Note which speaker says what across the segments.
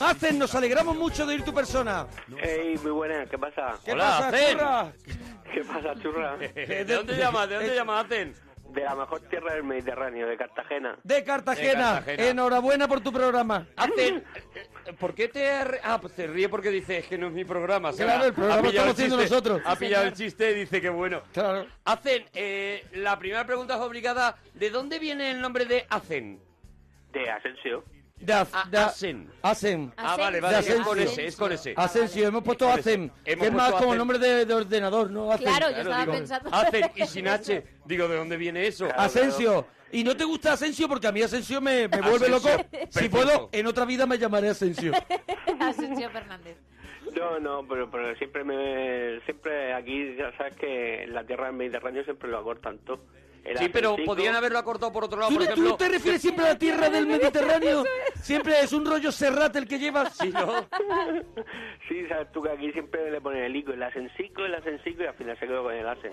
Speaker 1: Hacen, nos alegramos mucho de ir tu persona.
Speaker 2: Hey, muy buena, ¿qué pasa?
Speaker 1: ¿Qué
Speaker 3: Hola,
Speaker 1: pasa,
Speaker 3: Hacen.
Speaker 1: churra?
Speaker 2: ¿Qué pasa, churra?
Speaker 3: ¿De dónde llamas? ¿De dónde llamas, Aten?
Speaker 2: De la mejor tierra del Mediterráneo, de Cartagena.
Speaker 1: De Cartagena.
Speaker 3: De Cartagena. Ah,
Speaker 1: Enhorabuena por tu programa.
Speaker 3: Aten, ¿por qué te... ha re- Ah, pues te ríe porque dices "Es que no es mi programa. será".
Speaker 1: Claro, el programa
Speaker 3: Ha pillado
Speaker 1: estamos haciendo
Speaker 3: el chiste,
Speaker 1: nosotros.
Speaker 3: Ha pillado el chiste y dice que bueno.
Speaker 1: Claro.
Speaker 3: Hacen, eh, la primera pregunta es obligada. ¿De dónde viene el nombre de Hacen?
Speaker 2: De Asensio.
Speaker 1: De, Az-
Speaker 3: A-
Speaker 1: de-
Speaker 3: Asen.
Speaker 1: Asen.
Speaker 3: Ah, vale,
Speaker 1: De
Speaker 3: vale, es
Speaker 1: Asensio.
Speaker 3: con ese, es con ese.
Speaker 1: Asensio, hemos puesto
Speaker 3: Vale.
Speaker 1: Acem,
Speaker 3: Hemos
Speaker 1: que es
Speaker 3: puesto
Speaker 1: más como
Speaker 3: Acem.
Speaker 1: nombre de, de ordenador, ¿no? Acem.
Speaker 4: Claro, yo
Speaker 3: Claro,
Speaker 4: estaba
Speaker 3: digo,
Speaker 4: pensando.
Speaker 3: Hacen y sin H. Digo, ¿de dónde viene eso?
Speaker 2: Claro.
Speaker 1: Asensio. ¿Y no te gusta Asensio? Porque a mí Asensio me, me vuelve
Speaker 3: Ah, Asensio,
Speaker 1: loco. Si
Speaker 3: perfecto.
Speaker 1: puedo, en otra vida me llamaré Asensio.
Speaker 4: Asensio Fernández.
Speaker 2: No, no, pero, pero siempre me. Siempre aquí, ya sabes que la tierra del Mediterráneo siempre lo acortan todo. El
Speaker 3: Sí, pero
Speaker 2: Atlántico-
Speaker 3: podían haberlo acortado por otro lado,
Speaker 1: ¿Tú,
Speaker 3: por
Speaker 1: no- tú
Speaker 3: ejemplo.
Speaker 1: no te refieres siempre a la tierra del Mediterráneo? Siempre es un rollo serrat el que llevas.
Speaker 3: Sí, ¿no?
Speaker 2: Sí, sabes tú que aquí siempre le ponen el ico, el asensico, el asensico y al final se quedó con el asen.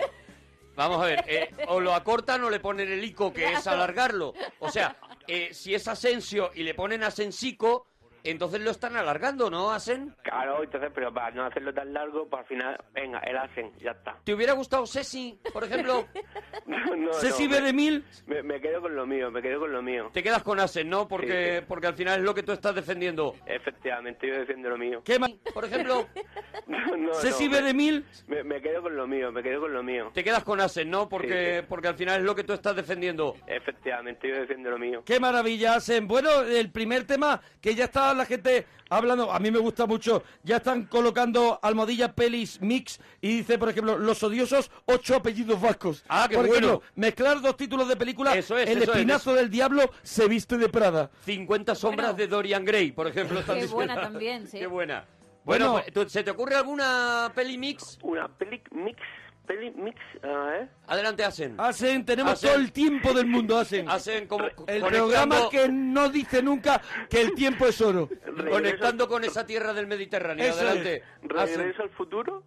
Speaker 3: Vamos a ver, eh, o lo acortan o le ponen el ico, que es alargarlo. O sea, eh, si es Asensio y le ponen Asensico, entonces lo están alargando, ¿no, Asen?
Speaker 2: Claro, entonces, pero para no hacerlo tan largo, para al final, venga, el asen, ya está.
Speaker 3: ¿Te hubiera gustado Ceci, por ejemplo?
Speaker 2: No, no,
Speaker 1: Ceci
Speaker 2: no, me-
Speaker 1: B de mil.
Speaker 2: Me, me quedo con lo mío, me quedo con lo mío.
Speaker 3: Te quedas con Asen, ¿no? Porque,
Speaker 2: Sí.
Speaker 3: porque al final es lo que tú estás defendiendo.
Speaker 2: Efectivamente, yo defiendo lo mío.
Speaker 1: ¿Qué más?
Speaker 3: Por ejemplo,
Speaker 2: No, no,
Speaker 1: Ceci
Speaker 2: no,
Speaker 1: B de mil.
Speaker 2: me, me quedo con lo mío, me quedo con lo mío.
Speaker 3: te quedas con Asen, ¿no? Porque,
Speaker 2: Sí.
Speaker 3: porque al final es lo que tú estás defendiendo.
Speaker 2: Efectivamente, yo defiendo lo mío.
Speaker 1: Qué maravilla hacen. Bueno, el primer tema que ya está la gente hablando, a mí me gusta mucho. Ya están colocando almohadilla pelis mix y dice, por ejemplo, los odiosos ocho apellidos vascos.
Speaker 3: Ah, qué
Speaker 1: por ejemplo,
Speaker 3: bueno.
Speaker 1: mezclar dos títulos de película.
Speaker 3: Eso es,
Speaker 1: el
Speaker 3: eso es,
Speaker 1: espinazo del diablo se viste de Prada.
Speaker 3: 50 sombras
Speaker 4: Bueno.
Speaker 3: de Dorian Gray, por ejemplo. están
Speaker 4: Qué buena
Speaker 3: diciendo.
Speaker 4: también, sí.
Speaker 3: Qué buena. Bueno,
Speaker 1: Bueno.
Speaker 3: pues, ¿tú- ¿se te ocurre alguna peli mix?
Speaker 2: Una peli mix, peli mix, ah, ¿eh? a ver.
Speaker 3: Adelante, Asen.
Speaker 1: Hacen, tenemos
Speaker 3: Hacen.
Speaker 1: todo el tiempo del mundo, hacen.
Speaker 3: Hacen como
Speaker 1: El
Speaker 3: conectando-
Speaker 1: programa que no dice nunca que el tiempo es oro.
Speaker 3: Conectando con esa tierra del Mediterráneo.
Speaker 1: Eso es.
Speaker 3: Adelante. Hacen-
Speaker 2: Regreso al futuro.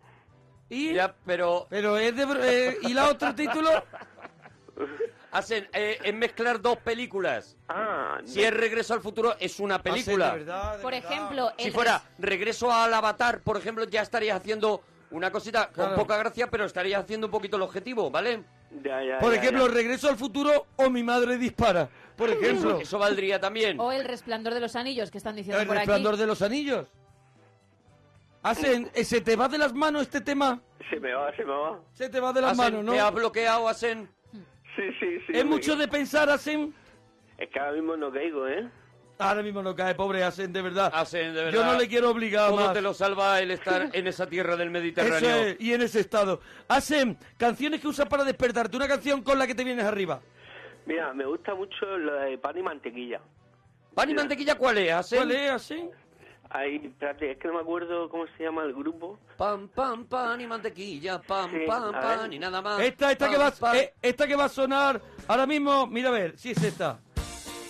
Speaker 1: Y,
Speaker 3: Ya, pero
Speaker 1: pero es de... bro- eh, ¿Y la otro título?
Speaker 3: hacen eh, es mezclar dos películas.
Speaker 2: Ah,
Speaker 3: Si es Regreso al futuro, es una
Speaker 1: Hacen, de
Speaker 3: película.
Speaker 1: verdad, de
Speaker 4: Por
Speaker 1: verdad.
Speaker 4: ejemplo,
Speaker 3: Si
Speaker 4: el
Speaker 3: fuera Regreso al Avatar, por ejemplo, ya estarías haciendo una cosita con
Speaker 1: Claro.
Speaker 3: poca gracia, pero estarías haciendo un poquito el objetivo, ¿vale?
Speaker 2: ya, ya,
Speaker 1: Por
Speaker 2: ya,
Speaker 1: ejemplo,
Speaker 2: ya.
Speaker 1: Regreso al futuro o Mi madre dispara. Por ejemplo,
Speaker 3: Eso valdría también.
Speaker 4: O el resplandor de los anillos que están diciendo
Speaker 1: El
Speaker 4: por
Speaker 1: resplandor
Speaker 4: aquí.
Speaker 1: de los anillos. Hacen, eh, se te va de las manos este tema.
Speaker 2: Se me va, se me va.
Speaker 1: Se te va de las
Speaker 3: Hacen,
Speaker 1: manos, ¿no?
Speaker 3: Te ha bloqueado, hacen.
Speaker 2: Sí, sí, sí.
Speaker 1: Es
Speaker 2: me-
Speaker 1: mucho de pensar, Hacen.
Speaker 2: Es que ahora mismo no caigo, ¿eh?
Speaker 1: Ahora mismo no cae, pobre Hacen, de verdad.
Speaker 3: Hacen, de verdad.
Speaker 1: Yo no le quiero obligar
Speaker 3: ¿Cómo
Speaker 1: más.
Speaker 3: te lo salva el estar en esa tierra del
Speaker 1: Eso
Speaker 3: Mediterráneo?
Speaker 1: es, y en ese estado. Hacen canciones que usas para despertarte. Una canción con la que te vienes arriba.
Speaker 2: Mira, me gusta mucho lo de pan y mantequilla.
Speaker 3: ¿Pan y mantequilla cuál es? Hacen.
Speaker 1: ¿Cuál es, Hacen?
Speaker 2: Ahí, espérate, es que no me acuerdo cómo se llama el grupo.
Speaker 3: Pan, pan, pan y mantequilla, pan,
Speaker 2: Sí,
Speaker 3: pan,
Speaker 2: a
Speaker 3: pan
Speaker 2: ver.
Speaker 3: y nada más.
Speaker 1: Esta, esta que
Speaker 3: Pan,
Speaker 1: va,
Speaker 3: pan.
Speaker 1: eh, esta que va a sonar ahora mismo. Mira a ver, si es esta.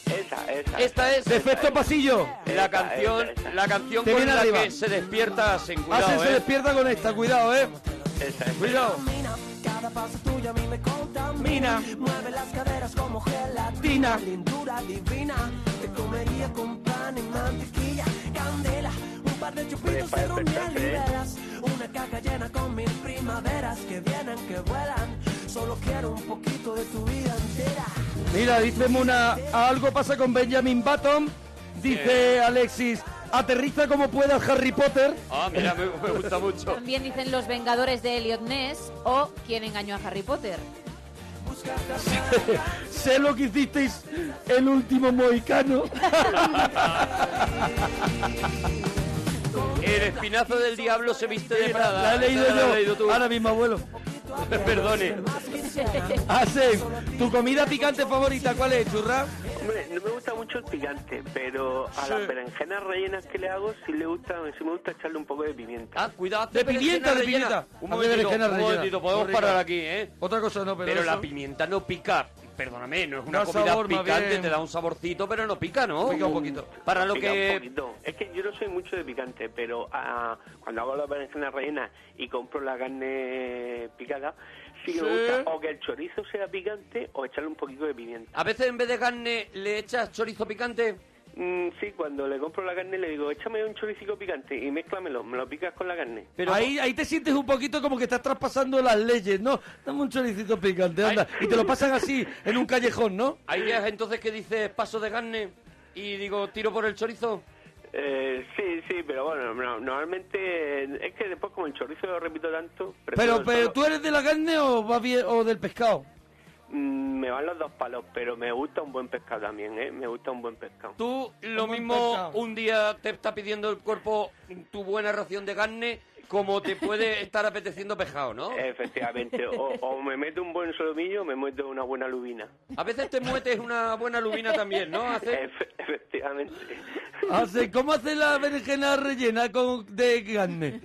Speaker 2: Esa, esa.
Speaker 3: Esta es
Speaker 1: Defecto pasillo.
Speaker 3: la
Speaker 2: Esta,
Speaker 3: canción,
Speaker 2: esta, esta.
Speaker 3: la canción
Speaker 1: Te
Speaker 3: con
Speaker 1: viene
Speaker 3: la
Speaker 1: arriba.
Speaker 3: que se despierta sin
Speaker 1: Hacen
Speaker 3: cuidado,
Speaker 1: se
Speaker 3: ¿eh?
Speaker 1: despierta con esta, cuidado, eh.
Speaker 2: Esa, esa.
Speaker 1: Cuidado.
Speaker 5: Mina, Cada paso tuyo a mí me contamina.
Speaker 1: Mina.
Speaker 5: Mueve las caderas como gelatina.
Speaker 1: Tina.
Speaker 5: Lindura divina. Te comería con pan y mantequilla. Candela, un par de
Speaker 2: Hombre,
Speaker 5: chupitos
Speaker 2: para
Speaker 5: de ron me
Speaker 2: despertarse, ¿eh?
Speaker 5: liberas. Una caja llena con mil primaveras que vienen, que vuelan. Solo quiero un poquito de tu vida entera.
Speaker 1: Mira, dice Muna, algo pasa con Benjamin Button. Dice Alexis, aterriza como pueda Harry Potter.
Speaker 3: Ah, mira, me, me gusta mucho.
Speaker 4: También dicen Los Vengadores de Elliot Ness o Quién engañó a Harry Potter.
Speaker 1: Sé lo que hicisteis el último mohicano.
Speaker 3: El espinazo del diablo se viste de
Speaker 1: Mira,
Speaker 3: Prada.
Speaker 1: la he leído
Speaker 3: Esa la has
Speaker 1: yo.
Speaker 3: tú.
Speaker 1: Ahora mismo, abuelo.
Speaker 3: Perdone.
Speaker 1: Hace, tu comida picante favorita, ¿cuál es, churra?
Speaker 2: Hombre, no me gusta mucho el picante, pero a las berenjenas rellenas que le hago sí le gusta, sí me gusta echarle un poco de pimienta.
Speaker 3: Ah, cuidado.
Speaker 1: De
Speaker 3: berenjena
Speaker 1: pimienta, de
Speaker 3: rellena.
Speaker 1: pimienta.
Speaker 3: Un
Speaker 1: A ver,
Speaker 3: momentito,
Speaker 1: berenjena
Speaker 3: un
Speaker 1: rellena.
Speaker 3: momentito, podemos
Speaker 1: Muy rica.
Speaker 3: parar aquí, ¿eh?
Speaker 1: Otra cosa no, pero,
Speaker 3: Pero la
Speaker 1: eso-
Speaker 3: pimienta no pica. Perdóname, no es una
Speaker 1: Da
Speaker 3: comida
Speaker 1: sabor, más
Speaker 3: picante,
Speaker 1: bien.
Speaker 3: te da un saborcito, pero no pica, ¿no?
Speaker 1: Pica un poquito.
Speaker 3: Para lo
Speaker 2: Pica un
Speaker 3: que
Speaker 2: poquito. Es que yo no soy mucho de picante, pero ah, cuando hago las berenjenas rellenas y compro la carne picada, sí que me
Speaker 1: Sí.
Speaker 2: gusta o que el chorizo sea picante o echarle un poquito de pimienta.
Speaker 3: a veces en vez de carne le echas chorizo picante.
Speaker 2: Mm, sí, cuando le compro la carne le digo, échame un choricico picante y mézclamelo, me lo picas con la carne.
Speaker 1: Pero ahí, ahí te sientes un poquito como que estás traspasando las leyes, ¿no? Dame un choricito picante, anda. Y te lo pasan así, en un callejón, ¿no?
Speaker 3: Hay días entonces que dices paso de carne y digo tiro por el chorizo.
Speaker 2: Eh, sí, sí, pero bueno, no, normalmente eh, es que después como el chorizo lo repito tanto... prefiero
Speaker 1: Pero,
Speaker 2: el
Speaker 1: pero
Speaker 2: solo.
Speaker 1: ¿tú eres de la carne o, vas bien, o del pescado?
Speaker 2: Mm, me van los dos palos, pero me gusta un buen pescado también, ¿eh? Me gusta un buen pescado.
Speaker 3: Tú lo
Speaker 1: Como un
Speaker 3: mismo
Speaker 1: pescado.
Speaker 3: un día te está pidiendo el cuerpo tu buena ración de carne como te puede estar apeteciendo pescado, ¿no?
Speaker 2: Efectivamente, o, o me meto un buen solomillo o me meto una buena lubina.
Speaker 3: A veces te muetes una buena lubina también, ¿no? Hace-
Speaker 2: Efe- efectivamente.
Speaker 1: Hace- ¿Cómo hace la berenjena rellena con, de carne?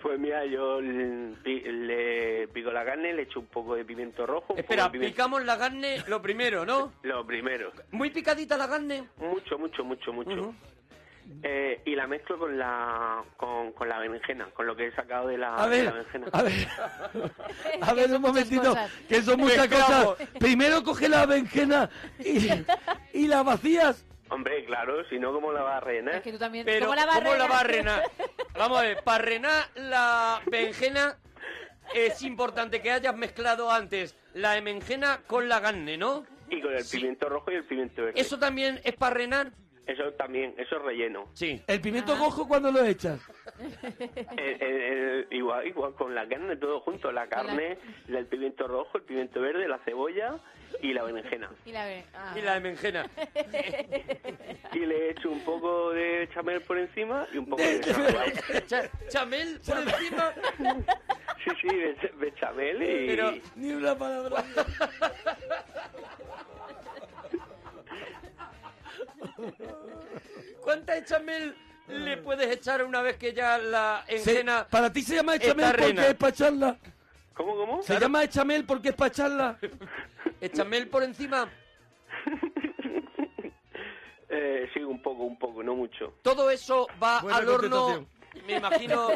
Speaker 2: Pues mira, yo le, pi- le pico la carne, le echo un poco de pimiento rojo. un
Speaker 3: Espera,
Speaker 2: poco de pimiento-
Speaker 3: picamos la carne lo primero, ¿no?
Speaker 2: Lo primero.
Speaker 3: Muy picadita la carne.
Speaker 2: Mucho, mucho, mucho, mucho. Eh, y la mezclo con la con, con la berenjena, con lo que he sacado de la,
Speaker 1: A
Speaker 2: de la
Speaker 1: ver,
Speaker 2: berenjena.
Speaker 1: a ver, a
Speaker 4: Que
Speaker 1: ver
Speaker 4: son
Speaker 1: un
Speaker 4: muchas
Speaker 1: momentito,
Speaker 4: cosas.
Speaker 1: que son muchas
Speaker 3: Mezclamos.
Speaker 1: cosas. Primero coge la berenjena y, y la vacías.
Speaker 2: Hombre, claro, si no, ¿cómo la vas a rellenar?
Speaker 4: Es que tú también.
Speaker 3: Pero
Speaker 4: ¿Cómo la va a
Speaker 3: va a
Speaker 4: rellenar?
Speaker 3: renar? Vamos a ver, para renar la berenjena es importante que hayas mezclado antes la berenjena con la carne, ¿no?
Speaker 2: Y con el pimiento rojo y el pimiento verde.
Speaker 3: ¿Eso también es para renar?
Speaker 2: Eso también, eso es relleno.
Speaker 3: Sí.
Speaker 1: El pimiento cojo cuando lo echas.
Speaker 2: El- el- el- igual, igual con la carne, todo junto. La carne, el pimiento rojo, el pimiento verde, la cebolla y la berenjena.
Speaker 4: Y la ver- ah.
Speaker 3: Y la berenjena.
Speaker 2: Y le echo un poco de chamel por encima y un poco
Speaker 1: De-
Speaker 2: de chamel.
Speaker 3: Cha- chamel por encima.
Speaker 2: Sí, sí, de, de chamel y...
Speaker 3: Pero-
Speaker 1: Ni una palabra.
Speaker 3: ¿Cuánta de chamel le puedes echar una vez que ya la
Speaker 1: Se-
Speaker 3: berenjena...
Speaker 1: para ti se llama echamel
Speaker 3: Está
Speaker 1: porque
Speaker 3: rena.
Speaker 1: es para charla.
Speaker 2: ¿Cómo, cómo?
Speaker 1: Se llama echamel porque es para charla.
Speaker 3: ¿El chamel por encima?
Speaker 2: Eh, sí, un poco, un poco, no mucho.
Speaker 3: Todo eso va
Speaker 1: Buena
Speaker 3: al horno... Me imagino...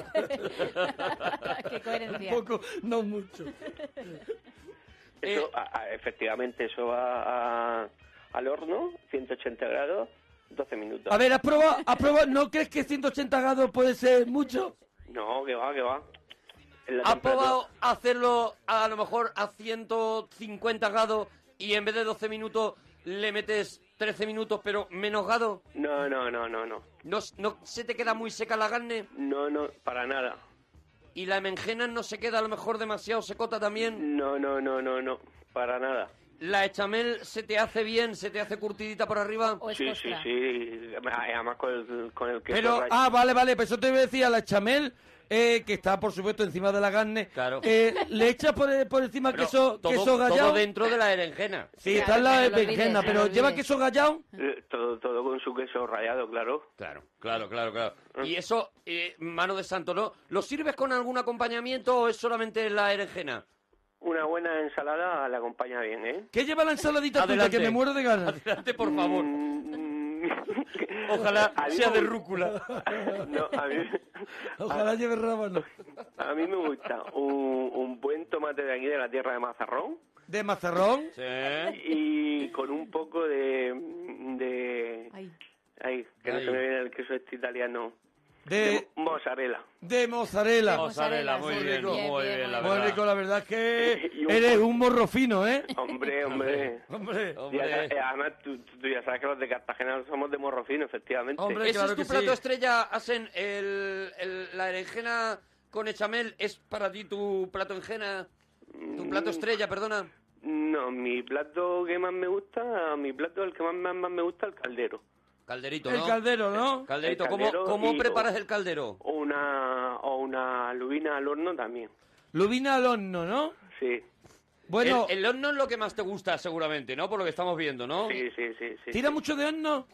Speaker 4: Qué coherencia.
Speaker 1: Poco, no mucho.
Speaker 2: Eso,
Speaker 3: Eh.
Speaker 2: a- a- efectivamente, eso va a- al horno, 180 grados, 12 minutos.
Speaker 1: A ver, ¿has probado, has probado- ¿No crees que 180 grados puede ser mucho?
Speaker 2: No, que va, que va. En la
Speaker 3: ¿Has
Speaker 2: temperatura-
Speaker 3: probado hacerlo a lo mejor a 150 grados y en vez de 12 minutos le metes 13 minutos pero menos grados?
Speaker 2: No, no, no, no, no.
Speaker 3: ¿No, no se te queda muy seca la carne?
Speaker 2: No, no, para nada.
Speaker 3: ¿Y la menjena no se queda a lo mejor demasiado secota también?
Speaker 2: No, no, no, no, no, para nada.
Speaker 3: ¿La echamel se te hace bien, se te hace curtidita por arriba?
Speaker 4: O es
Speaker 2: Sí, sí,
Speaker 4: costra.
Speaker 2: sí. Además con el, con el queso
Speaker 1: Pero,
Speaker 2: ray-
Speaker 1: ah, vale, vale, pues eso te decía la chamel, eh, que está por supuesto encima de la carne.
Speaker 3: Claro.
Speaker 1: Eh, le echas por, por encima
Speaker 3: Bueno,
Speaker 1: queso,
Speaker 3: todo,
Speaker 1: queso
Speaker 3: todo
Speaker 1: gallado.
Speaker 3: dentro de la berenjena.
Speaker 1: Sí,
Speaker 4: Ya,
Speaker 1: está en la
Speaker 4: no lo olvides,
Speaker 1: berenjena,
Speaker 4: no lo
Speaker 1: pero lleva
Speaker 4: olvides.
Speaker 1: queso gallado.
Speaker 2: Eh, Todo, todo con su queso rallado, claro.
Speaker 3: Claro, claro, claro, claro.
Speaker 1: Mm.
Speaker 3: Y eso, eh, mano de santo, ¿no? ¿Lo sirves con algún acompañamiento o es solamente la berenjena?
Speaker 2: Una buena ensalada la acompaña bien, ¿eh?
Speaker 1: ¿Qué lleva la ensaladita tuya?
Speaker 3: Adelante.
Speaker 1: Que me muero de ganas.
Speaker 3: Adelante, por favor.
Speaker 2: Mm,
Speaker 3: Ojalá
Speaker 2: A mí
Speaker 3: sea
Speaker 2: me
Speaker 3: de
Speaker 2: gu-
Speaker 3: rúcula.
Speaker 2: No, a mí,
Speaker 1: Ojalá lleve rábano.
Speaker 2: a mí me gusta un, un buen tomate de aquí de la tierra de Mazarrón
Speaker 1: De mazarrón.
Speaker 3: Sí.
Speaker 2: y con un poco de... de
Speaker 4: Ay.
Speaker 2: ay, que no
Speaker 3: Ay.
Speaker 2: se me viene el queso este italiano.
Speaker 1: De,
Speaker 2: mozzarella.
Speaker 1: de mozzarella.
Speaker 3: Mozzarella,
Speaker 4: Mozzarella,
Speaker 3: muy
Speaker 4: sí,
Speaker 3: bien,
Speaker 4: bien,
Speaker 3: muy
Speaker 4: bien,
Speaker 3: bien, la
Speaker 4: muy
Speaker 1: Bueno,
Speaker 3: verdad.
Speaker 1: Nico, la verdad es
Speaker 2: Y
Speaker 1: que
Speaker 2: un-
Speaker 1: eres un morro fino, ¿eh?
Speaker 2: Hombre, hombre.
Speaker 1: Hombre.
Speaker 2: Y a-
Speaker 3: Hombre,
Speaker 2: eh, además, tú, tú- tú ya sabes que los de Cartagena somos de morrofino, efectivamente.
Speaker 1: Hombre.
Speaker 3: ¿ese
Speaker 1: claro
Speaker 3: es tu
Speaker 1: que
Speaker 3: plato
Speaker 1: sí.
Speaker 3: estrella, Asen? El, el- la berenjena con echamel es para ti tu plato enjena,
Speaker 1: Mm.
Speaker 3: tu plato estrella, perdona.
Speaker 2: No, mi plato que más me gusta, mi plato el que más, más, más me gusta, el caldero.
Speaker 3: Calderito, ¿no?
Speaker 1: El caldero, ¿no?
Speaker 3: Calderito,
Speaker 2: El
Speaker 3: ¿cómo,
Speaker 2: caldero
Speaker 3: cómo
Speaker 2: y-
Speaker 3: preparas el caldero?
Speaker 2: O una, o una lubina al horno también,
Speaker 1: Lubina al horno, ¿no?
Speaker 2: sí.
Speaker 1: Bueno,
Speaker 3: el, el horno es lo que más te gusta, seguramente, ¿no? Por lo que estamos viendo, ¿no?
Speaker 2: Sí, sí, sí. sí
Speaker 1: ¿tira
Speaker 2: sí.
Speaker 1: mucho de horno?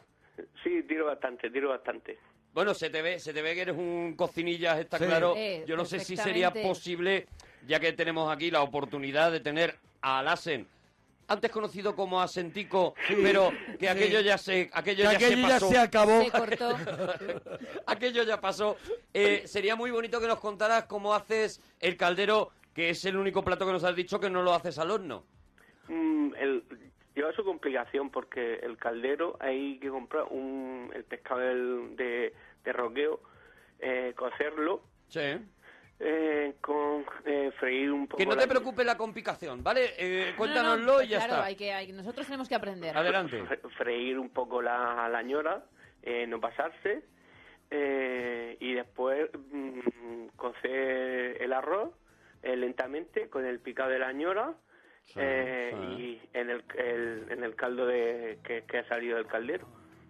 Speaker 2: Sí, tiro bastante, tiro bastante.
Speaker 3: Bueno, se te ve, se te ve que eres un cocinillas, está
Speaker 1: Sí.
Speaker 3: claro.
Speaker 4: Eh,
Speaker 3: Yo no sé si sería
Speaker 4: perfectamente.
Speaker 3: posible, ya que tenemos aquí la oportunidad de tener a Alasen, antes conocido como Asentico, pero que aquello ya se, aquello
Speaker 1: Que
Speaker 3: ya
Speaker 1: aquello
Speaker 3: se
Speaker 1: ya
Speaker 3: pasó.
Speaker 1: se acabó.
Speaker 4: Se cortó.
Speaker 3: aquello ya pasó. Eh, sería muy bonito que nos contaras cómo haces el caldero, que es el único plato que nos has dicho que no lo haces al horno.
Speaker 2: Mm, el, Lleva su complicación porque el caldero hay que comprar un, el pescado del- de, de roqueo, eh, cocerlo,
Speaker 3: Sí.
Speaker 2: eh, con eh, freír un poco.
Speaker 3: Que no
Speaker 2: la-
Speaker 3: te preocupes la complicación, ¿vale? Eh,
Speaker 4: No, no, no,
Speaker 3: cuéntanoslo y ya
Speaker 4: claro,
Speaker 3: está.
Speaker 4: Hay que, hay- nosotros tenemos que aprender.
Speaker 3: Adelante.
Speaker 2: Pues, Fre- Freír un poco la, la ñora, eh, no pasarse, eh, y después mm, cocer el arroz eh, lentamente con el picado de la ñora.
Speaker 3: Sí,
Speaker 2: eh,
Speaker 3: sí.
Speaker 2: y en el, el- en el caldo de, que, que ha salido del caldero.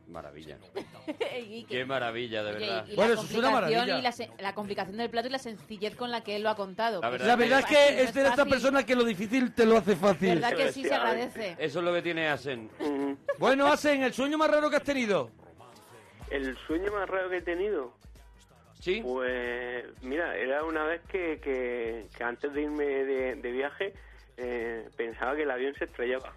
Speaker 3: Maravilla.
Speaker 4: Y que-
Speaker 3: Qué maravilla, de
Speaker 4: Oye,
Speaker 3: verdad.
Speaker 4: y la
Speaker 1: Bueno, eso es una
Speaker 4: complicación
Speaker 1: maravilla.
Speaker 4: Y la, se- la complicación del plato y la sencillez con la que él lo ha contado.
Speaker 3: La
Speaker 4: que
Speaker 3: verdad
Speaker 1: La verdad es que
Speaker 4: fácil,
Speaker 1: es de estas
Speaker 4: fácil.
Speaker 1: personas que lo difícil te lo hace fácil.
Speaker 4: verdad que sí se agradece.
Speaker 3: Eso es lo que tiene Asen.
Speaker 2: Mm,
Speaker 1: Bueno, Asen, el sueño más raro que has tenido.
Speaker 2: El sueño más raro que he tenido,
Speaker 3: ¿Sí?
Speaker 2: Pues mira, era una vez que, que- que antes de irme de, de viaje eh, pensaba que el avión se estrellaba.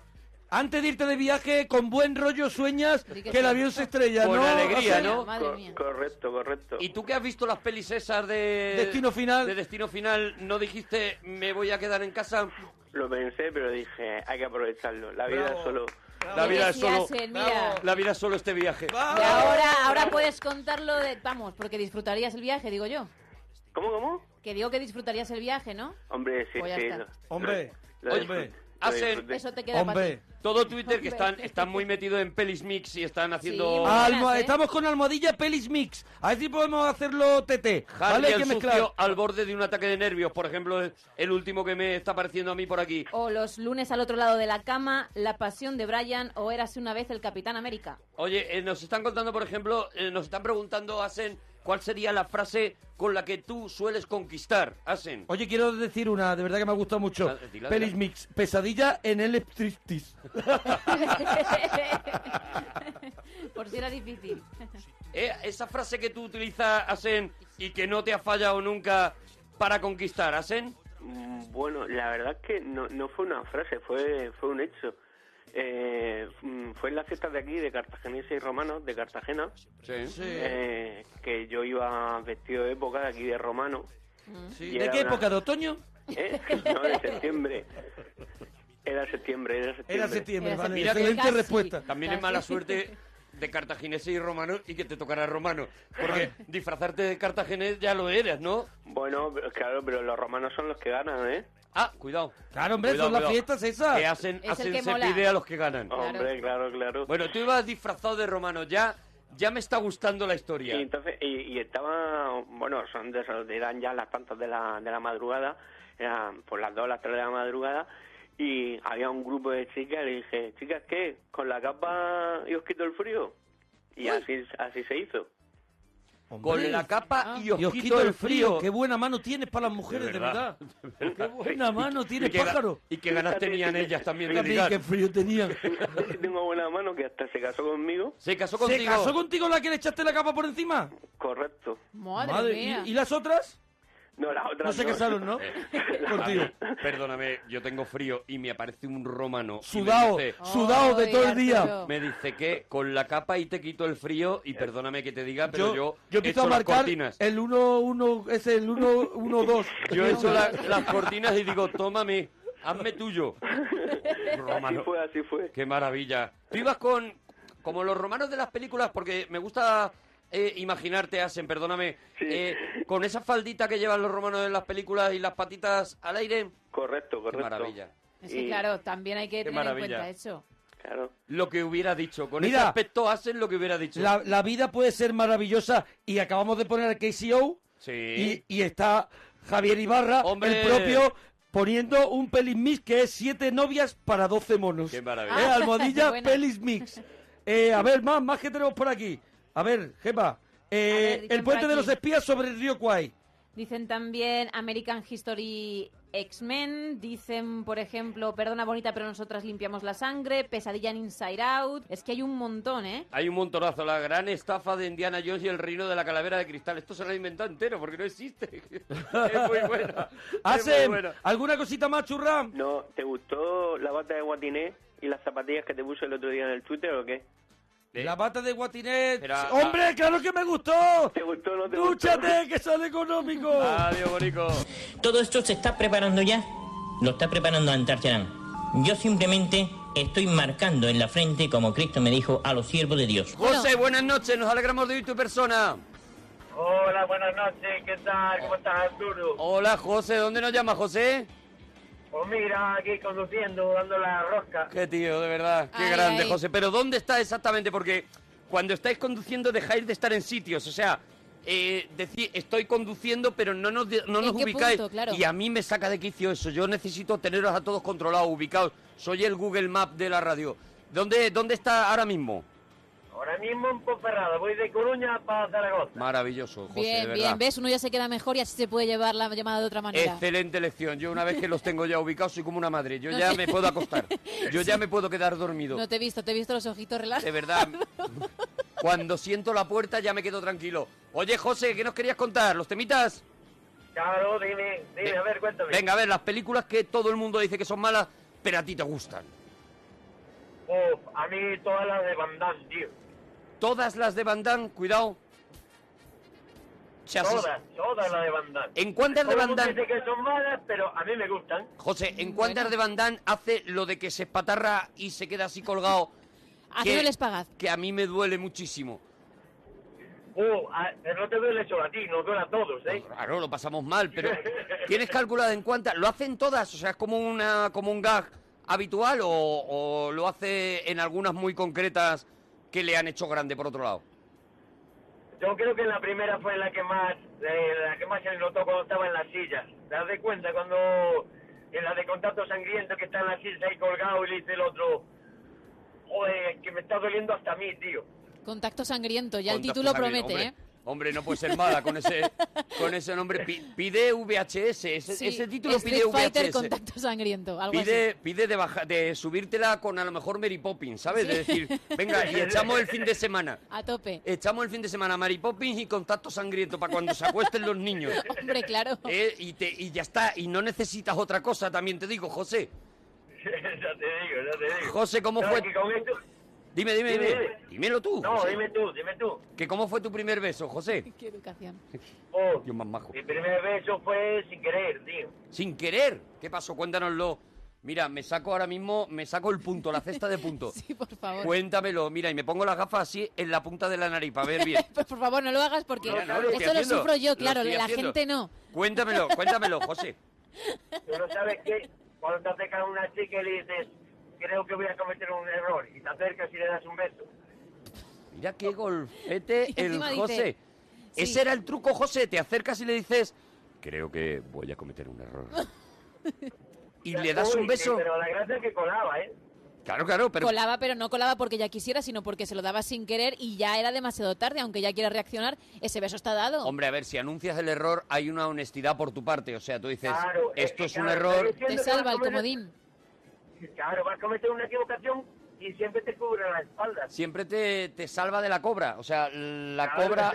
Speaker 1: Antes de irte de viaje, con buen rollo sueñas
Speaker 4: Di que
Speaker 1: que el
Speaker 4: sí.
Speaker 1: avión se estrella,
Speaker 3: Con
Speaker 1: ¿no?
Speaker 3: alegría,
Speaker 1: Asen?
Speaker 3: ¿no?
Speaker 4: Madre
Speaker 2: Co-
Speaker 4: mía.
Speaker 2: Correcto, correcto.
Speaker 3: ¿Y tú que has visto las pelis esas de...
Speaker 1: Destino Final.
Speaker 3: De Destino Final, ¿no dijiste me voy a quedar en casa?
Speaker 2: Lo pensé, pero dije, hay que aprovecharlo. La vida
Speaker 1: Bravo.
Speaker 2: es solo...
Speaker 3: La vida
Speaker 4: Oye,
Speaker 3: es
Speaker 4: si
Speaker 3: solo...
Speaker 4: hacen, mira.
Speaker 3: La vida es solo este viaje.
Speaker 1: ¡Vamos!
Speaker 4: Y ahora, ahora puedes contarlo de... Vamos, porque disfrutarías el viaje, digo yo.
Speaker 2: ¿Cómo, cómo?
Speaker 4: Que digo que disfrutarías el viaje, ¿no?
Speaker 2: Hombre, sí,
Speaker 4: Pues ya
Speaker 2: sí.
Speaker 4: está.
Speaker 2: lo-
Speaker 1: Hombre,
Speaker 2: lo- lo
Speaker 1: oye,
Speaker 2: disfruté, lo
Speaker 3: hacen-
Speaker 2: disfruté.
Speaker 4: Eso te queda
Speaker 1: Hombre.
Speaker 3: Todo Twitter que están,
Speaker 4: Hombre.
Speaker 3: están muy metidos en pelis mix y están haciendo...
Speaker 4: muy buenas,
Speaker 1: Almo-
Speaker 4: ¿eh?
Speaker 1: Estamos con almohadilla pelis mix. A ver si podemos hacerlo TT.
Speaker 3: Harry
Speaker 1: ¿Vale? Hay
Speaker 3: el
Speaker 1: que
Speaker 3: sucio
Speaker 1: mezclar.
Speaker 3: al borde de un ataque de nervios, por ejemplo, es el último que me está apareciendo a mí por aquí.
Speaker 4: pa- O los lunes al otro lado de la cama, La pasión de Brian o Érase una vez el Capitán América.
Speaker 3: Oye, eh, nos están contando, por ejemplo, eh, nos están preguntando, Asen, ¿cuál sería la frase con la que tú sueles conquistar, Asen?
Speaker 1: Oye, quiero decir una, de verdad que me ha gustado mucho.
Speaker 3: Ah, dila,
Speaker 1: Pelis
Speaker 3: dila.
Speaker 1: mix, pesadilla en el striptease.
Speaker 4: Por si era difícil.
Speaker 3: Eh, esa frase que tú utilizas, Asen, y que no te ha fallado nunca para conquistar, Asen.
Speaker 2: Mm, Bueno, la verdad es que no, no fue una frase, fue, fue un hecho. Eh, mm, fue en las fiestas de aquí, de cartageneses y romanos, de Cartagena,
Speaker 3: Sí.
Speaker 2: eh, que yo iba vestido de época de aquí de romano.
Speaker 1: Sí,
Speaker 2: Y
Speaker 1: ¿De
Speaker 2: era
Speaker 1: qué
Speaker 2: una-
Speaker 1: época? ¿De otoño?
Speaker 2: ¿Eh? No, de septiembre. Era septiembre, era septiembre.
Speaker 1: Era septiembre,
Speaker 4: Era
Speaker 1: vale.
Speaker 4: septiembre.
Speaker 1: Excelente
Speaker 4: Casi.
Speaker 1: respuesta.
Speaker 3: También es
Speaker 4: Casi.
Speaker 3: mala suerte de cartagineses y romanos y que te tocará romano. Porque disfrazarte de cartaginés ya lo eres, ¿no?
Speaker 2: Bueno, pero- claro, pero los romanos son los que ganan, ¿eh?
Speaker 3: Ah, cuidado.
Speaker 1: Claro, hombre,
Speaker 3: Cuidado,
Speaker 1: son las
Speaker 3: cuidado.
Speaker 1: fiestas esas.
Speaker 3: Que hacen,
Speaker 4: Es el
Speaker 3: hacen
Speaker 4: que
Speaker 3: se
Speaker 4: mola.
Speaker 3: pide a los que ganan.
Speaker 4: Claro.
Speaker 2: Hombre, claro, claro.
Speaker 3: Bueno, tú ibas disfrazado de romano, ya, ya me está gustando la
Speaker 2: y
Speaker 3: historia.
Speaker 2: entonces, y, y estaba, bueno, son de esos- eran ya las tantas de la, de la madrugada, eran por las dos, las tres de la madrugada, y había un grupo de chicas, le dije, chicas, ¿qué? ¿Con la capa y os quito el frío? Y así, así se hizo.
Speaker 1: Hombre. Ah.
Speaker 3: Con la capa y os,
Speaker 1: Y os quito el frío. Qué buena mano tienes para las mujeres, de verdad.
Speaker 3: verdad.
Speaker 1: Qué buena mano
Speaker 3: y
Speaker 1: tienes,
Speaker 3: que,
Speaker 1: pájaro.
Speaker 3: y que ganas tenían ellas también de
Speaker 1: También,
Speaker 3: ligar.
Speaker 1: qué frío tenían.
Speaker 2: Tengo buena mano que hasta se casó conmigo.
Speaker 3: Se casó contigo.
Speaker 1: ¿Se casó contigo la que le echaste la capa por encima?
Speaker 2: Correcto.
Speaker 4: Madre,
Speaker 1: ¿y-
Speaker 4: mía.
Speaker 1: ¿Y, las otras?
Speaker 2: No, la otra
Speaker 1: No se casaron, ¿no? Contigo.
Speaker 3: Javi, Perdóname, yo tengo frío y me aparece un romano. y me
Speaker 1: Sudado,
Speaker 3: dice-
Speaker 1: sudado de
Speaker 4: Ay,
Speaker 1: todo el día.
Speaker 4: Arturo.
Speaker 3: Me dice que con la capa y te quito el frío y perdóname que te diga, pero yo,
Speaker 1: Yo,
Speaker 3: he
Speaker 1: yo empiezo
Speaker 3: hecho
Speaker 1: a
Speaker 3: las
Speaker 1: marcar
Speaker 3: cortinas.
Speaker 1: el 1-1, es el 1-1-2.
Speaker 3: Yo he hecho la- las cortinas y digo, tómame, hazme tuyo.
Speaker 2: Así
Speaker 3: Romano.
Speaker 2: fue, así fue.
Speaker 3: Qué maravilla. Tú ibas con. Como los romanos de las películas, porque me gusta eh, imaginarte, Asen, perdóname. eh, con esa faldita que llevan los romanos en las películas y las patitas al aire.
Speaker 2: Correcto,
Speaker 3: Qué
Speaker 2: correcto.
Speaker 3: maravilla.
Speaker 4: Es que
Speaker 2: Y-
Speaker 4: claro, también hay que tener
Speaker 3: maravilla.
Speaker 4: en cuenta eso.
Speaker 2: Claro.
Speaker 3: Lo que hubiera dicho. Con
Speaker 1: Mira.
Speaker 3: ese aspecto, Asen, lo que hubiera dicho.
Speaker 1: La, la vida puede ser maravillosa y acabamos de poner al KCO
Speaker 3: Sí.
Speaker 1: y, y está Javier Ibarra,
Speaker 3: Hombre.
Speaker 1: el propio, poniendo un pelis mix que es siete novias para 12 monos.
Speaker 3: Qué
Speaker 1: Eh,
Speaker 3: maravilla.
Speaker 1: almohadilla
Speaker 4: buena.
Speaker 1: pelis mix. Eh, a ver, más, más que tenemos por aquí. A ver, Gemma. eh,
Speaker 4: A ver, dicen
Speaker 1: el puente
Speaker 4: por
Speaker 1: de
Speaker 4: aquí.
Speaker 1: los espías sobre el río Kwai.
Speaker 4: Dicen también American History X-Men. Dicen, por ejemplo, Perdona Bonita, pero nosotras limpiamos la sangre. Pesadilla en Inside Out. Es que hay un montón, ¿eh?
Speaker 3: Hay un montonazo. La gran estafa de Indiana Jones y el reino de la calavera de cristal. Esto se lo ha inventado entero porque no existe. es muy buena. Es muy
Speaker 1: Hacen
Speaker 3: buena.
Speaker 1: alguna cosita más, churram.
Speaker 2: No, ¿te gustó la bata de guatiné y las zapatillas que te puse el otro día en el Twitter o qué?
Speaker 3: Eh,
Speaker 1: La bata de guatinet.
Speaker 3: Era-
Speaker 1: ¡Hombre, claro que me gustó!
Speaker 2: ¿Te gustó o no te
Speaker 1: ¡Dúchate, que sale económico!
Speaker 3: Adiós, Bonico.
Speaker 6: Todo esto se está preparando ya. Lo está preparando Antártida. Yo simplemente
Speaker 7: estoy marcando en la frente como Cristo me dijo a los siervos de Dios.
Speaker 3: José, buenas noches, nos alegramos de oír tu persona.
Speaker 5: Hola, buenas noches, ¿qué tal? ¿Cómo estás, Arturo?
Speaker 3: Hola, José, ¿dónde nos llama José?
Speaker 5: Pues mira, aquí conduciendo, dando la rosca.
Speaker 3: Qué tío, de verdad, qué
Speaker 4: Ay,
Speaker 3: grande,
Speaker 4: ay.
Speaker 3: José. Pero ¿dónde está exactamente? Porque cuando estáis conduciendo dejáis de estar en sitios, o sea... Eh, decir, estoy conduciendo, pero no nos, de- no
Speaker 4: ¿En
Speaker 3: nos
Speaker 4: qué
Speaker 3: ubicáis.
Speaker 4: punto? Claro.
Speaker 3: Y a mí me saca de quicio eso. Yo necesito teneros a todos controlados, ubicados. Soy el Google Map de la radio. ¿Dónde, dónde está ahora mismo?
Speaker 5: Ahora mismo en Ponferrada, voy de Coruña para Zaragoza.
Speaker 3: Maravilloso, José, de
Speaker 4: bien,
Speaker 3: verdad. Este
Speaker 4: bien, ¿ves? Uno ya se queda mejor y así se puede llevar la llamada de otra manera.
Speaker 3: Excelente elección. Yo una vez que los tengo ya ubicados soy como una madre. Yo ya me puedo acostar. Yo ya me puedo quedar dormido.
Speaker 4: No te he visto, te he visto los ojitos
Speaker 3: De
Speaker 4: relajados.
Speaker 3: verdad. Cuando siento la puerta ya me quedo tranquilo. Oye, José, ¿qué nos querías contar? ¿Los temitas?
Speaker 5: Claro, dime, dime, a ver, cuéntame.
Speaker 3: Venga, a ver, las películas que todo el mundo dice que son malas, pero a ti te gustan.
Speaker 5: Uf, a mí todas las de Van Damme, tío.
Speaker 3: Todas las de Van Damme, cuidado. Se ases-
Speaker 5: Todas, todas las de Van Damme.
Speaker 3: ¿En cuántas de
Speaker 5: Todo el
Speaker 3: Van
Speaker 5: mundo
Speaker 3: Damme?
Speaker 5: dice que son malas, pero a mí me gustan.
Speaker 3: José, ¿en cuántas de Van Damme hace lo de que se espatarra y se queda así colgado?
Speaker 4: Haciendo el espagaz.
Speaker 3: Que a mí me duele muchísimo.
Speaker 5: Uh, a- pero no te duele solo a ti, nos duele a todos, ¿eh?
Speaker 3: Claro, lo pasamos mal, pero ¿tienes calculado en cuántas? ¿Lo hacen todas? O sea, ¿es como, una, como un gag habitual o, o lo hace en algunas muy concretas que le han hecho grande por otro lado?
Speaker 5: Yo creo que la primera fue la que más eh, la que más se le notó cuando estaba en las sillas. ¿Te das de cuenta cuando en la de contacto sangriento que está en la silla ahí colgado y le dice el otro, joder, que me está doliendo hasta a mí, tío?
Speaker 4: Contacto sangriento, ya el
Speaker 3: Contra
Speaker 4: título
Speaker 3: Fusa Grill,
Speaker 4: promete,
Speaker 3: Este hombre,
Speaker 4: ¿eh?
Speaker 3: Hombre, no puede ser mala con ese, con ese nombre. Pi- Pide VHS, ese,
Speaker 4: Sí,
Speaker 3: ese título
Speaker 4: Street
Speaker 3: pide
Speaker 4: Fighter,
Speaker 3: VHS.
Speaker 4: contacto sangriento, algo así.
Speaker 3: Pide, pide de, baja, de subírtela con a lo mejor Mary Poppins, ¿sabes? De decir, venga, y echamos el fin de semana.
Speaker 4: A tope.
Speaker 3: Echamos el fin de semana a Mary Poppins y contacto sangriento para cuando se acuesten los niños.
Speaker 4: Hombre, claro.
Speaker 3: Eh, y, te- y ya está, y no necesitas otra cosa, también te digo, José.
Speaker 5: ya te digo, ya te digo.
Speaker 3: José, ¿cómo
Speaker 5: Claro
Speaker 3: fue?
Speaker 5: que con esto-
Speaker 3: Dime, dime,
Speaker 5: Dime,
Speaker 3: dime.
Speaker 5: dime.
Speaker 3: Dímelo tú.
Speaker 5: No,
Speaker 3: José.
Speaker 5: dime tú, dime tú.
Speaker 3: ¿Que ¿Cómo fue tu primer beso, José?
Speaker 4: Qué educación.
Speaker 5: Oh,
Speaker 3: Dios más majo.
Speaker 5: mi primer beso fue sin querer, tío.
Speaker 3: Sin querer. ¿Qué pasó? Cuéntanoslo. Mira, me saco ahora mismo, me saco el punto, la cesta de punto.
Speaker 4: Sí, por favor.
Speaker 3: Cuéntamelo, mira, y me pongo las gafas así en la punta de la nariz para ver bien.
Speaker 4: Pero Pues, por favor, no lo hagas porque
Speaker 3: Mira, no, lo estoy
Speaker 4: eso lo
Speaker 3: haciendo,
Speaker 4: sufro yo,
Speaker 3: lo
Speaker 4: claro,
Speaker 3: estoy
Speaker 4: la
Speaker 3: haciendo.
Speaker 4: gente no.
Speaker 3: Cuéntamelo, cuéntamelo, José.
Speaker 5: Tú no sabes que cuando te acercas a una chica y le dices, creo que voy a cometer un error, y te acercas y le das un beso.
Speaker 3: Mira qué golfete
Speaker 4: Y
Speaker 3: el
Speaker 4: encima dice,
Speaker 3: José.
Speaker 4: sí.
Speaker 3: Ese era el truco, José. Te acercas y le dices, creo que voy a cometer un error. y le das
Speaker 5: Uy,
Speaker 3: un
Speaker 5: sí,
Speaker 3: beso.
Speaker 5: Pero la gracia es que colaba, ¿eh?
Speaker 3: Claro, claro, pero...
Speaker 4: Colaba, pero no colaba porque ya quisiera, sino porque se lo daba sin querer y ya era demasiado tarde, aunque ya quiera reaccionar, ese beso está dado.
Speaker 3: Hombre, a ver, si anuncias el error, hay una honestidad por tu parte. O sea, tú dices,
Speaker 5: Claro,
Speaker 3: esto
Speaker 5: que,
Speaker 3: es un
Speaker 5: claro,
Speaker 3: error.
Speaker 5: estoy
Speaker 4: Te
Speaker 5: diciendo que
Speaker 4: salva
Speaker 5: vas a
Speaker 4: el
Speaker 5: cometer-
Speaker 4: comodín.
Speaker 5: Claro, vas a cometer una equivocación y siempre te cubre la espalda.
Speaker 3: Siempre te, te salva de la cobra. O sea, la
Speaker 5: Claro.
Speaker 3: cobra,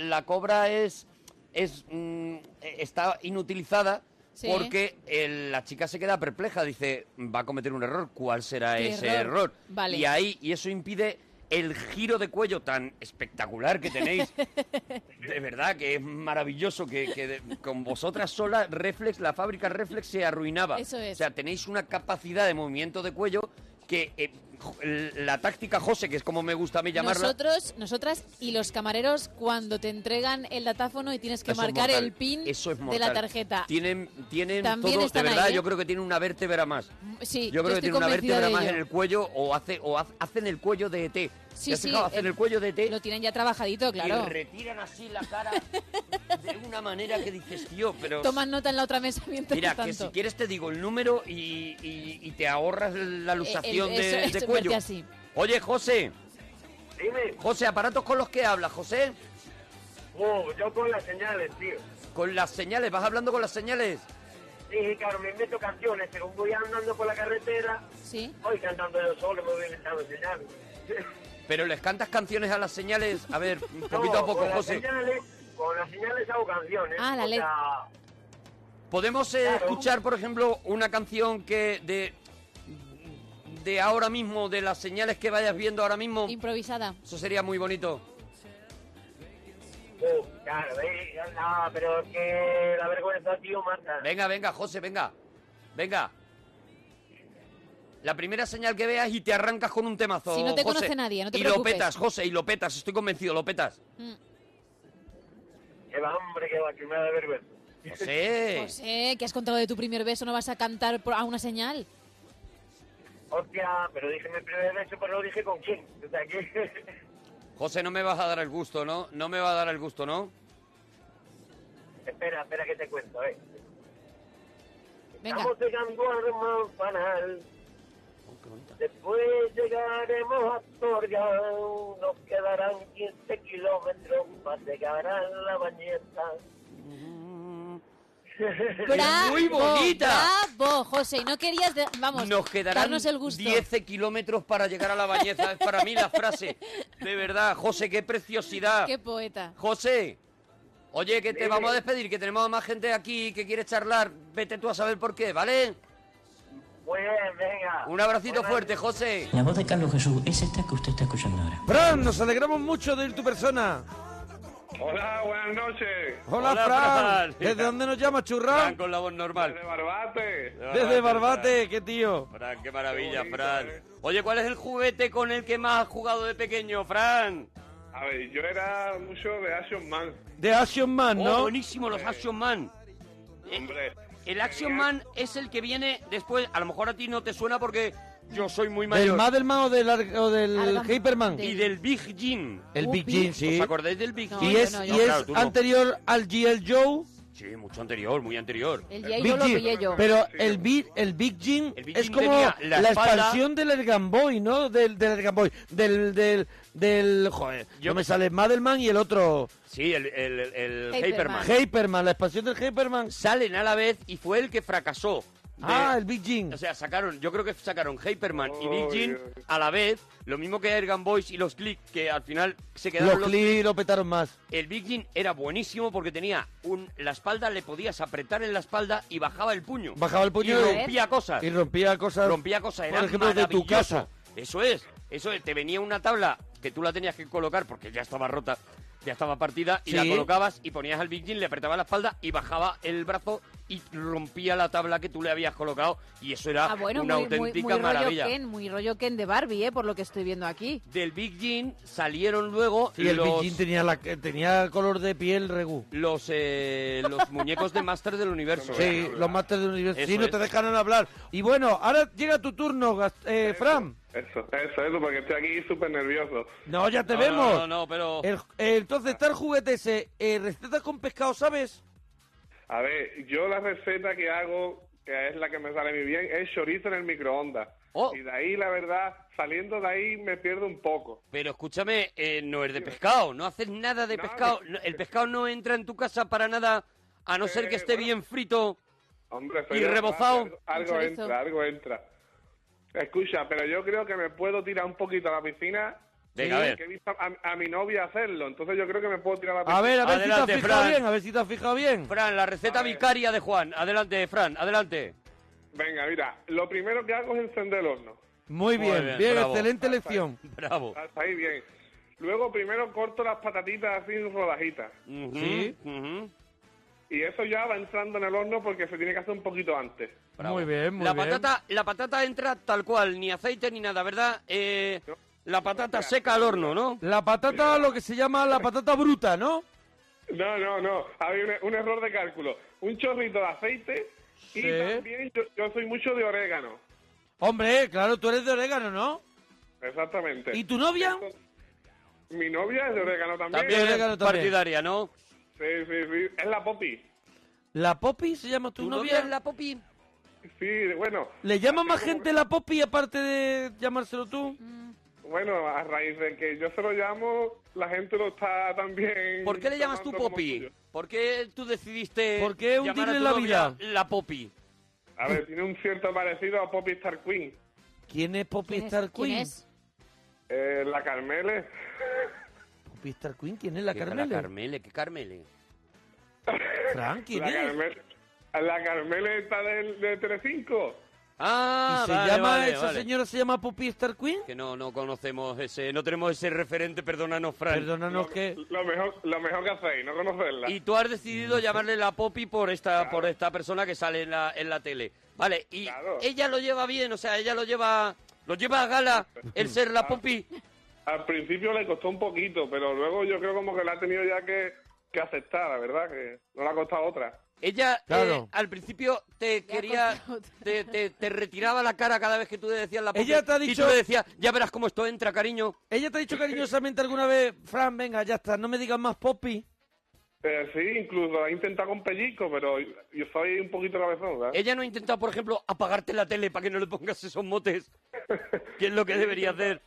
Speaker 3: la cobra es, es mm, está inutilizada
Speaker 4: Sí.
Speaker 3: porque el- la chica se queda perpleja. Dice, va a cometer un error. ¿Cuál será
Speaker 4: ¿Qué
Speaker 3: ese
Speaker 4: error?
Speaker 3: error?
Speaker 4: Vale.
Speaker 3: Y ahí y eso impide el giro de cuello tan espectacular que tenéis. de verdad que es maravilloso que, que de- con vosotras sola Reflex, la fábrica Reflex se arruinaba.
Speaker 4: Eso es.
Speaker 3: O sea, tenéis una capacidad de movimiento de cuello que eh, jo- la táctica José, que es como me gusta a mí llamarla,
Speaker 4: Nosotros, nosotras y los camareros cuando te entregan el datáfono y tienes que
Speaker 3: eso es
Speaker 4: marcar
Speaker 3: mortal.
Speaker 4: el pin
Speaker 3: Eso es
Speaker 4: de
Speaker 3: mortal.
Speaker 4: la tarjeta.
Speaker 3: Tienen, tienen
Speaker 4: También
Speaker 3: todo, de
Speaker 4: están ahí,
Speaker 3: verdad,
Speaker 4: ¿eh?
Speaker 3: yo creo que tienen una vértebra más.
Speaker 4: Sí,
Speaker 3: Yo creo que
Speaker 4: estoy
Speaker 3: tiene una
Speaker 4: convencida
Speaker 3: vértebra
Speaker 4: de
Speaker 3: más
Speaker 4: ello.
Speaker 3: en el cuello o hace o ha- hacen el cuello de ET. ¿Te
Speaker 4: Sí,
Speaker 3: has
Speaker 4: sí,
Speaker 3: fijado? hacen
Speaker 4: eh,
Speaker 3: el cuello de ET
Speaker 4: Lo tienen ya trabajadito,
Speaker 3: y
Speaker 4: claro.
Speaker 3: retiran así la cara de una manera que dices, tío, pero
Speaker 4: Toman nota en la otra mesa mientras
Speaker 3: Mira,
Speaker 4: tanto.
Speaker 3: que si quieres te digo el número y, y- y te ahorras la luxación
Speaker 4: Eh, el-
Speaker 3: de,
Speaker 4: eso-
Speaker 3: de
Speaker 4: eso,
Speaker 3: cuello.
Speaker 4: verte así.
Speaker 3: Oye, José,
Speaker 5: Dime,
Speaker 3: José, aparatos con los que hablas, José.
Speaker 5: oh, yo con las señales, tío.
Speaker 3: Con las señales, vas hablando con las señales.
Speaker 5: Dije, claro, me invento canciones, según voy andando por la carretera,
Speaker 4: Sí.
Speaker 5: voy cantando yo solo, me voy inventando señales.
Speaker 3: Pero les cantas canciones a las señales. A ver, un poquito
Speaker 5: No,
Speaker 3: a poco,
Speaker 5: con las
Speaker 3: José.
Speaker 5: Señales, con las señales hago canciones.
Speaker 4: Ah, la
Speaker 5: o
Speaker 4: ley.
Speaker 5: sea,
Speaker 3: Podemos eh,
Speaker 5: Claro.
Speaker 3: escuchar, por ejemplo, una canción que de de ahora mismo, de las señales que vayas viendo ahora mismo.
Speaker 4: Improvisada.
Speaker 3: Eso sería muy bonito.
Speaker 5: oh, claro, eh, no, pero es que la vergüenza, tío, mata.
Speaker 3: Venga, venga, José, venga. Venga. la primera señal que veas y te arrancas con un temazo.
Speaker 4: Si no te
Speaker 3: José.
Speaker 4: conoce nadie, no te
Speaker 3: Y
Speaker 4: preocupes.
Speaker 3: lo petas, José, y lo petas, estoy convencido, lo petas.
Speaker 8: Que va, hombre, que va, que me da vergüenza.
Speaker 3: José.
Speaker 4: José, que has contado de tu primer beso, no vas a cantar por- a una señal.
Speaker 8: Hostia, pero dije mi primer beso, pero no dije con quién. O sea, que-
Speaker 3: José, no me vas a dar el gusto, ¿no? No me va a dar el gusto, ¿no?
Speaker 8: espera, espera que te cuento, a ver.
Speaker 4: Venga.
Speaker 8: Estamos llegando al Manzanal. Después llegaremos a Torreón. Nos quedarán 15 kilómetros para llegar a la bañeta.
Speaker 4: ¡Bravo!
Speaker 3: muy bonita!
Speaker 4: ¡Bravo, José! Y no querías, de- vamos,
Speaker 3: Nos quedarán
Speaker 4: darnos el gusto.
Speaker 3: 10 kilómetros para llegar a la bañeza. Es para mí la frase. De verdad, José, qué preciosidad.
Speaker 4: ¡Qué poeta!
Speaker 3: José, oye, que te
Speaker 8: Dime.
Speaker 3: vamos a despedir, que tenemos a más gente aquí que quiere charlar. Vete tú a saber por qué, ¿vale?
Speaker 8: Muy bien, venga.
Speaker 3: Un abracito
Speaker 8: Buenas-
Speaker 3: fuerte, José.
Speaker 6: La voz de Carlos Jesús es esta que usted está escuchando ahora.
Speaker 1: Fran, nos alegramos mucho de ir tu persona.
Speaker 9: Hola, buenas noches.
Speaker 1: Hola,
Speaker 3: Hola,
Speaker 1: Fran.
Speaker 3: Fran.
Speaker 1: ¿Desde dónde nos llamas,
Speaker 3: Fran
Speaker 1: churrán?
Speaker 3: con la voz
Speaker 9: De
Speaker 3: normal.
Speaker 9: Barbate.
Speaker 1: Desde Barbate, qué tío.
Speaker 3: Fran, Fran, qué maravilla,
Speaker 9: Qué bonito,
Speaker 3: Fran.
Speaker 9: eh.
Speaker 3: Oye, ¿cuál es el juguete con el que más has jugado de pequeño, Fran?
Speaker 9: A ver, yo era mucho de Action Man.
Speaker 1: De Action Man,
Speaker 3: Oh,
Speaker 1: ¿no?
Speaker 3: buenísimo, los Action Man.
Speaker 9: Hombre.
Speaker 3: ¿Eh? El Action Man es el que viene después. A lo mejor a ti no te suena porque yo soy muy
Speaker 1: ¿Del
Speaker 3: mayor.
Speaker 1: Madelman o del, ar- o del
Speaker 4: Alga-
Speaker 1: Hyperman?
Speaker 4: de-
Speaker 3: y del Big Jim.
Speaker 1: El
Speaker 4: Uh,
Speaker 1: Big
Speaker 4: Big-
Speaker 1: Jim, sí.
Speaker 3: ¿Os acordáis del Big
Speaker 4: No,
Speaker 3: Jim?
Speaker 1: Y es,
Speaker 4: no,
Speaker 1: y
Speaker 4: yo
Speaker 1: es
Speaker 3: claro, tú no.
Speaker 1: anterior al GL Joe.
Speaker 3: Sí, mucho anterior, muy anterior.
Speaker 4: El J.
Speaker 1: Big
Speaker 4: lo
Speaker 1: Jim.
Speaker 4: pillé yo.
Speaker 1: Pero el, Big- el Big Jim
Speaker 3: El Big
Speaker 1: es
Speaker 3: Jim
Speaker 1: como
Speaker 3: tenía
Speaker 1: la,
Speaker 3: la espalda-
Speaker 1: expansión del Ergan Boy, ¿no? Del, del Ergan Boy. Del, del, del... Joder,
Speaker 3: Yo-
Speaker 1: no me sale Madelman y el otro...
Speaker 3: Sí, el, el, el- el
Speaker 4: Hyperman.
Speaker 3: Hyperman.
Speaker 1: Hyperman, la expansión del Hyperman.
Speaker 3: Salen a la vez y fue el que fracasó. De-
Speaker 1: Ah, el Big Jim.
Speaker 3: O sea, sacaron, yo creo que sacaron Hyperman y
Speaker 9: Oh,
Speaker 3: Big Jim
Speaker 9: Dios.
Speaker 3: a la vez, lo mismo que Ergan Boys y los Click, que al final se
Speaker 1: Los
Speaker 3: quedaron los
Speaker 1: Clee lo petaron más.
Speaker 3: El Big Jim era buenísimo porque tenía un, la espalda, le podías apretar en la espalda y bajaba el puño.
Speaker 1: Bajaba el puño
Speaker 3: y
Speaker 1: y-
Speaker 3: rompía cosas.
Speaker 1: Y rompía cosas.
Speaker 3: rompía cosas, era
Speaker 1: Por ejemplo, de tu
Speaker 3: maravilloso.
Speaker 1: casa.
Speaker 3: Eso es, eso es. Te venía una tabla que tú la tenías que colocar porque ya estaba rota, ya estaba partida, y la
Speaker 1: Sí.
Speaker 3: colocabas y ponías al Big Jim, le apretabas la espalda y bajaba el brazo y rompía la tabla que tú le habías colocado. Y eso era
Speaker 4: Ah, bueno,
Speaker 3: una
Speaker 4: muy, muy-
Speaker 3: auténtica
Speaker 4: muy
Speaker 3: maravilla.
Speaker 4: rollo Ken, muy rollo Ken de Barbie, ¿eh? Por lo que estoy viendo aquí.
Speaker 3: Del Big Jim salieron luego
Speaker 1: Y el
Speaker 3: los,
Speaker 1: Big Jim tenía, la, tenía color de piel regú.
Speaker 3: los, eh, los muñecos de Masters del Universo.
Speaker 1: Sí, los Masters del Universo.
Speaker 3: Eso
Speaker 1: Sí, no
Speaker 3: es.
Speaker 1: te dejaron hablar. Y bueno, ahora llega tu turno, Gas- eh, Fran.
Speaker 9: Eso, eso, eso, porque estoy aquí súper nervioso.
Speaker 1: No, ya te
Speaker 3: No,
Speaker 1: vemos.
Speaker 3: No, no, no, pero...
Speaker 1: El- eh, entonces está el juguete ese. Eh, recetas con pescado, ¿sabes?
Speaker 9: A ver, yo la receta que hago, que es la que me sale muy bien, es chorizo en el microondas.
Speaker 3: Oh.
Speaker 9: Y de ahí, la verdad, saliendo de ahí me pierdo un poco.
Speaker 3: Pero escúchame, eh, no es de pescado, no haces nada de
Speaker 9: No,
Speaker 3: pescado.
Speaker 9: no.
Speaker 3: no- el pescado no entra en tu casa para nada, a no ser que
Speaker 9: Eh,
Speaker 3: esté
Speaker 9: bueno.
Speaker 3: bien frito.
Speaker 9: Hombre,
Speaker 3: Y
Speaker 9: de verdad,
Speaker 3: rebozado.
Speaker 9: algo- Algo,
Speaker 4: Un chorizo.
Speaker 9: entra, algo entra. Escucha, pero yo creo que me puedo tirar un poquito a la piscina.
Speaker 3: Venga, a ver.
Speaker 9: porque he visto a, a mi novia hacerlo, entonces yo creo que me puedo tirar a la piscina.
Speaker 1: A ver, a ver si te
Speaker 3: Adelante,
Speaker 1: has fijado
Speaker 3: Fran.
Speaker 1: bien. A ver si te has fijado bien.
Speaker 3: Fran, la receta
Speaker 9: A ver.
Speaker 3: vicaria de Juan. Adelante, Fran, adelante.
Speaker 9: Venga, mira, lo primero que hago es encender el horno.
Speaker 1: Muy
Speaker 3: Muy
Speaker 1: bien,
Speaker 3: bien,
Speaker 1: bien,
Speaker 3: bravo.
Speaker 1: excelente lección.
Speaker 3: Bravo.
Speaker 9: Hasta ahí bien. Luego primero corto las patatitas así en rodajitas.
Speaker 3: Ujú,
Speaker 1: Sí.
Speaker 3: ujú,
Speaker 9: Y eso ya va entrando en el horno porque se tiene que hacer un poquito antes.
Speaker 3: bravo.
Speaker 1: Muy bien, muy
Speaker 3: la
Speaker 1: bien.
Speaker 3: Patata, la patata entra tal cual, ni aceite ni nada, ¿verdad? Eh,
Speaker 9: No.
Speaker 3: la patata seca al horno, ¿no?
Speaker 1: La patata, lo que se llama la patata bruta, ¿no?
Speaker 9: No, no, no. Había un, un error de cálculo. Un chorrito de aceite
Speaker 1: Sí.
Speaker 9: y también yo, yo soy mucho de orégano.
Speaker 1: Hombre, claro, tú eres de orégano, ¿no?
Speaker 9: Exactamente.
Speaker 1: ¿Y tu novia?
Speaker 9: Mi novia es de orégano también.
Speaker 3: También es
Speaker 1: Orégano también.
Speaker 3: partidaria, ¿no?
Speaker 9: Sí, sí, sí. Es la popi.
Speaker 1: ¿La Poppy se llama tu, novia?
Speaker 3: es la popi?
Speaker 9: Sí, bueno,
Speaker 1: ¿Le llama más gente la Poppy aparte de llamárselo tú?
Speaker 4: Mm.
Speaker 9: bueno, a raíz de que yo se lo llamo, la gente lo está también...
Speaker 3: ¿Por qué le llamas tú
Speaker 9: tomando como
Speaker 3: Poppy?
Speaker 9: suyo.
Speaker 3: ¿Por qué tú decidiste
Speaker 1: ¿Por qué
Speaker 3: llamar a
Speaker 1: hundirle
Speaker 3: tu
Speaker 1: la
Speaker 3: novia
Speaker 1: vida?
Speaker 3: la Poppy?
Speaker 9: A ver, tiene un cierto parecido a Poppy Star Queen.
Speaker 1: ¿Quién es Poppy
Speaker 4: ¿Quién es?
Speaker 1: Star Queen?
Speaker 4: ¿Quién es?
Speaker 9: Eh, la Carmele.
Speaker 1: ¿Poppy Star Queen? ¿Quién es la
Speaker 3: Deja
Speaker 1: Carmele?
Speaker 3: Eh, La Carmele, ¿qué Carmele?
Speaker 1: Fran, ¿quién
Speaker 9: la
Speaker 1: es?
Speaker 9: Carmele. La Carmele está del- de, Telecinco.
Speaker 3: Ah,
Speaker 1: y se
Speaker 3: vale,
Speaker 1: llama,
Speaker 3: vale,
Speaker 1: esa
Speaker 3: vale.
Speaker 1: señora se llama Poppy Star Queen.
Speaker 3: Que no, no conocemos ese, no tenemos ese referente, perdónanos, Fran.
Speaker 1: Perdónanos que...
Speaker 9: Lo mejor, lo mejor que hacéis, no conocerla.
Speaker 3: Y tú has decidido llamarle la Poppy por esta, por esta persona que sale en la, en la tele. Vale, y
Speaker 9: Claro.
Speaker 3: ella lo lleva bien, o sea, ella lo lleva, lo lleva a gala el ser la Poppy.
Speaker 9: Ah, Al principio le costó un poquito, pero luego yo creo como que la ha tenido ya que, que aceptar, la verdad, que no le ha costado otra.
Speaker 3: Ella eh,
Speaker 1: Claro.
Speaker 3: al principio te quería,
Speaker 4: costado.
Speaker 3: te, te- te retiraba la cara cada vez que tú le decías la Poppy.
Speaker 1: Ella te ha
Speaker 3: Y
Speaker 1: dicho-
Speaker 3: tú le decías, ya verás cómo esto entra, cariño.
Speaker 1: ¿Ella te ha dicho cariñosamente alguna vez, Fran, venga, ya está, no me digas más Poppy?
Speaker 9: Eh, sí, incluso ha intentado con pellizco, pero yo soy un poquito cabezón, ¿verdad?
Speaker 3: Ella no ha intentado, por ejemplo, apagarte la tele para que no le pongas esos motes, que es lo que debería hacer.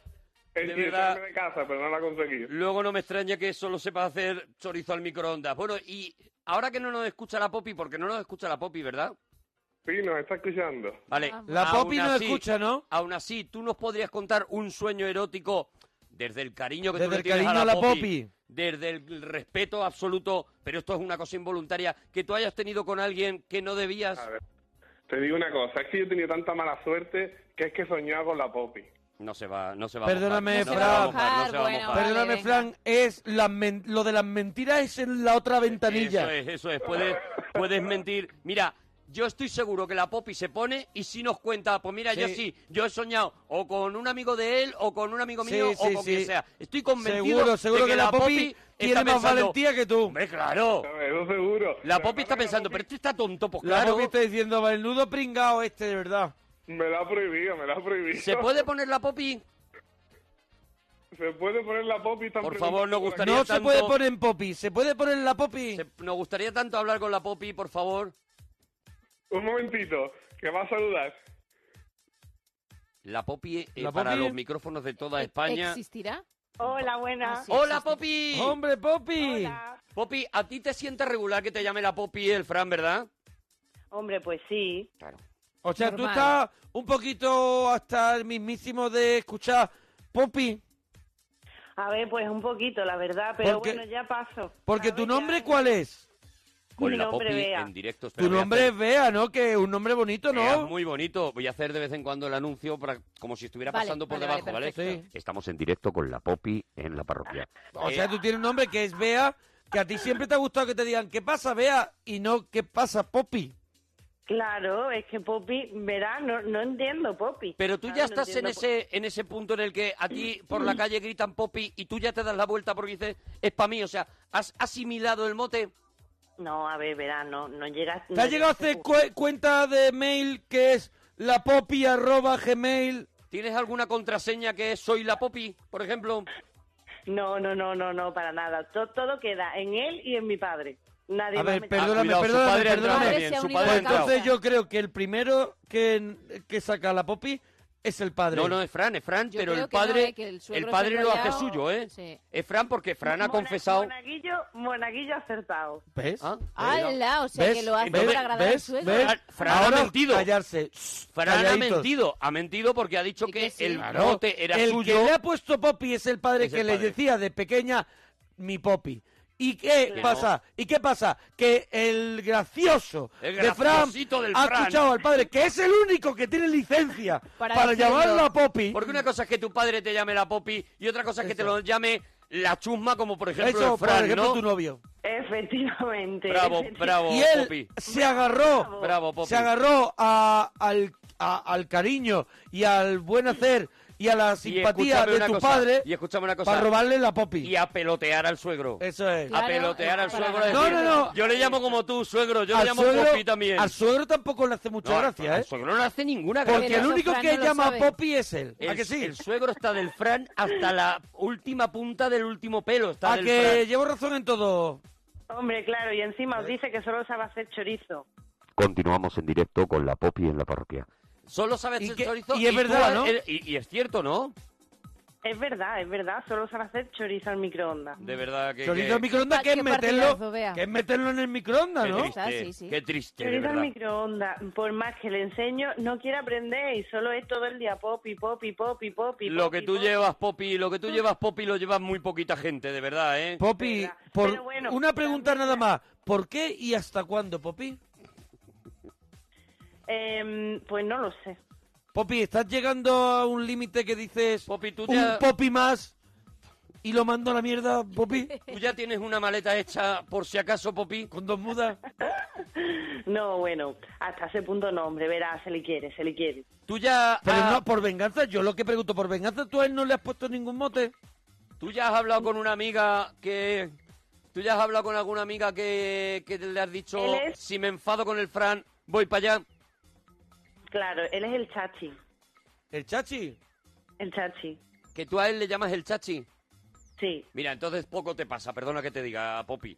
Speaker 9: Es
Speaker 3: de
Speaker 9: decir,
Speaker 3: verdad.
Speaker 9: echarme de casa, pero no la ha conseguido.
Speaker 3: Luego no me extraña que solo sepa hacer chorizo al microondas. Bueno, y ahora que no nos escucha la Poppy, porque no nos escucha la Poppy, ¿verdad?
Speaker 9: Sí, nos está escuchando.
Speaker 3: Vale.
Speaker 4: Ah,
Speaker 1: La
Speaker 3: aún
Speaker 1: Poppy no
Speaker 3: así-
Speaker 1: escucha, ¿no?
Speaker 3: Aún así, tú nos podrías contar un sueño erótico desde el cariño que tú
Speaker 1: Desde
Speaker 3: le
Speaker 1: el
Speaker 3: tienes
Speaker 1: cariño
Speaker 3: a la,
Speaker 1: a la
Speaker 3: Poppy,
Speaker 1: Poppy.
Speaker 3: desde el respeto absoluto, pero esto es una cosa involuntaria, que tú hayas tenido con alguien que no debías.
Speaker 9: A ver. Te digo una cosa, es que yo he tenido tanta mala suerte que es que soñaba con la Poppy.
Speaker 3: No se va, no se va.
Speaker 1: Perdóname,
Speaker 3: a mojar, no se
Speaker 1: Fran.
Speaker 3: va a mojar, no se va a
Speaker 4: Bueno,
Speaker 3: mojar.
Speaker 4: Vale,
Speaker 1: Perdóname,
Speaker 4: venga.
Speaker 1: Fran, es la men- lo de las mentiras es en la otra ventanilla.
Speaker 3: Eso es, eso es. Puedes, puedes mentir. Mira, yo estoy seguro que la Poppy se pone y si nos cuenta, pues mira, yo
Speaker 1: Sí.
Speaker 3: sí, yo he soñado o con un amigo de él, o con un amigo
Speaker 1: Sí,
Speaker 3: mío, o
Speaker 1: sí,
Speaker 3: con
Speaker 1: sí.
Speaker 3: quien sea. Estoy convencido
Speaker 1: Seguro,
Speaker 3: de
Speaker 1: seguro que la Poppy tiene
Speaker 3: está
Speaker 1: más
Speaker 3: pensando,
Speaker 1: valentía que tú.
Speaker 3: Hombre, claro.
Speaker 9: Eso seguro.
Speaker 3: La
Speaker 9: Pero
Speaker 3: Poppy
Speaker 9: claro
Speaker 3: está
Speaker 9: que la
Speaker 3: pensando,
Speaker 9: Poppy
Speaker 3: pero este está tonto, pues
Speaker 1: La
Speaker 3: claro.
Speaker 1: Poppy está diciendo, "Va, el nudo pringao este, de verdad.
Speaker 9: Me la ha prohibido, me la ha prohibido.
Speaker 3: ¿Se puede poner la Poppy?
Speaker 9: ¿Se puede poner la Poppy tan
Speaker 3: Por favor, no gustaría-
Speaker 1: No se
Speaker 3: tanto-
Speaker 1: puede poner en Poppy, se puede poner en la Poppy.
Speaker 3: Se- nos gustaría tanto hablar con la Poppy, por favor.
Speaker 9: Un momentito, que va a saludar.
Speaker 3: La Poppy eh,
Speaker 1: La
Speaker 3: para
Speaker 1: Poppy-
Speaker 3: los micrófonos de toda
Speaker 4: ¿E-
Speaker 3: España.
Speaker 4: ¿Existirá? Ah,
Speaker 7: Hola, buenas.
Speaker 4: sí
Speaker 3: ¡Hola,
Speaker 4: existe. Oh.
Speaker 3: Poppy!
Speaker 1: Hombre, Poppy.
Speaker 7: Hola.
Speaker 3: Poppy, ¿a ti te sientes regular que te llame la Poppy el Fran, verdad?
Speaker 7: Hombre, pues sí.
Speaker 3: Claro.
Speaker 1: O sea, tú
Speaker 4: Normal.
Speaker 1: estás un poquito hasta el mismísimo de escuchar Poppy,
Speaker 7: A ver, pues un poquito, la verdad, pero
Speaker 1: Porque-
Speaker 7: bueno, ya paso.
Speaker 1: porque
Speaker 7: ¿Sabes?
Speaker 1: tu nombre
Speaker 7: Ah, Ya-
Speaker 1: ¿cuál es?
Speaker 3: Con
Speaker 7: Mi
Speaker 3: la
Speaker 7: nombre,
Speaker 3: Poppy
Speaker 7: Bea.
Speaker 3: en directo. Espera,
Speaker 1: Tu
Speaker 3: voy a
Speaker 1: nombre
Speaker 3: hacer-
Speaker 1: es Bea, ¿no? Que es un nombre bonito,
Speaker 3: Bea es
Speaker 1: ¿no?
Speaker 3: muy bonito. Voy a hacer de vez en cuando el anuncio para, como si estuviera
Speaker 4: Vale,
Speaker 3: pasando por
Speaker 4: vale,
Speaker 3: debajo,
Speaker 4: vale,
Speaker 3: ¿vale?
Speaker 1: perfecto.
Speaker 3: Estamos en directo con la Poppy en la parroquia.
Speaker 1: O sea, tú tienes un nombre que es Bea, que a ti siempre te ha gustado que te digan, ¿qué pasa, Bea? Y no, ¿qué pasa, Poppy?
Speaker 7: Claro, es que Poppy, verás, no, no entiendo Poppy.
Speaker 3: Pero tú
Speaker 7: ¿Sabes?
Speaker 3: ya
Speaker 7: No
Speaker 3: estás en
Speaker 7: entiendo pues. Poppy.
Speaker 3: ese, en ese punto en el que a ti por la calle gritan Poppy y tú ya te das la vuelta porque dices, es para mí. O sea, has asimilado el mote.
Speaker 7: No, a ver, verás, no, no llegas...
Speaker 1: ¿Te ha llegado a hacer cu- cuenta de mail que es la poppy arroba gmail?
Speaker 3: ¿Tienes alguna contraseña que es soy la Poppy, por ejemplo?
Speaker 7: No, no, no, no, no, para nada. To- Todo, queda en él y en mi padre. Nadie
Speaker 1: A
Speaker 7: más
Speaker 1: ver,
Speaker 7: me-
Speaker 1: perdóname,
Speaker 3: Ah, cuidado, su
Speaker 1: perdóname,
Speaker 3: padre ha entrado
Speaker 1: perdóname.
Speaker 3: también,
Speaker 4: Padre se ha
Speaker 3: su
Speaker 4: unido
Speaker 3: padre
Speaker 1: Pues
Speaker 3: ha
Speaker 4: la
Speaker 3: entrado.
Speaker 4: causa.
Speaker 1: entonces yo creo que el primero que, que saca la poppy es el padre.
Speaker 3: No, no, es Fran, es Fran,
Speaker 4: Yo
Speaker 3: pero
Speaker 4: creo
Speaker 3: el
Speaker 4: que no,
Speaker 3: padre,
Speaker 4: eh, que el
Speaker 3: el,
Speaker 4: suegro se
Speaker 3: padre
Speaker 4: ha
Speaker 3: lo hace
Speaker 4: callado.
Speaker 3: suyo, ¿eh?
Speaker 4: Sí.
Speaker 3: Es Fran porque Fran ha
Speaker 7: Mona-
Speaker 3: confesado.
Speaker 7: Monaguillo, monaguillo acertado.
Speaker 1: ¿Ves?
Speaker 3: Ah, mira.
Speaker 4: ¡Hala! O sea, que lo hace
Speaker 1: ¿Ves?
Speaker 4: por agradar al
Speaker 1: ¿Ves?
Speaker 4: suegro.
Speaker 1: ¿Ves?
Speaker 3: Fran- Fran ha
Speaker 1: Ahora
Speaker 3: mentido.
Speaker 1: Callarse. Shh,
Speaker 3: Fran ha
Speaker 1: calladitos.
Speaker 3: mentido, ha mentido porque ha dicho
Speaker 4: Sí
Speaker 3: que,
Speaker 4: que sí.
Speaker 3: el
Speaker 1: Claro.
Speaker 3: mote era
Speaker 1: el
Speaker 3: suyo.
Speaker 1: que le ha puesto Poppy es el padre
Speaker 3: Es el
Speaker 1: que le
Speaker 3: padre.
Speaker 1: decía de pequeña mi Poppy. ¿Y qué
Speaker 3: Claro.
Speaker 1: pasa? ¿Y qué pasa? Que el gracioso
Speaker 3: El
Speaker 1: de Fran
Speaker 3: graciosito del
Speaker 1: ha
Speaker 3: Fran.
Speaker 1: escuchado al padre, que es el único que tiene licencia para,
Speaker 4: Para decirlo.
Speaker 1: llamarla Poppy.
Speaker 3: Porque una cosa es que tu padre te llame la Poppy y otra cosa es que te lo llame la chusma, como por ejemplo
Speaker 1: Eso,
Speaker 3: el Fran,
Speaker 1: por ejemplo,
Speaker 3: ¿no?
Speaker 1: tu novio.
Speaker 7: Efectivamente.
Speaker 3: Bravo,
Speaker 7: efectivamente.
Speaker 3: bravo,
Speaker 1: y él
Speaker 3: Oh, Poppy.
Speaker 1: se agarró,
Speaker 3: Bravo, Poppy.
Speaker 1: se agarró a- al, a- al cariño y al buen hacer y a la
Speaker 3: Y
Speaker 1: simpatía
Speaker 3: escúchame
Speaker 1: de
Speaker 3: una
Speaker 1: tu
Speaker 3: cosa,
Speaker 1: padre
Speaker 3: Y escuchame una cosa.
Speaker 1: para robarle la Poppy.
Speaker 3: Y a pelotear al suegro.
Speaker 1: Eso es.
Speaker 4: Claro,
Speaker 3: a pelotear al
Speaker 4: es
Speaker 3: suegro.
Speaker 4: para-
Speaker 3: es
Speaker 1: No, no, no.
Speaker 3: Yo le llamo como tú, suegro. Yo le llamo Poppy también.
Speaker 1: al suegro tampoco le hace mucha
Speaker 3: No, al-
Speaker 1: gracia,
Speaker 3: Al
Speaker 1: ¿eh?
Speaker 3: suegro no le hace ninguna gracia.
Speaker 1: Porque
Speaker 4: Pero
Speaker 1: el
Speaker 4: eso
Speaker 1: único
Speaker 4: Fran
Speaker 1: que
Speaker 4: no lo
Speaker 1: llama
Speaker 4: sabe.
Speaker 1: a Poppy es él.
Speaker 3: El,
Speaker 1: ¿A que sí?
Speaker 3: el suegro está del Fran hasta la última punta del último pelo. Está
Speaker 1: A
Speaker 3: del
Speaker 1: Ah, que llevo razón en todo.
Speaker 7: Hombre, claro, y encima os dice que solo sabe hacer chorizo.
Speaker 10: Continuamos en directo con la Poppy en la parroquia.
Speaker 3: Fran. Solo sabe
Speaker 1: Y
Speaker 3: hacer
Speaker 1: que-
Speaker 3: chorizo.
Speaker 1: y es
Speaker 3: tú
Speaker 1: verdad,
Speaker 3: has-
Speaker 1: ¿no?
Speaker 3: el- y, y es cierto, ¿no?
Speaker 7: Es verdad, es verdad, solo sabe hacer chorizo al microondas.
Speaker 3: De verdad que...
Speaker 1: Chorizo
Speaker 3: que-
Speaker 1: al microondas,
Speaker 4: Pa-
Speaker 1: que es
Speaker 4: qué
Speaker 1: meterlo,
Speaker 4: partidazo, vea.
Speaker 1: que es meterlo en el microondas,
Speaker 3: qué
Speaker 1: ¿no?
Speaker 3: triste,
Speaker 4: Ah, sí, sí.
Speaker 3: Qué triste, de
Speaker 7: Chorizo al
Speaker 3: verdad.
Speaker 7: microondas, por más que le enseño, no quiere aprender y solo es todo el día popi, popi, popi, popi.
Speaker 3: Lo
Speaker 7: popi,
Speaker 3: que tú
Speaker 7: popi.
Speaker 3: llevas, Poppy, lo que tú llevas, Poppy, lo llevas muy poquita gente, de verdad, ¿eh?
Speaker 1: Poppy,
Speaker 7: verdad.
Speaker 1: por
Speaker 7: Pero bueno,
Speaker 1: una pregunta
Speaker 7: también-
Speaker 1: nada más. ¿Por qué y hasta cuándo, Poppy?
Speaker 7: Em, pues no lo sé.
Speaker 1: Poppy, estás llegando a un límite que dices
Speaker 3: tú
Speaker 1: un
Speaker 3: te has-
Speaker 1: Poppy más y lo mando a la mierda, Poppy.
Speaker 3: ¿Tú ya tienes una maleta hecha por si acaso, Popi?
Speaker 1: ¿Con dos mudas?
Speaker 7: No, bueno, hasta ese punto no, hombre, verá, se le quiere, se le quiere.
Speaker 3: Tú ya...
Speaker 1: Pero no, por venganza, yo lo que pregunto, por venganza, ¿tú a él no le has puesto ningún mote?
Speaker 3: ¿Tú ya has hablado con una amiga que... ¿Tú ya has hablado con alguna amiga que, que le has dicho,
Speaker 7: Él es-
Speaker 3: si me enfado con el Fran, voy para allá?
Speaker 7: Claro, él es el chachi,
Speaker 1: ¿El chachi?
Speaker 7: el chachi,
Speaker 3: ¿Que tú a él le llamas el chachi?
Speaker 7: sí.
Speaker 3: Mira, entonces poco te pasa, perdona que te diga, Popi.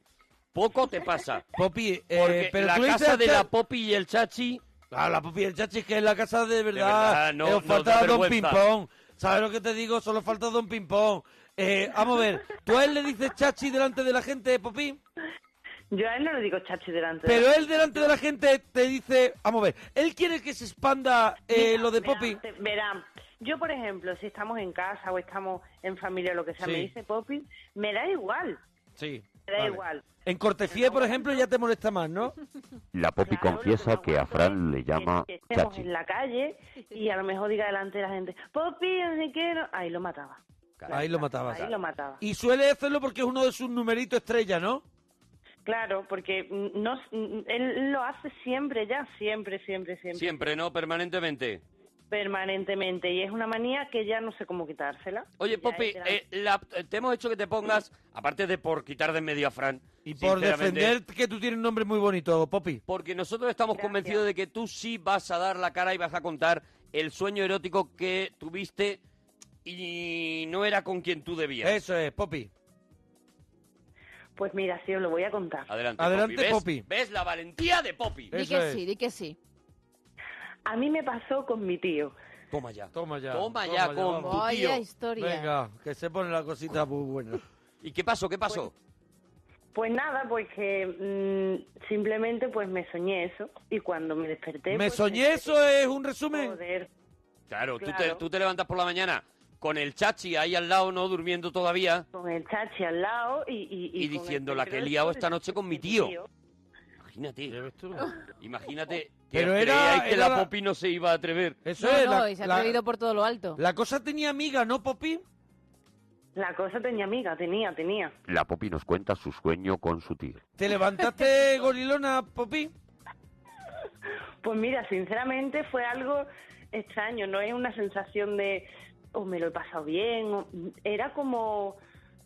Speaker 3: Poco te pasa.
Speaker 1: Poppy, eh,
Speaker 3: Porque
Speaker 1: pero
Speaker 3: la
Speaker 1: tú le dices
Speaker 3: casa
Speaker 1: al
Speaker 3: de
Speaker 1: cha-
Speaker 3: la Popi y el chachi...
Speaker 1: Ah, la Poppy y el chachi es que es la casa de verdad.
Speaker 3: verdad, no-
Speaker 1: Eh, os
Speaker 3: nos
Speaker 1: falta
Speaker 3: da
Speaker 1: Don
Speaker 3: vergüenza.
Speaker 1: Pimpón. ¿Sabes lo que te digo? Solo falta Don Pimpón. Eh, vamos a ver, ¿tú a él le dices chachi delante de la gente, Poppy?
Speaker 7: Yo a él no le digo chachi delante.
Speaker 1: Pero él delante de la gente te dice, vamos a ver, él quiere que se expanda eh, lo de Poppy.
Speaker 7: Verán, yo por ejemplo, si estamos en casa o estamos en familia o lo que sea,
Speaker 1: Sí.
Speaker 7: me dice Poppy, me da igual,
Speaker 1: Sí.
Speaker 7: me da
Speaker 1: vale.
Speaker 7: igual.
Speaker 1: En Cortefié, por ejemplo, ya te molesta más, ¿no?
Speaker 10: La Poppy
Speaker 7: Claro,
Speaker 10: confiesa
Speaker 7: lo que
Speaker 10: que
Speaker 7: no
Speaker 10: a Fran le
Speaker 7: Que-
Speaker 10: llama
Speaker 7: que estemos
Speaker 10: Chachi.
Speaker 7: en la calle y a lo mejor diga delante de la gente, Poppy, no sé qué, no-". ahí lo mataba.
Speaker 1: Ahí lo matabas.
Speaker 7: Ahí lo mataba.
Speaker 1: Y suele hacerlo porque es uno de sus numeritos estrella, ¿no?
Speaker 7: Claro, porque mm, no, mm, él lo hace siempre ya, siempre, siempre, siempre,
Speaker 3: Siempre, ¿no? Permanentemente.
Speaker 7: permanentemente. Y es una manía que ya no sé cómo quitársela.
Speaker 3: Oye,
Speaker 7: Ya
Speaker 3: Popi,
Speaker 7: es grande.
Speaker 3: eh, la- te hemos hecho que te pongas, aparte de por quitar de en medio a Fran.
Speaker 1: Y por
Speaker 3: sinceramente,
Speaker 1: defender que tú tienes un nombre muy bonito, Poppy.
Speaker 3: Porque nosotros estamos
Speaker 7: Gracias.
Speaker 3: convencidos de que tú sí vas a dar la cara y vas a contar el sueño erótico que tuviste y no era con quien tú debías.
Speaker 1: Eso es, Poppy.
Speaker 7: Pues mira, sí, os lo voy a contar.
Speaker 3: Adelante,
Speaker 1: Adelante,
Speaker 3: ¿Ves-
Speaker 1: Poppy.
Speaker 3: ¿Ves, la valentía de Popi?
Speaker 1: Eh.
Speaker 4: Di
Speaker 1: Eso
Speaker 4: que
Speaker 1: es.
Speaker 4: sí, di que sí.
Speaker 7: A mí me pasó con mi tío.
Speaker 3: Toma ya.
Speaker 1: Toma ya.
Speaker 3: Toma ya con
Speaker 1: vamos.
Speaker 3: tu tío.
Speaker 4: Vaya historia.
Speaker 1: Venga, que se pone la cosita muy buena.
Speaker 3: ¿Y qué pasó? ¿Qué pasó?
Speaker 7: Pues nada, pues que mm, simplemente pues me soñé eso y cuando me desperté...
Speaker 1: Me
Speaker 7: pues,
Speaker 1: soñé, eso es un resumen.
Speaker 7: Joder,
Speaker 3: claro, Tú, te,
Speaker 7: claro.
Speaker 3: tú te levantas por la mañana con el chachi ahí al lado, no durmiendo todavía.
Speaker 7: con el chachi al lado y... Y,
Speaker 3: Y
Speaker 7: con el
Speaker 3: diciendo, la que he
Speaker 7: pelo
Speaker 3: liado
Speaker 7: del-
Speaker 3: esta noche con mi tío. Imagínate.
Speaker 1: ¿Ya ves tú?
Speaker 3: Imagínate que
Speaker 1: Pero
Speaker 3: os
Speaker 1: era-
Speaker 3: creíais que
Speaker 1: era
Speaker 3: la
Speaker 1: la-
Speaker 3: Popi no se iba a atrever.
Speaker 1: Eso
Speaker 4: No,
Speaker 1: es.
Speaker 4: no,
Speaker 1: la,
Speaker 4: y se ha
Speaker 1: la-
Speaker 4: atrevido por todo lo alto.
Speaker 1: la cosa tenía amiga, ¿no, Poppy?
Speaker 7: La cosa tenía amiga, tenía, tenía.
Speaker 10: La Poppy nos cuenta su sueño con su tío.
Speaker 1: ¿Te levantaste gorilona, Poppy?
Speaker 7: Pues mira, sinceramente fue algo extraño, no es una sensación de, o me lo he pasado bien, o- era como,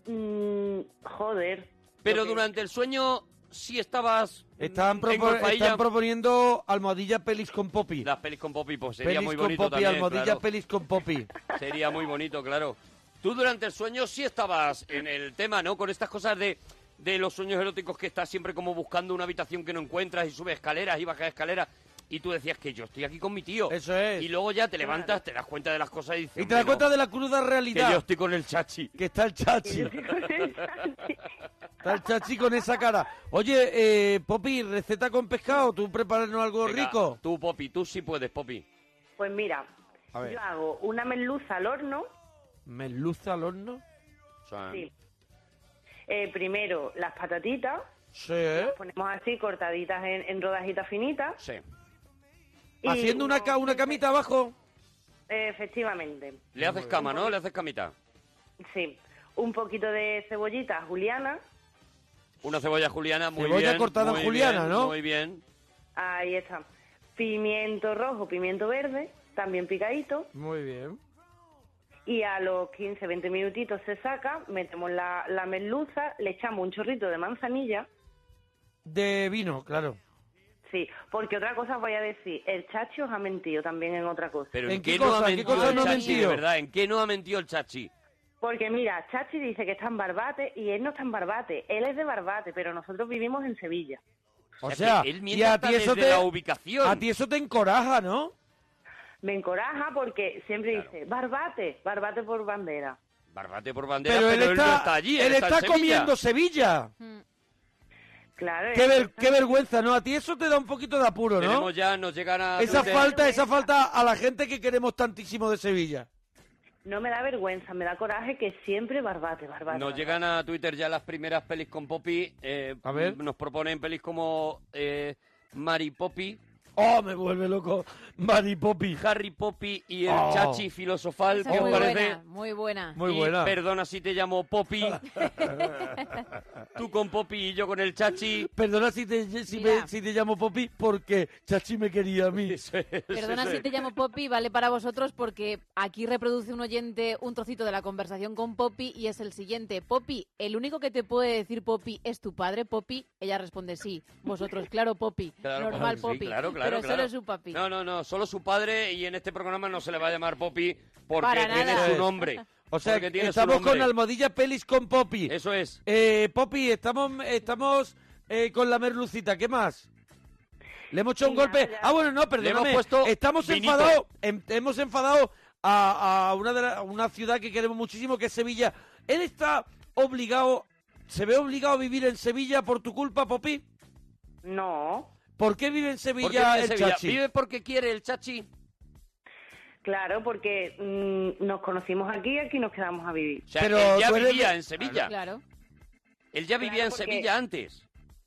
Speaker 7: mm, joder.
Speaker 3: Pero
Speaker 7: Lo que-
Speaker 3: durante el sueño sí estabas
Speaker 1: Están,
Speaker 3: mm,
Speaker 1: propo-
Speaker 3: en Golfailla.
Speaker 1: están proponiendo almohadilla pelis con Poppy.
Speaker 3: Las pelis con Popi, pues sería
Speaker 1: pelis
Speaker 3: muy
Speaker 1: con
Speaker 3: bonito
Speaker 1: Poppy,
Speaker 3: también,
Speaker 1: almohadilla
Speaker 3: claro.
Speaker 1: pelis con Poppy.
Speaker 3: Sería muy bonito, claro. Tú durante el sueño sí estabas en el tema, ¿no? Con estas cosas de, de los sueños eróticos que estás siempre como buscando una habitación que no encuentras y subes escaleras y bajas escaleras. Y tú decías que yo estoy aquí con mi tío.
Speaker 1: Eso es.
Speaker 3: Y luego ya te levantas, te das cuenta de las cosas y dices...
Speaker 1: Y te das
Speaker 3: "Hombre, no,
Speaker 1: cuenta de la cruda
Speaker 3: Que yo
Speaker 1: realidad.
Speaker 3: estoy con el chachi.
Speaker 1: Que está el chachi. Está el chachi con esa cara. Oye, eh, Poppy, receta con pescado. ¿Tú prepararnos algo
Speaker 3: Venga,
Speaker 1: rico?
Speaker 3: Tú, Popi, tú sí puedes, Popi.
Speaker 7: Pues mira,
Speaker 1: A ver.
Speaker 7: yo hago una merluza al horno,
Speaker 1: ¿Merluza al horno?
Speaker 3: O
Speaker 1: Ah.
Speaker 3: sea,
Speaker 7: sí. Eh, primero las patatitas,
Speaker 1: Sí. ¿eh?
Speaker 7: las ponemos así cortaditas en, en rodajitas finitas.
Speaker 3: sí.
Speaker 7: y
Speaker 1: Haciendo una,
Speaker 7: unos-
Speaker 1: ca- una camita abajo.
Speaker 7: Eh, Efectivamente,
Speaker 3: Le haces cama, ¿no? Le haces camita.
Speaker 7: sí. Un poquito de cebollita juliana,
Speaker 3: Una cebolla juliana, muy
Speaker 1: Cebolla
Speaker 3: bien.
Speaker 1: cortada en
Speaker 3: muy
Speaker 1: juliana,
Speaker 3: bien,
Speaker 1: ¿no?
Speaker 3: Muy bien.
Speaker 7: ahí está. Pimiento rojo, pimiento verde, también picadito.
Speaker 1: Muy bien.
Speaker 7: y a los 15, 20 minutitos se saca, metemos la, la merluza, le echamos un chorrito de manzanilla.
Speaker 1: De vino, claro.
Speaker 7: Sí, porque otra cosa os voy a decir, el chacho os ha mentido también en otra cosa.
Speaker 3: Pero
Speaker 1: ¿En
Speaker 3: ¿en,
Speaker 1: qué
Speaker 3: qué,
Speaker 1: cosa?
Speaker 3: no ha
Speaker 1: ¿En qué
Speaker 3: mentido
Speaker 1: cosa
Speaker 3: el
Speaker 1: no ha
Speaker 3: chachi, de
Speaker 1: mentido?
Speaker 3: verdad? ¿En qué no ha mentido el chachi?
Speaker 7: Porque mira, Chachi dice que está en Barbate y él no está en Barbate, él es de Barbate, pero nosotros vivimos en Sevilla.
Speaker 1: O
Speaker 3: sea,
Speaker 1: sea,
Speaker 3: que él miente
Speaker 1: y a
Speaker 3: hasta
Speaker 1: ti eso
Speaker 3: desde
Speaker 1: te
Speaker 3: la ubicación.
Speaker 1: A ti eso te encoraja, ¿no?
Speaker 7: Me encoraja porque siempre dice, Barbate, Barbate por bandera.
Speaker 3: Barbate por bandera,
Speaker 1: Pero,
Speaker 3: pero,
Speaker 1: él, está,
Speaker 3: no está allí.
Speaker 1: él está,
Speaker 3: en Sevilla.
Speaker 1: comiendo Sevilla.
Speaker 7: Claro,
Speaker 1: Qué,
Speaker 7: él-
Speaker 1: ver- qué vergüenza, ¿no? A ti eso te da un poquito de apuro, ¿no?
Speaker 3: Tenemos ya, nos llegan a...
Speaker 1: Esa
Speaker 3: Twitter.
Speaker 1: falta, esa falta a la gente que queremos tantísimo de Sevilla.
Speaker 7: no me da vergüenza, me da coraje que siempre Barbate, Barbate.
Speaker 3: Nos
Speaker 7: Barbate.
Speaker 3: llegan a Twitter ya las primeras pelis con Poppy. eh,
Speaker 1: A ver.
Speaker 3: Nos proponen pelis como eh, Mari Poppy.
Speaker 1: ¡Oh, me vuelve loco! Mari Poppy.
Speaker 3: Harry Poppy y el
Speaker 1: Oh.
Speaker 3: chachi filosofal,
Speaker 4: Esa
Speaker 3: que
Speaker 4: es
Speaker 3: os
Speaker 4: muy
Speaker 3: parece...
Speaker 4: buena, muy buena.
Speaker 3: Y Perdona si te llamo Poppy. Tú con Poppy y yo con el Chachi.
Speaker 1: Perdona si te, si
Speaker 4: Mira.
Speaker 1: me- si te llamo Poppy porque Chachi me quería a mí.
Speaker 4: Perdona si te llamo Poppy, vale para vosotros porque aquí reproduce un oyente un trocito de la conversación con Poppy y es el siguiente. Poppy, el único que te puede decir Poppy es tu padre, Poppy. Ella responde sí. Vosotros, claro, Poppy.
Speaker 3: Claro,
Speaker 4: Normal,
Speaker 3: sí,
Speaker 4: Poppy.
Speaker 3: claro, claro,
Speaker 4: Pero
Speaker 3: claro.
Speaker 4: solo su papi.
Speaker 3: No, no, no, solo su padre y en este programa no se le va a llamar Poppy porque
Speaker 4: Para
Speaker 3: tiene
Speaker 4: nada.
Speaker 3: su nombre.
Speaker 1: O sea,
Speaker 3: Porque tiene su
Speaker 1: estamos
Speaker 3: nombre.
Speaker 1: con Almohadilla Pelis con Poppy.
Speaker 3: Eso es.
Speaker 1: Eh, Poppy, estamos, estamos eh, con la merlucita. ¿Qué más? Le hemos hecho un
Speaker 3: Venga,
Speaker 1: golpe.
Speaker 3: ya.
Speaker 1: Ah, bueno, no,
Speaker 3: Le
Speaker 1: perdóname.
Speaker 3: hemos puesto
Speaker 1: estamos
Speaker 3: vinito.
Speaker 1: enfadados. em- hemos enfadado a, a una, de la- a una ciudad que queremos muchísimo, que es Sevilla. Él está obligado, se ve obligado a vivir en Sevilla por tu culpa, Poppy.
Speaker 7: No.
Speaker 1: ¿Por qué vive en
Speaker 3: ¿Por qué
Speaker 1: Sevilla
Speaker 3: vive en
Speaker 1: el
Speaker 3: Sevilla?
Speaker 1: chachi?
Speaker 3: Vive porque quiere el Chachi.
Speaker 7: Claro, porque mm, nos conocimos aquí y aquí nos quedamos a vivir.
Speaker 3: O sea, él ya vivía en Sevilla.
Speaker 7: Claro.
Speaker 3: Él ya vivía en
Speaker 7: porque-
Speaker 3: Sevilla antes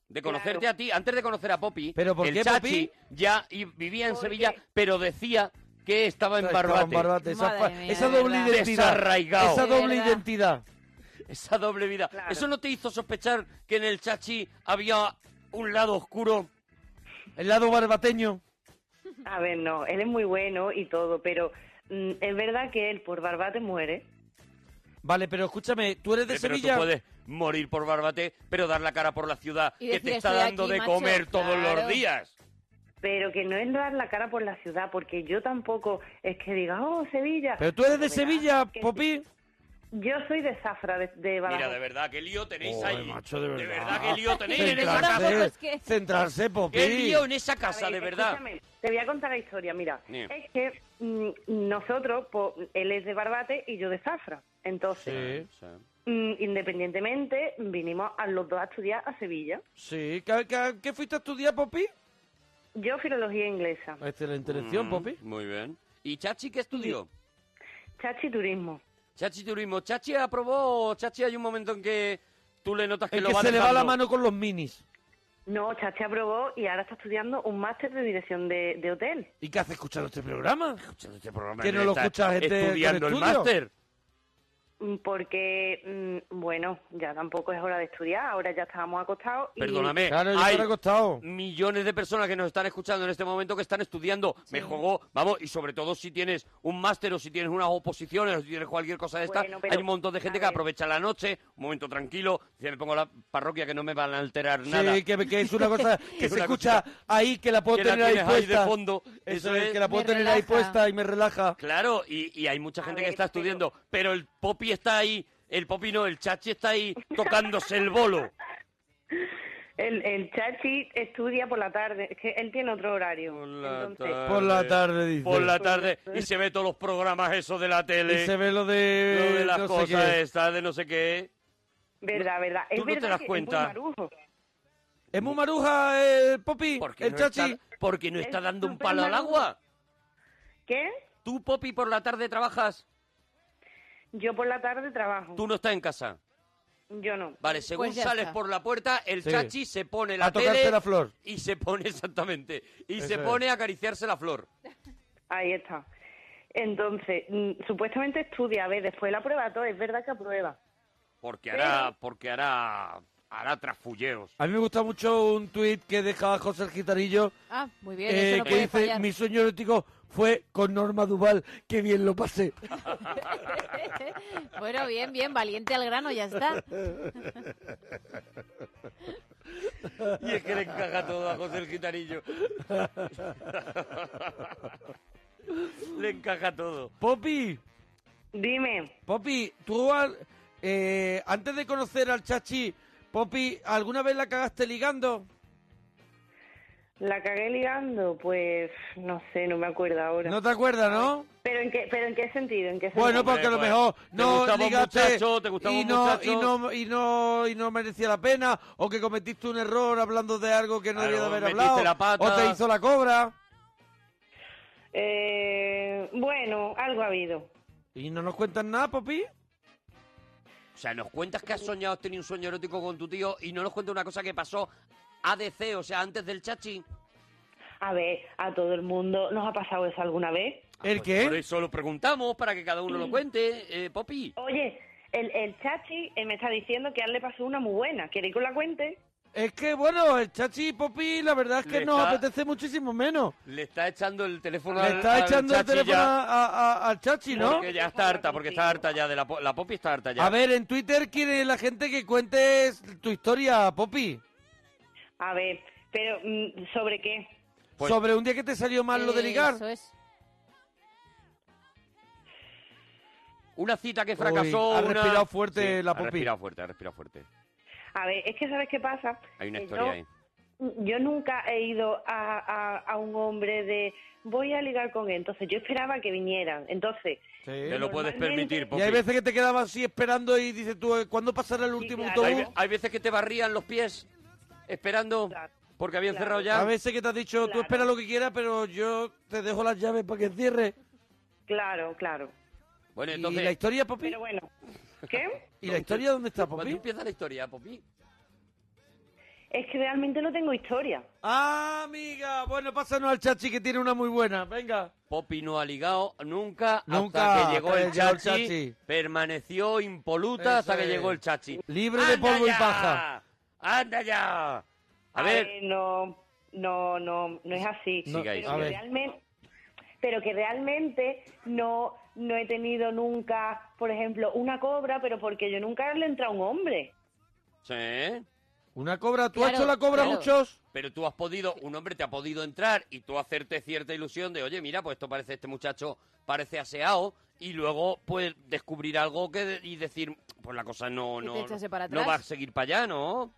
Speaker 3: de conocerte
Speaker 7: Claro.
Speaker 3: a ti, antes de conocer a Poppy.
Speaker 1: ¿Pero por
Speaker 3: el
Speaker 1: qué,
Speaker 3: Chachi
Speaker 1: Poppy?
Speaker 3: ya y- vivía en Sevilla, pero decía que estaba en
Speaker 1: Estaba en
Speaker 3: Barbate.
Speaker 1: Barbate, esa Madre fa- mía, esa de doble verdad. identidad.
Speaker 3: Desarraigado.
Speaker 1: Esa De doble verdad. identidad.
Speaker 3: Esa doble vida. ¿Eso no te hizo sospechar que en el Chachi había un lado oscuro?
Speaker 1: El lado barbateño.
Speaker 7: A ver, no, él es muy bueno y todo, pero mm, es verdad que él por barbate muere.
Speaker 1: Vale, pero escúchame, tú eres de
Speaker 3: Eh, pero
Speaker 1: Sevilla.
Speaker 3: tú puedes morir por Barbate, pero dar la cara por la ciudad
Speaker 7: Y
Speaker 3: que
Speaker 7: decir,
Speaker 3: te está
Speaker 7: "Estoy
Speaker 3: dando
Speaker 7: aquí,
Speaker 3: de
Speaker 7: macho".
Speaker 3: comer todos
Speaker 7: Claro.
Speaker 3: los días.
Speaker 7: Pero que no es dar la cara por la ciudad, porque yo tampoco es que diga, oh, Sevilla.
Speaker 1: Pero tú eres de
Speaker 7: Verás
Speaker 1: Sevilla,
Speaker 7: que sí.
Speaker 1: Poppy.
Speaker 7: Yo soy de Zafra, de, de
Speaker 3: Mira,
Speaker 7: Badajoz.
Speaker 3: de verdad, qué lío tenéis
Speaker 1: Joder,
Speaker 3: ahí.
Speaker 1: macho, de verdad.
Speaker 3: qué lío tenéis en esa
Speaker 1: Centrarse,
Speaker 3: casa.
Speaker 1: Centrarse, Popi.
Speaker 3: Qué lío en esa casa,
Speaker 7: A ver,
Speaker 3: de verdad.
Speaker 7: escúchame, Te voy a contar la historia, mira.
Speaker 3: Ni-
Speaker 7: Es que mm, nosotros, po- él es de Barbate y yo de Zafra. Entonces, mm, independientemente, vinimos a los dos a estudiar a Sevilla.
Speaker 1: Sí, ¿qué, qué, qué fuiste a estudiar, Popi?
Speaker 7: Yo filología inglesa,
Speaker 1: Excelente lección,
Speaker 3: Mm,
Speaker 1: Popi.
Speaker 3: Muy bien. ¿Y Chachi qué estudió?
Speaker 7: chachi turismo.
Speaker 3: Chachi Turismo. ¿Chachi aprobó o Chachi hay un momento en que tú le notas que
Speaker 1: El
Speaker 3: lo
Speaker 1: que
Speaker 3: va
Speaker 1: se le va la
Speaker 3: dejando?
Speaker 1: mano con los minis.
Speaker 7: No, Chachi aprobó y ahora está estudiando un máster de dirección de, de hotel.
Speaker 1: ¿Y qué hace escuchando este programa?
Speaker 3: Escuchando este programa.
Speaker 1: Que no lo
Speaker 3: Está
Speaker 1: escucha gente
Speaker 3: estudiando
Speaker 1: con
Speaker 3: el
Speaker 1: estudio.
Speaker 3: máster.
Speaker 7: Mm, Porque, mm, bueno, ya tampoco es hora de estudiar, ahora ya estábamos acostados. y-
Speaker 3: Perdóname,
Speaker 1: Claro, yo
Speaker 3: hay
Speaker 1: me lo he costado.
Speaker 3: millones de personas que nos están escuchando en este momento que están estudiando. Me juego, vamos, y sobre todo si tienes un máster o si tienes unas oposiciones o si tienes cualquier cosa de esta,
Speaker 7: Bueno, pero,
Speaker 3: hay un montón de gente que aprovecha la noche, un momento tranquilo, dice, me pongo la parroquia que no me van a alterar nada.
Speaker 1: Sí, que, que es una cosa que
Speaker 3: Es
Speaker 1: se
Speaker 3: una
Speaker 1: escucha ahí, que la puedo
Speaker 3: que la
Speaker 1: tener ahí
Speaker 3: tienes ahí de
Speaker 1: puesta.
Speaker 3: fondo.
Speaker 1: Eso
Speaker 3: Eso
Speaker 1: es,
Speaker 3: es.
Speaker 1: que la puedo
Speaker 3: Me
Speaker 1: tener ahí
Speaker 3: relaja.
Speaker 1: puesta y me relaja.
Speaker 3: Claro, y, y hay mucha gente que está estudiando, pero... el Popi está ahí, el Popi no, el Chachi está ahí tocándose el bolo.
Speaker 7: El, el Chachi estudia por la tarde, es que él tiene otro horario. Entonces,
Speaker 1: Por la tarde, dice.
Speaker 3: Por la tarde, y se ve todos los programas esos de la tele.
Speaker 1: Y se ve lo de...
Speaker 3: Lo de las
Speaker 1: no sé
Speaker 3: cosas
Speaker 1: qué.
Speaker 3: estas, de no sé qué.
Speaker 7: verdad, verdad. Es
Speaker 3: no te
Speaker 7: verdad
Speaker 3: das
Speaker 7: que es
Speaker 3: cuenta.
Speaker 7: muy marujo.
Speaker 1: ¿Es muy maruja el Popi? ¿El
Speaker 3: no
Speaker 1: chachi?
Speaker 3: está- porque no está dando un palo al
Speaker 7: supermanudo.
Speaker 3: agua.
Speaker 7: ¿Qué?
Speaker 3: Tú, Popi, por la tarde trabajas.
Speaker 7: Yo por la tarde trabajo.
Speaker 3: Tú no estás en casa.
Speaker 7: Yo no.
Speaker 3: Vale, según
Speaker 7: Pues ya
Speaker 3: sales
Speaker 7: está.
Speaker 3: por la puerta, el
Speaker 1: Sí.
Speaker 3: chachi se pone la
Speaker 1: A tocarte
Speaker 3: tele
Speaker 1: la flor.
Speaker 3: Y se pone, exactamente. Y
Speaker 1: Eso
Speaker 3: se
Speaker 1: es.
Speaker 3: pone a acariciarse la flor.
Speaker 7: Ahí está. Entonces, mm, supuestamente estudia, a ver, después la prueba todo, es verdad que aprueba.
Speaker 3: Porque hará, porque hará, hará trasfulleos.
Speaker 1: A mí me gusta mucho un tuit que deja José el Gitarillo
Speaker 4: Ah, muy bien,
Speaker 1: eh,
Speaker 4: eso no
Speaker 1: que
Speaker 4: puede
Speaker 1: dice,
Speaker 4: fallar.
Speaker 1: mi sueño erótico fue con Norma Duval, que bien lo pasé.
Speaker 4: Bueno, bien, bien, valiente al grano, ya está.
Speaker 3: Y es que le encaja todo a José el Gitanillo. le encaja todo.
Speaker 1: Poppy,
Speaker 7: Dime.
Speaker 1: Poppy, tú al- eh, antes de conocer al chachi, Poppy, ¿alguna vez la cagaste ligando?
Speaker 7: La cagué ligando, pues no sé, no me acuerdo ahora.
Speaker 1: No te acuerdas, ¿no?
Speaker 7: Pero en qué, pero en qué sentido, en qué sentido.
Speaker 1: Bueno, porque a lo mejor no
Speaker 3: pues, gustaba un
Speaker 1: ligaste
Speaker 3: muchacho, te gustaba
Speaker 1: y
Speaker 3: un
Speaker 1: no,
Speaker 3: muchacho.
Speaker 1: y no y no y no merecía la pena o que cometiste un error hablando de algo que no
Speaker 3: Claro,
Speaker 1: debía de haber
Speaker 3: metiste
Speaker 1: hablado
Speaker 3: la pata.
Speaker 1: o te hizo la cobra
Speaker 7: Eh, bueno, algo ha habido.
Speaker 1: y no nos cuentas nada, Poppy.
Speaker 3: O sea, nos cuentas que has soñado, has tenido un sueño erótico con tu tío y no nos cuentas una cosa que pasó ADC, o sea, antes del chachi.
Speaker 7: A ver, a todo el mundo nos ha pasado eso alguna vez.
Speaker 1: ¿El qué?
Speaker 3: Ah, pues,
Speaker 1: Mm.
Speaker 3: Por eso lo preguntamos, para que cada uno lo cuente. Eh, Popi.
Speaker 7: Oye, el, el chachi eh, me está diciendo que a él le pasó una muy buena. ¿Queréis que os la cuente?
Speaker 1: Es que, bueno, el Chachi y Popi, la verdad es que
Speaker 3: Le
Speaker 1: nos
Speaker 3: está-
Speaker 1: apetece muchísimo menos.
Speaker 3: Le está echando el teléfono
Speaker 1: Le
Speaker 3: al
Speaker 1: está
Speaker 3: al
Speaker 1: echando el
Speaker 3: chachi
Speaker 1: teléfono
Speaker 3: ya,
Speaker 1: a- a- al Chachi, ¿no?
Speaker 3: Porque ya está harta, porque está harta ya de la, po- la Popi está harta ya.
Speaker 1: A ver, en Twitter quiere la gente que cuentes tu historia, Popi.
Speaker 7: A ver, pero mm, ¿sobre qué?
Speaker 3: Pues-
Speaker 1: Sobre un día que te salió mal
Speaker 3: Eh,
Speaker 1: lo de ligar.
Speaker 3: Una cita que fracasó.
Speaker 1: Uy, ha
Speaker 3: una-
Speaker 1: respirado fuerte la Popi.
Speaker 3: Ha respirado fuerte, ha respirado fuerte.
Speaker 7: A ver, es que ¿sabes qué pasa?
Speaker 3: Hay una
Speaker 7: Que
Speaker 3: historia
Speaker 7: yo-
Speaker 3: ahí.
Speaker 7: Yo nunca he ido a, a- a un hombre de voy a ligar con él. Entonces yo esperaba que vinieran. Entonces,
Speaker 3: Te lo puedes permitir,
Speaker 1: Y
Speaker 3: Popi.
Speaker 1: hay veces que te quedabas así esperando y dices tú, eh, ¿cuándo pasará el último
Speaker 3: Hay,
Speaker 1: autobús?
Speaker 3: ve- hay veces que te barrían los pies esperando porque habían cerrado ya.
Speaker 1: A veces que te has dicho, tú espera lo que quieras, pero yo te dejo las llaves para que cierre.
Speaker 7: claro, claro.
Speaker 3: Bueno,
Speaker 1: ¿Y
Speaker 3: entonces...
Speaker 1: la historia, Popi?
Speaker 7: Pero bueno, ¿qué?
Speaker 1: ¿Y la historia dónde está,
Speaker 3: ¿Cuándo
Speaker 1: Popi?
Speaker 3: empieza la historia, Popi?
Speaker 7: Es que realmente no tengo historia.
Speaker 1: Ah, amiga, bueno, pásanos al chachi que tiene una muy buena, venga.
Speaker 3: Popi no ha ligado nunca,
Speaker 1: Nunca,
Speaker 3: hasta que llegó
Speaker 1: hasta
Speaker 3: el
Speaker 1: que llegó el
Speaker 3: chachi,
Speaker 1: Chachi.
Speaker 3: permaneció impoluta
Speaker 1: Eso
Speaker 3: hasta que
Speaker 1: es.
Speaker 3: llegó el chachi.
Speaker 1: Libre de
Speaker 3: ¡Anda
Speaker 1: polvo y
Speaker 3: ya!
Speaker 1: paja.
Speaker 3: ¡Anda ya! A, ver,
Speaker 7: no, no, no, no es así.
Speaker 3: Siga ahí,
Speaker 7: pero,
Speaker 3: siga
Speaker 7: que
Speaker 3: ahí.
Speaker 7: realmente, pero que realmente no, no he tenido nunca, por ejemplo, una cobra, pero porque yo nunca le he entrado a un hombre.
Speaker 3: Sí.
Speaker 1: Una cobra, ¿tú
Speaker 7: Claro,
Speaker 1: has hecho la cobra
Speaker 3: claro.
Speaker 1: muchos?
Speaker 3: Pero tú has podido, un hombre te ha podido entrar y tú hacerte cierta ilusión de, oye, mira, pues esto parece, este muchacho parece aseado y luego, pues, descubrir algo que de- y decir, pues la cosa no,
Speaker 7: Y te
Speaker 3: no,
Speaker 7: echase para
Speaker 3: no
Speaker 7: atrás.
Speaker 3: va a seguir para allá, ¿no?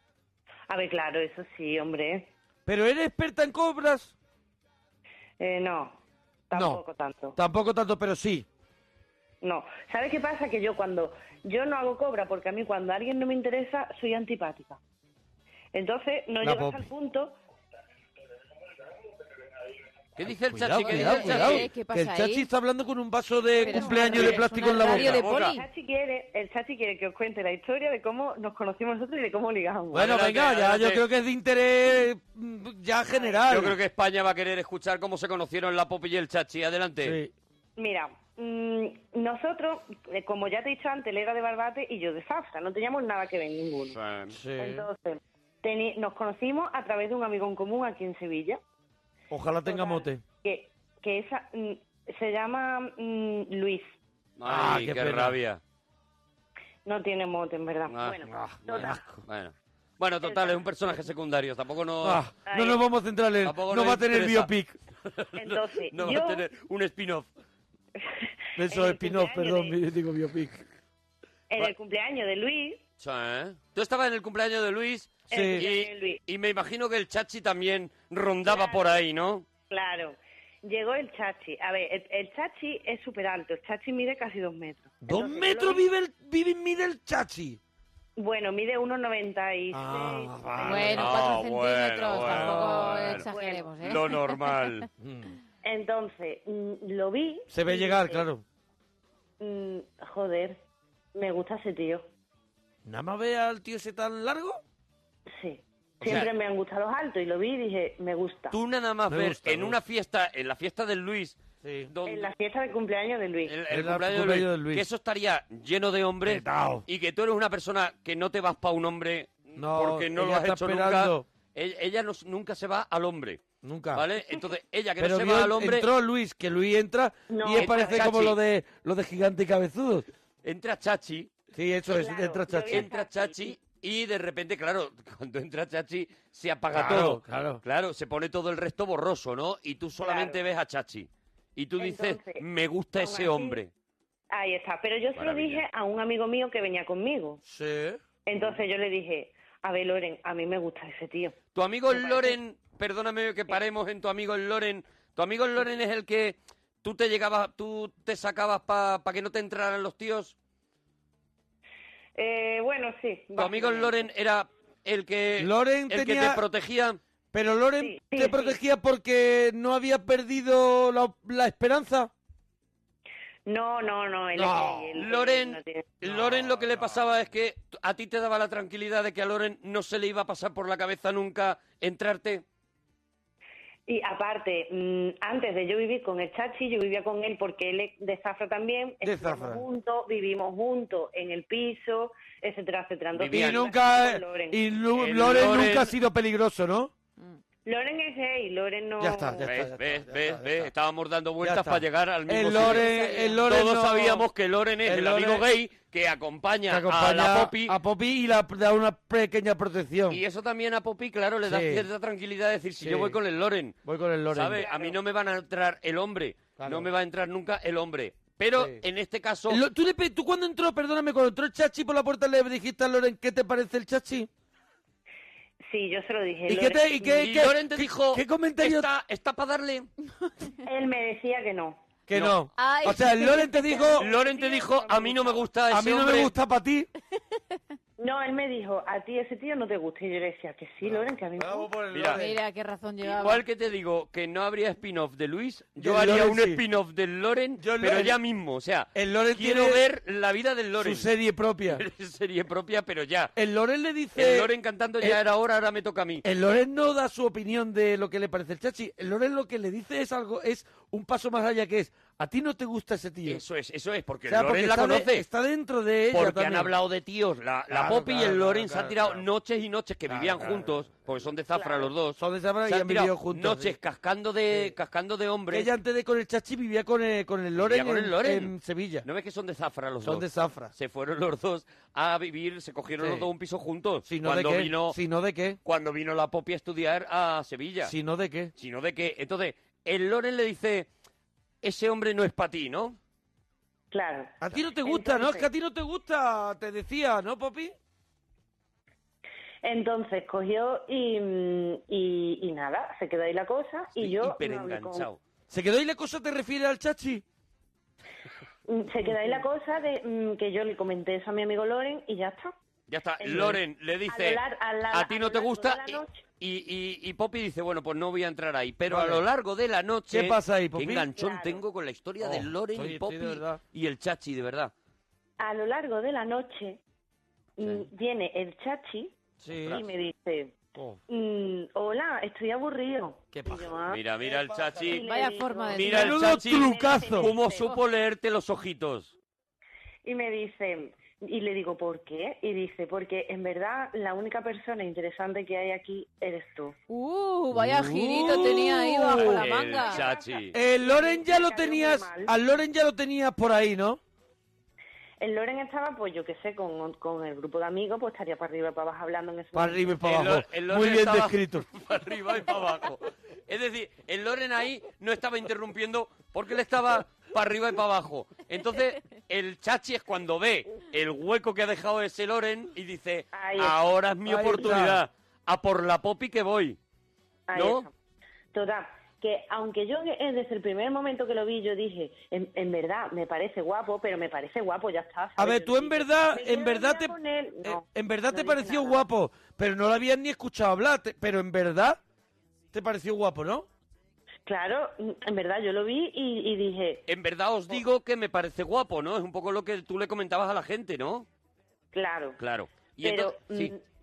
Speaker 7: A ver, claro, eso sí, hombre.
Speaker 1: ¿Pero eres experta en cobras?
Speaker 7: Eh, no, tampoco tanto.
Speaker 1: Tampoco tanto, pero sí.
Speaker 7: No. ¿Sabes qué pasa? Que yo cuando... Yo no hago cobra porque a mí cuando alguien no me interesa soy antipática. Entonces no
Speaker 1: La
Speaker 7: llegas
Speaker 1: pop.
Speaker 7: al punto...
Speaker 3: ¿Qué dice el
Speaker 1: Cuidado,
Speaker 3: chachi? ¿Qué
Speaker 1: cuidado,
Speaker 3: dice el
Speaker 1: cuidado.
Speaker 3: chachi?
Speaker 1: Que el chachi está hablando con un vaso de
Speaker 7: Pero
Speaker 1: cumpleaños
Speaker 7: es
Speaker 1: de
Speaker 7: una
Speaker 1: plástico en la boca.
Speaker 7: radio de El chachi, quiere, el chachi quiere que os cuente la historia de cómo nos conocimos nosotros y de cómo ligamos.
Speaker 1: Bueno,
Speaker 3: Adelante,
Speaker 1: venga, ya yo
Speaker 3: adelante.
Speaker 1: creo que es de interés mm, ya general.
Speaker 3: Yo creo que España va a querer escuchar cómo se conocieron la Popi y el Chachi. Adelante.
Speaker 7: Mira, mm, nosotros, eh, como ya te he dicho antes, él era de Barbate y yo de Zafra. No teníamos nada que ver ninguno. Entonces, teni- nos conocimos a través de un amigo en común aquí en Sevilla,
Speaker 1: Ojalá tenga mote.
Speaker 7: que, que esa, mm, se llama mm, Luis.
Speaker 1: Ah,
Speaker 3: Ay,
Speaker 1: qué
Speaker 3: qué,
Speaker 1: pena.
Speaker 3: rabia.
Speaker 7: No tiene mote, en verdad.
Speaker 3: Ah,
Speaker 7: bueno,
Speaker 3: ah,
Speaker 7: total.
Speaker 3: Bueno. Bueno, total, es un personaje secundario. Tampoco no...
Speaker 1: Ah, no nos vamos a centrar en...
Speaker 3: Tampoco
Speaker 1: No
Speaker 3: nos
Speaker 1: va a tener
Speaker 3: interesa.
Speaker 1: biopic.
Speaker 7: entonces,
Speaker 3: No va
Speaker 7: yo,
Speaker 3: a tener un spin-off.
Speaker 1: Eso es spin-off, perdón, yo digo biopic.
Speaker 7: en el cumpleaños de Luis,
Speaker 3: Sí, ¿eh? Tú estabas en el cumpleaños de Luis.
Speaker 7: Sí. El
Speaker 3: Y,
Speaker 7: cumpleaños de Luis.
Speaker 3: y me imagino que el Chachi también rondaba por ahí, ¿no?
Speaker 7: claro, llegó el chachi. A ver, el, el chachi es súper alto. El chachi mide casi dos metros.
Speaker 1: ¿Dos
Speaker 7: Entonces,
Speaker 1: metros vive el, vive, mide el chachi?
Speaker 7: Bueno, mide 1,96.
Speaker 1: Ah, vale.
Speaker 4: Bueno,
Speaker 3: Ah,
Speaker 4: cuatro
Speaker 3: bueno,
Speaker 4: centímetros,
Speaker 3: bueno,
Speaker 4: tampoco
Speaker 3: bueno.
Speaker 4: exageremos, ¿eh?
Speaker 3: Lo normal.
Speaker 7: Entonces, mm, lo vi.
Speaker 1: Se ve
Speaker 7: y
Speaker 1: llegar,
Speaker 7: dije,
Speaker 1: claro.
Speaker 7: mm, joder, me gusta ese tío.
Speaker 1: ¿Nada más ve al tío ese tan largo?
Speaker 7: Sí.
Speaker 1: O
Speaker 7: Siempre
Speaker 1: sea-
Speaker 7: me han gustado los altos y lo vi y dije, me gusta.
Speaker 3: Tú nada más
Speaker 1: Me
Speaker 3: ver
Speaker 1: gusta,
Speaker 3: en
Speaker 1: me
Speaker 3: una fiesta, en la fiesta del Luis, donde-
Speaker 7: En la fiesta de cumpleaños de Luis.
Speaker 3: el
Speaker 1: Era
Speaker 3: cumpleaños de
Speaker 1: cumpleaños
Speaker 3: Luis,
Speaker 1: de Luis.
Speaker 3: que eso estaría lleno de hombres
Speaker 1: Petao.
Speaker 3: y que tú eres una persona que no te vas para un hombre
Speaker 1: No,
Speaker 3: porque no lo
Speaker 1: ella
Speaker 3: has
Speaker 1: está
Speaker 3: hecho
Speaker 1: esperando.
Speaker 3: nunca. Ella, ella no- nunca se va al hombre,
Speaker 1: Nunca.
Speaker 3: ¿vale? Entonces, ella que
Speaker 1: Pero
Speaker 3: no se
Speaker 1: vio-
Speaker 3: va al hombre,
Speaker 1: entró Luis, que Luis entra
Speaker 7: No,
Speaker 1: y es
Speaker 7: entra
Speaker 1: parece
Speaker 3: Chachi.
Speaker 1: como lo de, lo de gigante y cabezudos.
Speaker 3: entra Chachi,
Speaker 1: Sí, eso es,
Speaker 7: Claro,
Speaker 1: entra
Speaker 7: yo vi
Speaker 1: Chachi.
Speaker 7: a
Speaker 3: entra Chachi y de repente, claro, cuando entra Chachi se apaga
Speaker 1: Claro,
Speaker 3: todo.
Speaker 1: claro.
Speaker 3: se pone todo el resto borroso, ¿no? Y tú solamente
Speaker 7: Claro.
Speaker 3: ves a Chachi. Y tú dices,
Speaker 7: Entonces,
Speaker 3: me gusta
Speaker 7: aún
Speaker 3: ese
Speaker 7: así,
Speaker 3: hombre.
Speaker 7: Ahí está. Pero yo se lo
Speaker 3: Maravilla.
Speaker 7: dije a un amigo mío que venía conmigo.
Speaker 1: Sí.
Speaker 7: Entonces yo le dije, a ver, Loren, a mí me gusta ese tío.
Speaker 3: Tu amigo
Speaker 7: Me parece-
Speaker 3: Loren, perdóname que paremos en tu amigo Loren. Tu amigo Loren es el que tú te llegabas, tú te sacabas para que no te entraran los tíos.
Speaker 7: Eh, bueno, sí.
Speaker 3: Tu amigo Loren era el que
Speaker 1: Loren
Speaker 3: el que
Speaker 1: tenía-
Speaker 3: te protegía.
Speaker 1: Pero Loren
Speaker 7: Sí, sí,
Speaker 1: te
Speaker 7: sí.
Speaker 1: protegía porque no había perdido la, la esperanza.
Speaker 7: No, no, no. él-
Speaker 1: No,
Speaker 7: él- él-
Speaker 3: Loren,
Speaker 7: no tiene-
Speaker 3: Loren lo que le pasaba es que a ti te daba la tranquilidad de que a Loren no se le iba a pasar por la cabeza nunca entrarte.
Speaker 7: Y aparte, mm, antes de yo vivir con el chachi, yo vivía con él porque él es de Zafra también.
Speaker 1: De
Speaker 7: Estuvimos
Speaker 1: Zafra.
Speaker 7: Juntos, vivimos juntos en el piso, etcétera, etcétera. Entonces,
Speaker 1: Y
Speaker 7: yo
Speaker 1: nunca,
Speaker 7: con Loren.
Speaker 1: y Lu-
Speaker 3: El
Speaker 1: Loren
Speaker 3: Loren-
Speaker 1: nunca ha sido peligroso, ¿no?
Speaker 7: Loren es gay, Loren no...
Speaker 1: Ya está, ya
Speaker 3: ¿Ves?
Speaker 1: está.
Speaker 3: ¿Ves? ¿Ves? ¿Ves? Estábamos dando
Speaker 1: Ya
Speaker 3: vueltas
Speaker 1: está.
Speaker 3: para llegar al mismo
Speaker 1: El
Speaker 3: sitio.
Speaker 1: Loren, el Loren
Speaker 3: Todos
Speaker 1: no-
Speaker 3: sabíamos que Loren es el,
Speaker 1: el
Speaker 3: amigo
Speaker 1: Loren-
Speaker 3: gay que acompaña,
Speaker 1: Que acompaña
Speaker 3: a la Poppy.
Speaker 1: a Poppy y la- le da una pequeña protección.
Speaker 3: Y eso también a Poppy, claro, le da
Speaker 1: Sí.
Speaker 3: cierta tranquilidad de decir, si
Speaker 1: Sí.
Speaker 3: yo voy con el Loren,
Speaker 1: Voy con el Loren.
Speaker 3: ¿sabes? A mí no me van a entrar el hombre,
Speaker 1: Claro.
Speaker 3: no me va a entrar nunca el hombre. Pero
Speaker 1: Sí.
Speaker 3: en este caso,
Speaker 1: Lo- ¿tú, le pe- tú cuando entró, perdóname, cuando entró el chachi por la puerta le dijiste a Loren, ¿qué te parece el chachi?
Speaker 7: Sí, yo se lo dije.
Speaker 1: ¿Y qué
Speaker 7: Loren-
Speaker 1: te, y qué,
Speaker 3: y
Speaker 1: qué-
Speaker 3: Loren te
Speaker 1: qué-
Speaker 3: dijo,
Speaker 1: qué comentario?
Speaker 3: está, está para darle.
Speaker 7: Él me decía que no.
Speaker 1: Que
Speaker 3: No.
Speaker 1: no.
Speaker 4: Ay.
Speaker 1: O sea, Loren te dijo,
Speaker 3: Loren te dijo, a mí no me gusta ese
Speaker 1: a mí no
Speaker 3: hombre.
Speaker 1: me gusta para ti.
Speaker 7: No, él me dijo, a ti ese tío no te gusta. Y yo le decía que sí, Loren, que a mí me gusta.
Speaker 3: Mira,
Speaker 4: Mira, qué razón llevaba.
Speaker 3: Igual que te digo que no habría spin-off de Luis, yo
Speaker 1: Del
Speaker 3: haría
Speaker 1: Loren,
Speaker 3: un
Speaker 1: sí.
Speaker 3: spin-off del Loren,
Speaker 1: Yo el
Speaker 3: pero
Speaker 1: Loren-
Speaker 3: ya mismo. O sea,
Speaker 1: El Loren
Speaker 3: quiero
Speaker 1: tiene
Speaker 3: ver la vida del Loren.
Speaker 1: Su serie propia.
Speaker 3: Serie propia, pero ya.
Speaker 1: El Loren le dice... Eh,
Speaker 3: El Loren cantando ya
Speaker 1: el-
Speaker 3: era hora, ahora me toca a mí.
Speaker 1: El Loren no da su opinión de lo que le parece el chachi. El Loren lo que le dice es algo, es un paso más allá que es, a ti no te gusta ese tío.
Speaker 3: Eso es, eso es, porque
Speaker 1: O sea,
Speaker 3: el Loren
Speaker 1: porque
Speaker 3: la
Speaker 1: está, de-
Speaker 3: conoce.
Speaker 1: está dentro de ella
Speaker 3: porque han
Speaker 1: también.
Speaker 3: hablado de tíos. La, la
Speaker 1: Claro,
Speaker 3: Poppy y
Speaker 1: claro,
Speaker 3: el Loren
Speaker 1: claro,
Speaker 3: se han
Speaker 1: claro,
Speaker 3: tirado
Speaker 1: claro.
Speaker 3: noches y noches que
Speaker 1: Claro,
Speaker 3: vivían
Speaker 1: claro,
Speaker 3: juntos, porque son de Zafra los dos.
Speaker 1: Son de Zafra
Speaker 3: Se
Speaker 1: y
Speaker 3: han
Speaker 1: han
Speaker 3: tirado
Speaker 1: vivido juntos,
Speaker 3: Noches
Speaker 1: sí.
Speaker 3: cascando de, cascando de
Speaker 1: Que
Speaker 3: hombres.
Speaker 1: ella antes de con el chachi vivía con el, con el Loren,
Speaker 3: Vivía con el
Speaker 1: en-
Speaker 3: Loren.
Speaker 1: En, Sevilla.
Speaker 3: ¿No ves que son de Zafra los
Speaker 1: Son
Speaker 3: dos?
Speaker 1: de Zafra.
Speaker 3: se fueron los dos a vivir, se cogieron
Speaker 1: Sí.
Speaker 3: los dos un piso juntos.
Speaker 1: Si no
Speaker 3: cuando
Speaker 1: de qué,
Speaker 3: vino,
Speaker 1: si no de qué,
Speaker 3: cuando vino la Poppy a estudiar a Sevilla.
Speaker 1: si no de qué.
Speaker 3: Si no de qué. Entonces, el Loren le dice, ese hombre no es para ti, ¿no?
Speaker 7: Claro.
Speaker 1: A ti no te gusta, ¿no? Es
Speaker 7: Entonces-
Speaker 1: que a ti no te gusta, te decía, ¿no, Popi?
Speaker 7: Entonces cogió y, mm, y, y nada, se quedó ahí la cosa y yo... no hablé con-
Speaker 3: hiperenganchado.
Speaker 1: ¿Se quedó ahí la cosa te refiere al chachi?
Speaker 7: Mm, Se quedó ahí la cosa de mm, que yo le comenté eso a mi amigo Loren y ya está.
Speaker 3: Ya está,
Speaker 7: Eh,
Speaker 3: Loren le
Speaker 7: a
Speaker 3: dice,
Speaker 7: lo lar- a la-
Speaker 3: a ti
Speaker 7: a
Speaker 3: no
Speaker 7: lo
Speaker 3: te
Speaker 7: largo
Speaker 3: gusta.
Speaker 7: de la noche.
Speaker 3: Y, y, y- y Poppy dice, bueno, pues no voy a entrar ahí. Pero
Speaker 1: Vale.
Speaker 3: a lo largo de la noche...
Speaker 1: ¿Qué pasa ahí, Poppy?
Speaker 3: Qué enganchón
Speaker 7: Claro.
Speaker 3: tengo con la historia
Speaker 1: Oh,
Speaker 3: de Loren
Speaker 1: estoy-
Speaker 3: y
Speaker 1: estoy de
Speaker 3: Poppy
Speaker 1: verdad.
Speaker 3: y el Chachi, de verdad.
Speaker 7: A lo largo de la noche mm,
Speaker 3: Sí.
Speaker 7: viene el chachi
Speaker 1: Sí.
Speaker 7: y me dice,
Speaker 1: Oh.
Speaker 7: mm, hola, estoy aburrido.
Speaker 1: Qué
Speaker 7: Y yo,
Speaker 1: paja.
Speaker 7: "Ah".
Speaker 3: Mira, mira el
Speaker 7: Y
Speaker 3: Chachi.
Speaker 7: le
Speaker 4: Vaya
Speaker 7: digo-
Speaker 4: forma de
Speaker 3: Mira el
Speaker 1: Menudo
Speaker 3: Chachi.
Speaker 1: trucazo.
Speaker 3: ¿Cómo supo leerte los ojitos?
Speaker 7: Y me dice, y le digo, ¿por qué? Y dice, porque en verdad la única persona interesante que hay aquí eres tú.
Speaker 4: Uh, vaya
Speaker 1: Uh.
Speaker 4: girito tenía ahí bajo la
Speaker 3: El
Speaker 4: manga.
Speaker 3: Chachi.
Speaker 1: El Loren ya lo
Speaker 7: Me cayó muy
Speaker 1: tenías,
Speaker 7: mal.
Speaker 1: al Loren ya lo tenías por ahí, ¿no?
Speaker 7: El Loren estaba, pues yo qué sé, con, con el grupo de amigos, pues estaría para arriba y para abajo hablando en ese
Speaker 1: Para
Speaker 7: momento.
Speaker 1: arriba y para
Speaker 3: El
Speaker 1: abajo.
Speaker 3: Lor- el Loren
Speaker 1: Muy bien
Speaker 3: estaba
Speaker 1: descrito.
Speaker 3: Para arriba y para abajo. Es decir, el Loren ahí no estaba interrumpiendo porque él estaba para arriba y para abajo. Entonces, el chachi es cuando ve el hueco que ha dejado ese Loren y dice,
Speaker 7: Ahí está.
Speaker 3: ahora es mi
Speaker 1: Ahí
Speaker 3: oportunidad, a por la popi que voy.
Speaker 7: Ahí
Speaker 3: ¿no?
Speaker 7: está. Total, que aunque yo eh, desde el primer momento que lo vi, yo dije, en, en verdad me parece guapo, pero me parece guapo, ya está. ¿sabes?
Speaker 1: A ver,
Speaker 7: Yo
Speaker 1: tú
Speaker 7: no
Speaker 1: en
Speaker 7: dije,
Speaker 1: verdad,
Speaker 7: "Me
Speaker 1: en
Speaker 7: quiero
Speaker 1: verdad
Speaker 7: liar
Speaker 1: te,
Speaker 7: con él".
Speaker 1: eh,
Speaker 7: No,
Speaker 1: en verdad
Speaker 7: no
Speaker 1: te
Speaker 7: dije
Speaker 1: pareció
Speaker 7: nada.
Speaker 1: guapo, pero no lo habías ni escuchado hablar. te- pero en verdad te pareció guapo, ¿no?
Speaker 7: Claro, en verdad yo lo vi y, y dije,
Speaker 3: En verdad os digo que me parece guapo, ¿no? Es un poco lo que tú le comentabas a la gente, ¿no?
Speaker 7: claro.
Speaker 3: Claro. Y
Speaker 7: pero
Speaker 3: entonces- sí.
Speaker 7: mm,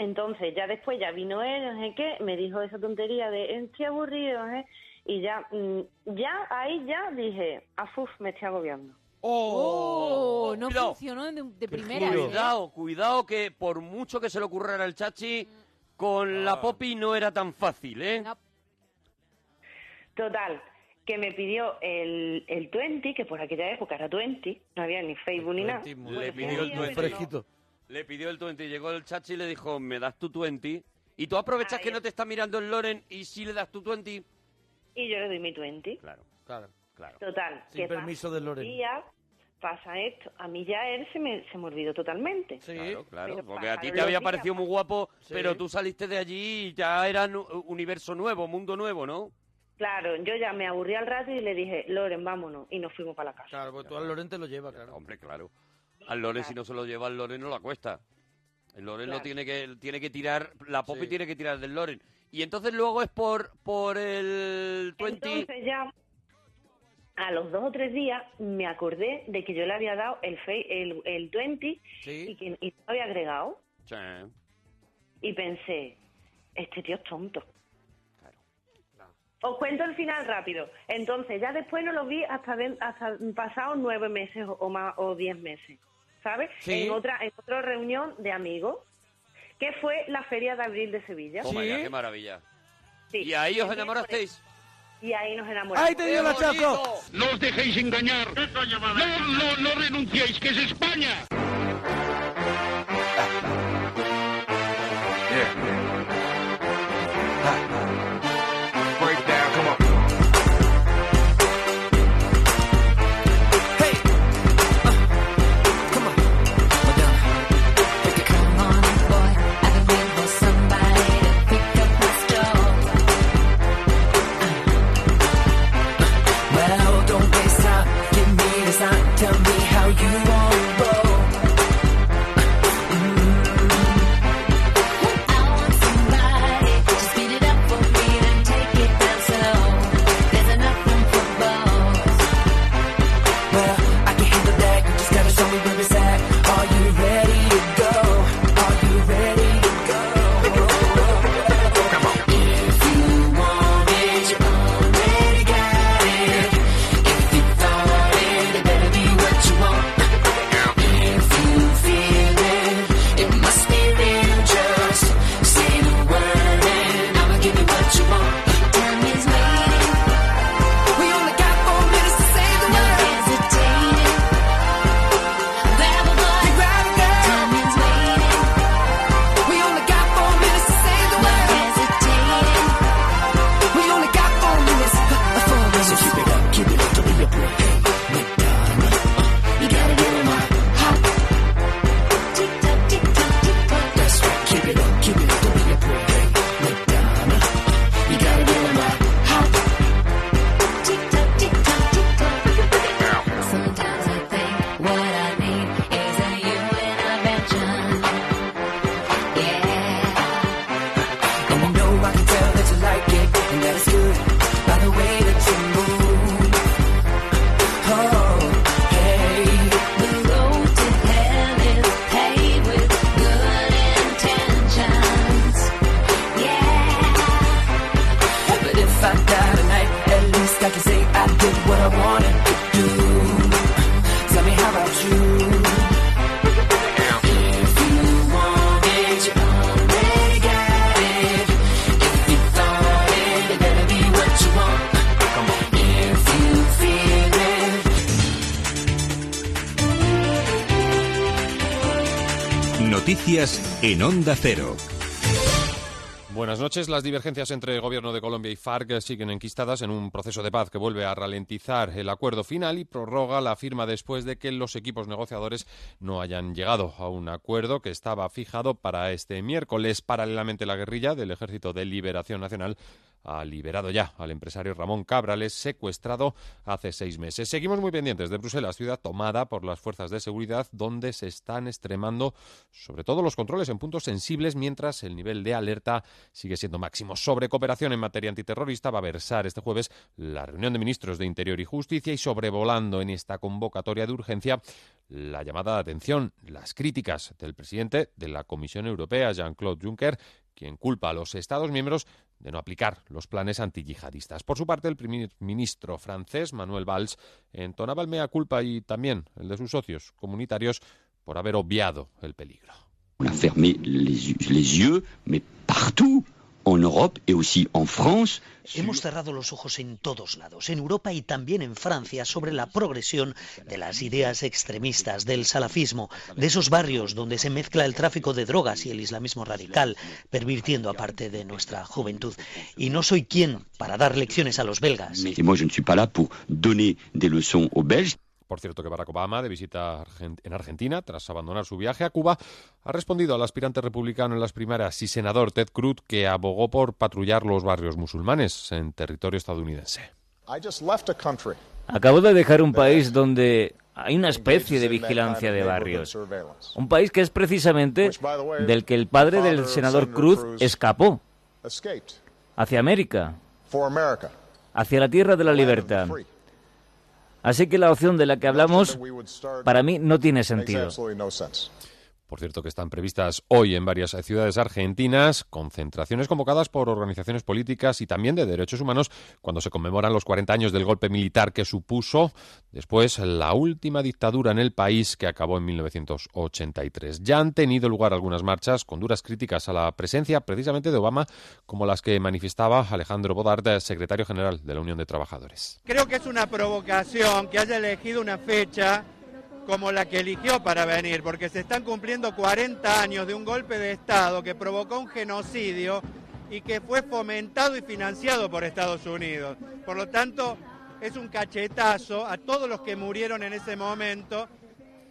Speaker 7: entonces ya después ya vino él, no sé qué, me dijo esa tontería de "Eh, estoy aburrido, no sé", y ya, mm, ya ahí ya dije, afuf, me estoy agobiando.
Speaker 4: Oh, no
Speaker 3: Cuidado.
Speaker 4: funcionó de, de primera.
Speaker 1: Claro.
Speaker 4: ¿eh?
Speaker 3: Cuidado, cuidado que por mucho que se le ocurriera al chachi, con
Speaker 1: Ah.
Speaker 3: la popi no era tan fácil, ¿eh?
Speaker 4: No.
Speaker 7: Total, que me pidió el, el 20, que por aquella época era 20, no había ni Facebook ni nada.
Speaker 3: Le
Speaker 7: Bueno,
Speaker 3: pidió el
Speaker 7: sí,
Speaker 1: Muy
Speaker 3: 20.
Speaker 7: pero
Speaker 1: fresquito.
Speaker 3: Le pidió el 20, llegó el chachi y le dijo, me das tu 20. Y tú aprovechas
Speaker 7: Ahí
Speaker 3: que no
Speaker 7: está.
Speaker 3: te está mirando el Loren y si le das tu 20.
Speaker 7: Y yo le doy mi 20.
Speaker 3: Claro,
Speaker 1: Claro.
Speaker 3: claro.
Speaker 7: Total.
Speaker 1: Sin
Speaker 7: que
Speaker 1: permiso
Speaker 7: pasa
Speaker 1: de
Speaker 7: un
Speaker 1: Loren.
Speaker 7: día, pasa esto. A mí ya él se me, se me olvidó totalmente.
Speaker 1: Sí.
Speaker 3: Claro, claro,
Speaker 7: Pero
Speaker 3: porque a ti
Speaker 7: pasaron
Speaker 3: te
Speaker 7: los
Speaker 3: había
Speaker 7: días,
Speaker 3: parecido muy
Speaker 7: pasaron-
Speaker 3: guapo,
Speaker 1: Sí.
Speaker 3: pero tú saliste de allí y ya era nu- universo nuevo, mundo nuevo, ¿no?
Speaker 7: Claro, yo ya me aburrí al rato y le dije, Loren, vámonos. Y nos fuimos para la casa.
Speaker 1: Claro, porque tú al Loren te lo llevas,
Speaker 3: Hombre, claro. Al Loren, si no se lo lleva, al Loren no la cuesta. El Loren lo
Speaker 7: Claro.
Speaker 3: tiene que, tiene que tirar, la Poppy
Speaker 1: Sí.
Speaker 3: tiene que tirar del Loren. Y entonces luego es por, por el 20...
Speaker 7: Entonces ya, a los dos o tres días, me acordé de que yo le había dado el, fe- el, el 20 y
Speaker 1: Sí.
Speaker 7: que y no había agregado.
Speaker 3: Sí.
Speaker 7: Y pensé, este tío es tonto. Os cuento el final rápido. Entonces, ya después no los vi hasta, de- hasta pasados nueve meses o- o más o diez meses, ¿sabes?
Speaker 11: Sí.
Speaker 7: En otra en otra reunión de amigos, que fue la Feria de Abril de Sevilla.
Speaker 3: Oh, my God, qué maravilla.
Speaker 7: Sí.
Speaker 3: ¿Y ahí os
Speaker 7: Entonces,
Speaker 3: enamorasteis?
Speaker 7: Y ahí nos enamoramos.
Speaker 12: No os dejéis engañar. No, no, no renunciéis, que es España.
Speaker 5: Uh, Uh. Well, don't waste time. Give me the sign. Tell me how you want to roll. Well, I can handle that. You just gotta show me where it's at. Are you ready to go? Are you ready to go? If you want it, you already got it. If you thought it, it better be what you want. If you feel it, it must be real. Just say the word and I'ma give you what you want. Time is waiting. We only got four minutes to say the word. No hesitating. Grab a bud. You grab it, girl. Time is waiting. We only got four minutes to say the word. No hesitating. We only got four minutes. Uh, four minutes. So keep it up, keep it up, don't be a brick. Hey, Madonna, uh, you gotta get on my hop. Tick tock, tick tock, tick tock. That's right, keep it up, keep it up, don't be a brick. Hey, Madonna, uh, you gotta get on my hop. Tick tock, tick tock, tick tock. Sometimes I think what I need is a human invention. Yeah. And you know I can tell that you like it and that it's good by the way that you move. Oh, hey. The road to hell is paved with good intentions. Yeah. But if I die tonight, at least I can say I did what I wanted to do. Tell me how about you? If you want it, you already got it. If you thought it, it better be what you want. If you feel it,
Speaker 13: Noticias en Onda Cero.
Speaker 14: Buenas noches. Las divergencias entre el gobierno de Colombia y FARC siguen enquistadas en un proceso de paz que vuelve a ralentizar el acuerdo final y prorroga la firma después de que los equipos negociadores no hayan llegado a un acuerdo que estaba fijado para este miércoles. Paralelamente, la guerrilla del Ejército de Liberación Nacional ha liberado ya al empresario Ramón Cabrales, secuestrado hace seis meses. Seguimos muy pendientes de Bruselas, ciudad tomada por las fuerzas de seguridad, donde se están extremando sobre todo los controles en puntos sensibles, mientras el nivel de alerta sigue siendo máximo. Sobre cooperación en materia antiterrorista va a versar este jueves la reunión de ministros de Interior y Justicia y sobrevolando en esta convocatoria de urgencia la llamada de atención, las críticas del presidente de la Comisión Europea, Jean-Claude Juncker, quien culpa a los Estados miembros de no aplicar los planes antiyihadistas. Por su parte, el primer ministro francés, Manuel Valls, entonaba el mea culpa y también el de sus socios comunitarios por haber obviado el peligro.
Speaker 10: On a fermé les, les yeux, mais partout, en Europe et aussi en France,
Speaker 15: Hemos cerrado los ojos en todos lados, en Europa y también en Francia, sobre la progresión de las ideas extremistas, del salafismo, de esos barrios donde se mezcla el tráfico de drogas y el islamismo radical, pervirtiendo a parte de nuestra juventud. Y no soy quien para dar lecciones a los belgas.
Speaker 10: Et moi, je ne suis pas là pour donner des leçons aux Belges.
Speaker 14: Por cierto, que Barack Obama, de visita a Argen- en Argentina, tras abandonar su viaje a Cuba, ha respondido al aspirante republicano en las primarias y senador Ted Cruz, que abogó por patrullar los barrios musulmanes en territorio estadounidense.
Speaker 16: I just left a country.
Speaker 17: Acabo de dejar un país donde hay una especie de vigilancia de barrios. Un país que es precisamente del que el padre del senador Cruz escapó
Speaker 16: Escaped
Speaker 17: hacia América,
Speaker 16: for America.
Speaker 17: hacia la tierra de la libertad. Así que la opción de la que hablamos para mí no tiene
Speaker 16: Makes
Speaker 17: sentido.
Speaker 16: absolutely no sense.
Speaker 14: Por cierto, que están previstas hoy en varias ciudades argentinas concentraciones convocadas por organizaciones políticas y también de derechos humanos cuando se conmemoran los 40 años del golpe militar que supuso después la última dictadura en el país que acabó en 1983. Ya han tenido lugar algunas marchas con duras críticas a la presencia precisamente de Obama, como las que manifestaba Alejandro Bodart, secretario general de la Unión de Trabajadores.
Speaker 11: Creo que es una provocación que haya elegido una fecha como la que eligió para venir, porque se están cumpliendo 40 años de un golpe de Estado que provocó un genocidio y que fue fomentado y financiado por Estados Unidos. Por lo tanto, es un cachetazo a todos los que murieron en ese momento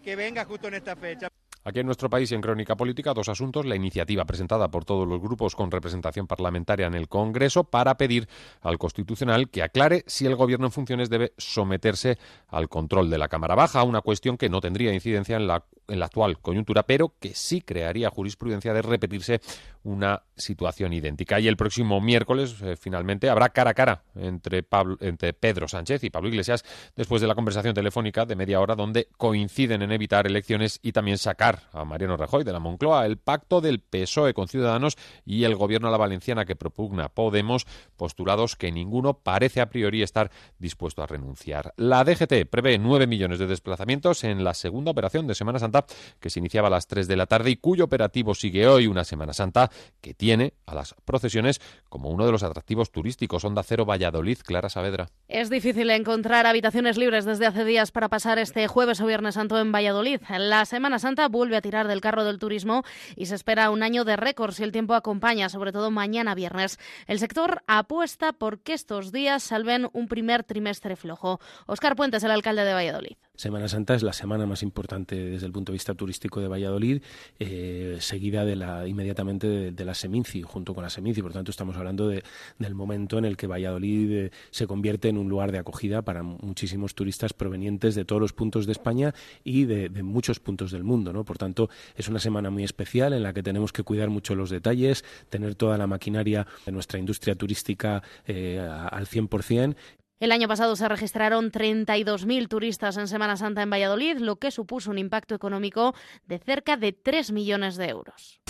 Speaker 11: que venga justo en esta fecha.
Speaker 14: Aquí en nuestro país, en Crónica Política, dos asuntos. La iniciativa presentada por todos los grupos con representación parlamentaria en el Congreso para pedir al Constitucional que aclare si el Gobierno en funciones debe someterse al control de la Cámara Baja, una cuestión que no tendría incidencia en la, en la actual coyuntura, pero que sí crearía jurisprudencia de repetirse una situación idéntica. Y el próximo miércoles, eh, finalmente, habrá cara a cara entre, Pablo- entre Pedro Sánchez y Pablo Iglesias después de la conversación telefónica de media hora donde coinciden en evitar elecciones y también sacar a Mariano Rajoy de la Moncloa. El pacto del PSOE E con Ciudadanos y el gobierno a la valenciana que propugna Podemos, postulados que ninguno parece a priori estar dispuesto a renunciar. La DGT prevé 9 millones de desplazamientos en la segunda operación de Semana Santa que se iniciaba a las 3 de la tarde y cuyo operativo sigue hoy, una Semana Santa que tiene a las procesiones como uno de los atractivos turísticos. Onda Cero Valladolid, Clara Saavedra.
Speaker 18: Es difícil encontrar habitaciones libres desde hace días para pasar este jueves o viernes santo en Valladolid. La Semana Santa vuelve a tirar del carro del turismo y se espera un año de récord si el tiempo acompaña, sobre todo mañana viernes. El sector apuesta por que estos días salven un primer trimestre flojo. Oscar Puentes, el alcalde de Valladolid.
Speaker 19: Semana Santa es la semana más importante desde el punto de vista turístico de Valladolid, eh, seguida de la, inmediatamente de, de la Seminci, junto con la Seminci. Por tanto, estamos hablando de- del momento en el que Valladolid eh, se convierte en un lugar de acogida para muchísimos turistas provenientes de todos los puntos de España y de, de muchos puntos del mundo. ¿no? Por tanto, es una semana muy especial en la que tenemos que cuidar mucho los detalles, tener toda la maquinaria de nuestra industria turística eh, a- al 100%
Speaker 18: El año pasado se registraron 32.000 turistas en Semana Santa en Valladolid, lo que supuso un impacto económico de cerca de 3 millones de euros.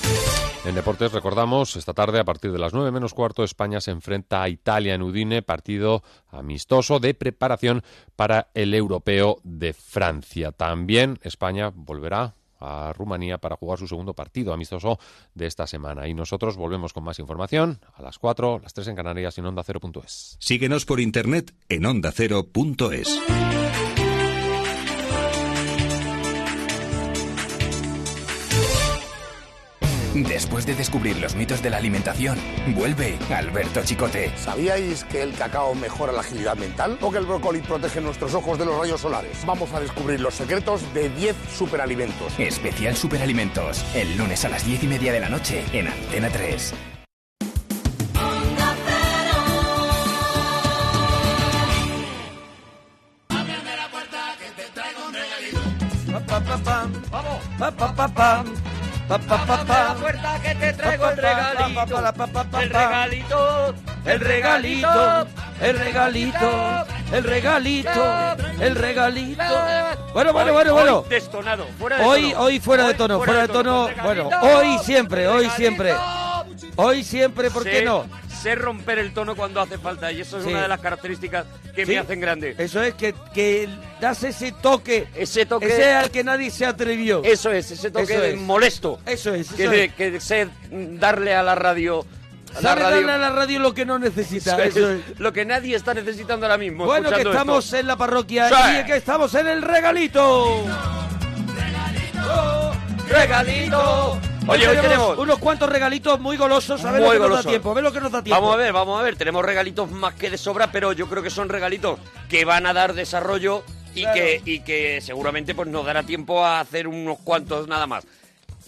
Speaker 14: En deportes recordamos, esta tarde a partir de las 9 menos cuarto España se enfrenta a Italia en Udine, partido amistoso de preparación para el europeo de Francia. También España volverá a Rumanía para jugar su segundo partido amistoso de esta semana. Y nosotros volvemos con más información a las 4, las 3 en Canarias y en Onda 0.es.
Speaker 13: Síguenos por internet en ondacero.es.
Speaker 20: Después de descubrir los mitos de la alimentación, vuelve Alberto Chicote.
Speaker 21: ¿Sabíais que el cacao mejora la agilidad mental o que el brócoli protege nuestros ojos de los rayos solares? Vamos a descubrir los secretos de 10 superalimentos.
Speaker 20: Especial Superalimentos, el lunes a las 10 y media de la noche en Antena 3.
Speaker 1: ¡Vamos! Pa, pa, pa, pam. Pa, pa, pa,
Speaker 5: Ábreme la
Speaker 1: pam.
Speaker 5: puerta que te
Speaker 1: Pa,
Speaker 5: traigo
Speaker 1: pa,
Speaker 5: el
Speaker 1: pa, pa, pa, pa, pa,
Speaker 5: regalito.
Speaker 1: pa,
Speaker 5: El
Speaker 1: pa.
Speaker 5: regalito.
Speaker 1: El regalito, el regalito, el regalito, el regalito. Bueno, bueno,
Speaker 3: Hoy-
Speaker 1: bueno,
Speaker 3: hoy
Speaker 1: bueno.
Speaker 3: Destonado, fuera de
Speaker 1: Hoy,
Speaker 3: tono.
Speaker 1: hoy fuera de tono, fuera de tono. Bueno, hoy siempre, hoy siempre. Hoy siempre, ¿por qué
Speaker 3: Sé-
Speaker 1: no?
Speaker 3: Sé romper el tono cuando hace falta y eso es
Speaker 1: Sí.
Speaker 3: una de las características que
Speaker 1: Sí.
Speaker 3: me hacen grande.
Speaker 1: Eso es que, que das ese toque.
Speaker 3: Ese toque-
Speaker 1: Ese al que nadie se atrevió.
Speaker 3: Eso es, ese toque de molesto.
Speaker 1: Eso es.
Speaker 3: Que,
Speaker 1: eso
Speaker 3: de-
Speaker 1: es.
Speaker 3: que sé darle a la radio... a la
Speaker 1: Sabe
Speaker 3: radio-
Speaker 1: darle a la radio lo que no necesita.
Speaker 3: Eso es
Speaker 1: eso es.
Speaker 3: Lo que nadie está necesitando ahora mismo.
Speaker 1: Bueno, que
Speaker 3: escuchando esto.
Speaker 1: estamos en la parroquia
Speaker 3: Sí.
Speaker 1: y que estamos en el regalito. Oh, Regalito.
Speaker 3: Oye, hoy tenemos-
Speaker 1: unos cuantos regalitos muy golosos. A ver
Speaker 3: Muy
Speaker 1: lo que nos da
Speaker 3: golosos.
Speaker 1: tiempo. A ver lo que nos da tiempo.
Speaker 3: Vamos a ver, vamos a ver. Tenemos regalitos más que de sobra, pero yo creo que son regalitos que van a dar desarrollo y,
Speaker 1: Claro.
Speaker 3: que, y que seguramente pues nos dará tiempo a hacer unos cuantos nada más.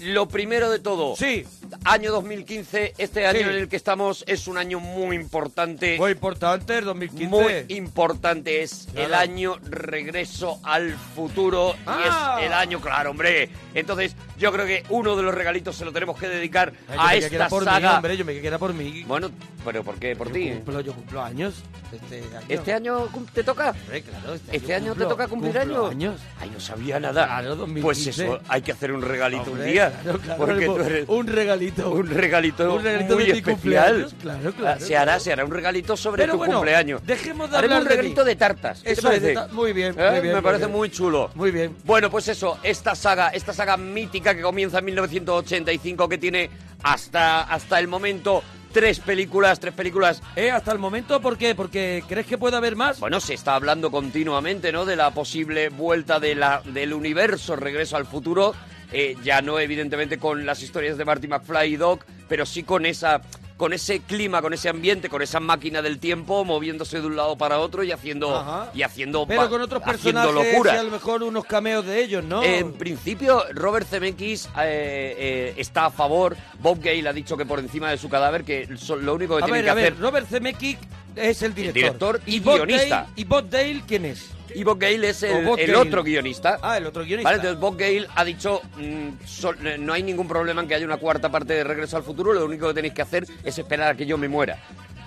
Speaker 3: Lo primero de todo,
Speaker 1: sí.
Speaker 3: año 2015, este año
Speaker 1: Sí.
Speaker 3: en el que estamos es un año muy importante.
Speaker 1: Muy importante el 2015.
Speaker 3: Muy importante es
Speaker 1: Claro.
Speaker 3: el año regreso al futuro y
Speaker 1: Ah.
Speaker 3: es el año, claro, hombre. Entonces, Yo creo que uno de los regalitos se lo tenemos que dedicar
Speaker 1: Ay, yo
Speaker 3: a
Speaker 1: me quería
Speaker 3: esta
Speaker 1: quedar por mí,
Speaker 3: saga.
Speaker 1: hombre, yo me quería quedar por mí.
Speaker 3: Bueno, pero ¿por qué? ¿Por ti?
Speaker 1: Cumplo, yo cumplo años. Este año.
Speaker 3: ¿Este año cum- te toca?
Speaker 1: Hombre, claro, este,
Speaker 3: ¿Este año te
Speaker 1: cumplo-
Speaker 3: toca cumplir
Speaker 1: cumplo
Speaker 3: años?
Speaker 1: años.
Speaker 3: Ay, no sabía nada.
Speaker 1: Claro, 2015.
Speaker 3: Pues eso, hay que hacer un regalito un
Speaker 1: Hombre,
Speaker 3: día.
Speaker 1: claro, claro,
Speaker 3: porque
Speaker 1: un-
Speaker 3: tú eres
Speaker 1: un regalito.
Speaker 3: Un regalito,
Speaker 1: Un regalito
Speaker 3: muy
Speaker 1: de mi
Speaker 3: especial.
Speaker 1: cumpleaños, claro, claro.
Speaker 3: Ah, se hará, se hará un regalito sobre
Speaker 1: Pero
Speaker 3: tu
Speaker 1: bueno,
Speaker 3: cumpleaños.
Speaker 1: dejemos de
Speaker 3: Haremos
Speaker 1: hablar
Speaker 3: un
Speaker 1: de
Speaker 3: regalito
Speaker 1: mí.
Speaker 3: de, tartas. ¿Qué te
Speaker 1: Eso es, de
Speaker 3: parece?
Speaker 1: ta- muy bien,
Speaker 3: ¿Eh?
Speaker 1: muy bien,
Speaker 3: Me
Speaker 1: muy
Speaker 3: parece
Speaker 1: bien.
Speaker 3: muy chulo.
Speaker 1: Muy bien.
Speaker 3: Bueno, pues eso, esta saga, esta saga mítica que comienza en 1985, que tiene hasta, hasta el momento tres películas, tres películas.
Speaker 1: ¿Eh? Hasta el momento, ¿por qué? Porque crees que puede haber más.
Speaker 3: Bueno, se está hablando continuamente, ¿no? De la posible vuelta de la, del universo, regreso al futuro. Eh, ya no, evidentemente, con las historias de Marty McFly y Doc, pero sí con esa. Con ese clima, con ese ambiente, con esa máquina del tiempo moviéndose de un lado para otro y haciendo
Speaker 1: Ajá.
Speaker 3: y haciendo
Speaker 1: Pero
Speaker 3: pa-
Speaker 1: con otros
Speaker 3: haciendo Eh,
Speaker 1: personajes
Speaker 3: locuras.
Speaker 1: y a lo mejor unos cameos de ellos, ¿no?
Speaker 3: En principio, Robert Zemeckis eh, eh, está a favor. Bob Gale ha dicho que por encima de su cadáver que so- lo único que
Speaker 1: a ver,
Speaker 3: tienen que
Speaker 1: a
Speaker 3: hacer.
Speaker 1: ver, Robert Zemeckis es el director.
Speaker 3: director y
Speaker 1: Bob Dale-
Speaker 3: guionista.
Speaker 1: ¿Y Bob Dale quién es?
Speaker 3: Y Bob Gale es
Speaker 1: O
Speaker 3: el,
Speaker 1: Bob
Speaker 3: el
Speaker 1: Gale.
Speaker 3: otro guionista.
Speaker 1: Ah, el otro guionista.
Speaker 3: Vale, entonces Bob Gale ha dicho mm, so- eh, no hay ningún problema en que haya una cuarta parte de Regreso al Futuro. Lo único que tenéis que hacer es esperar a que yo me muera.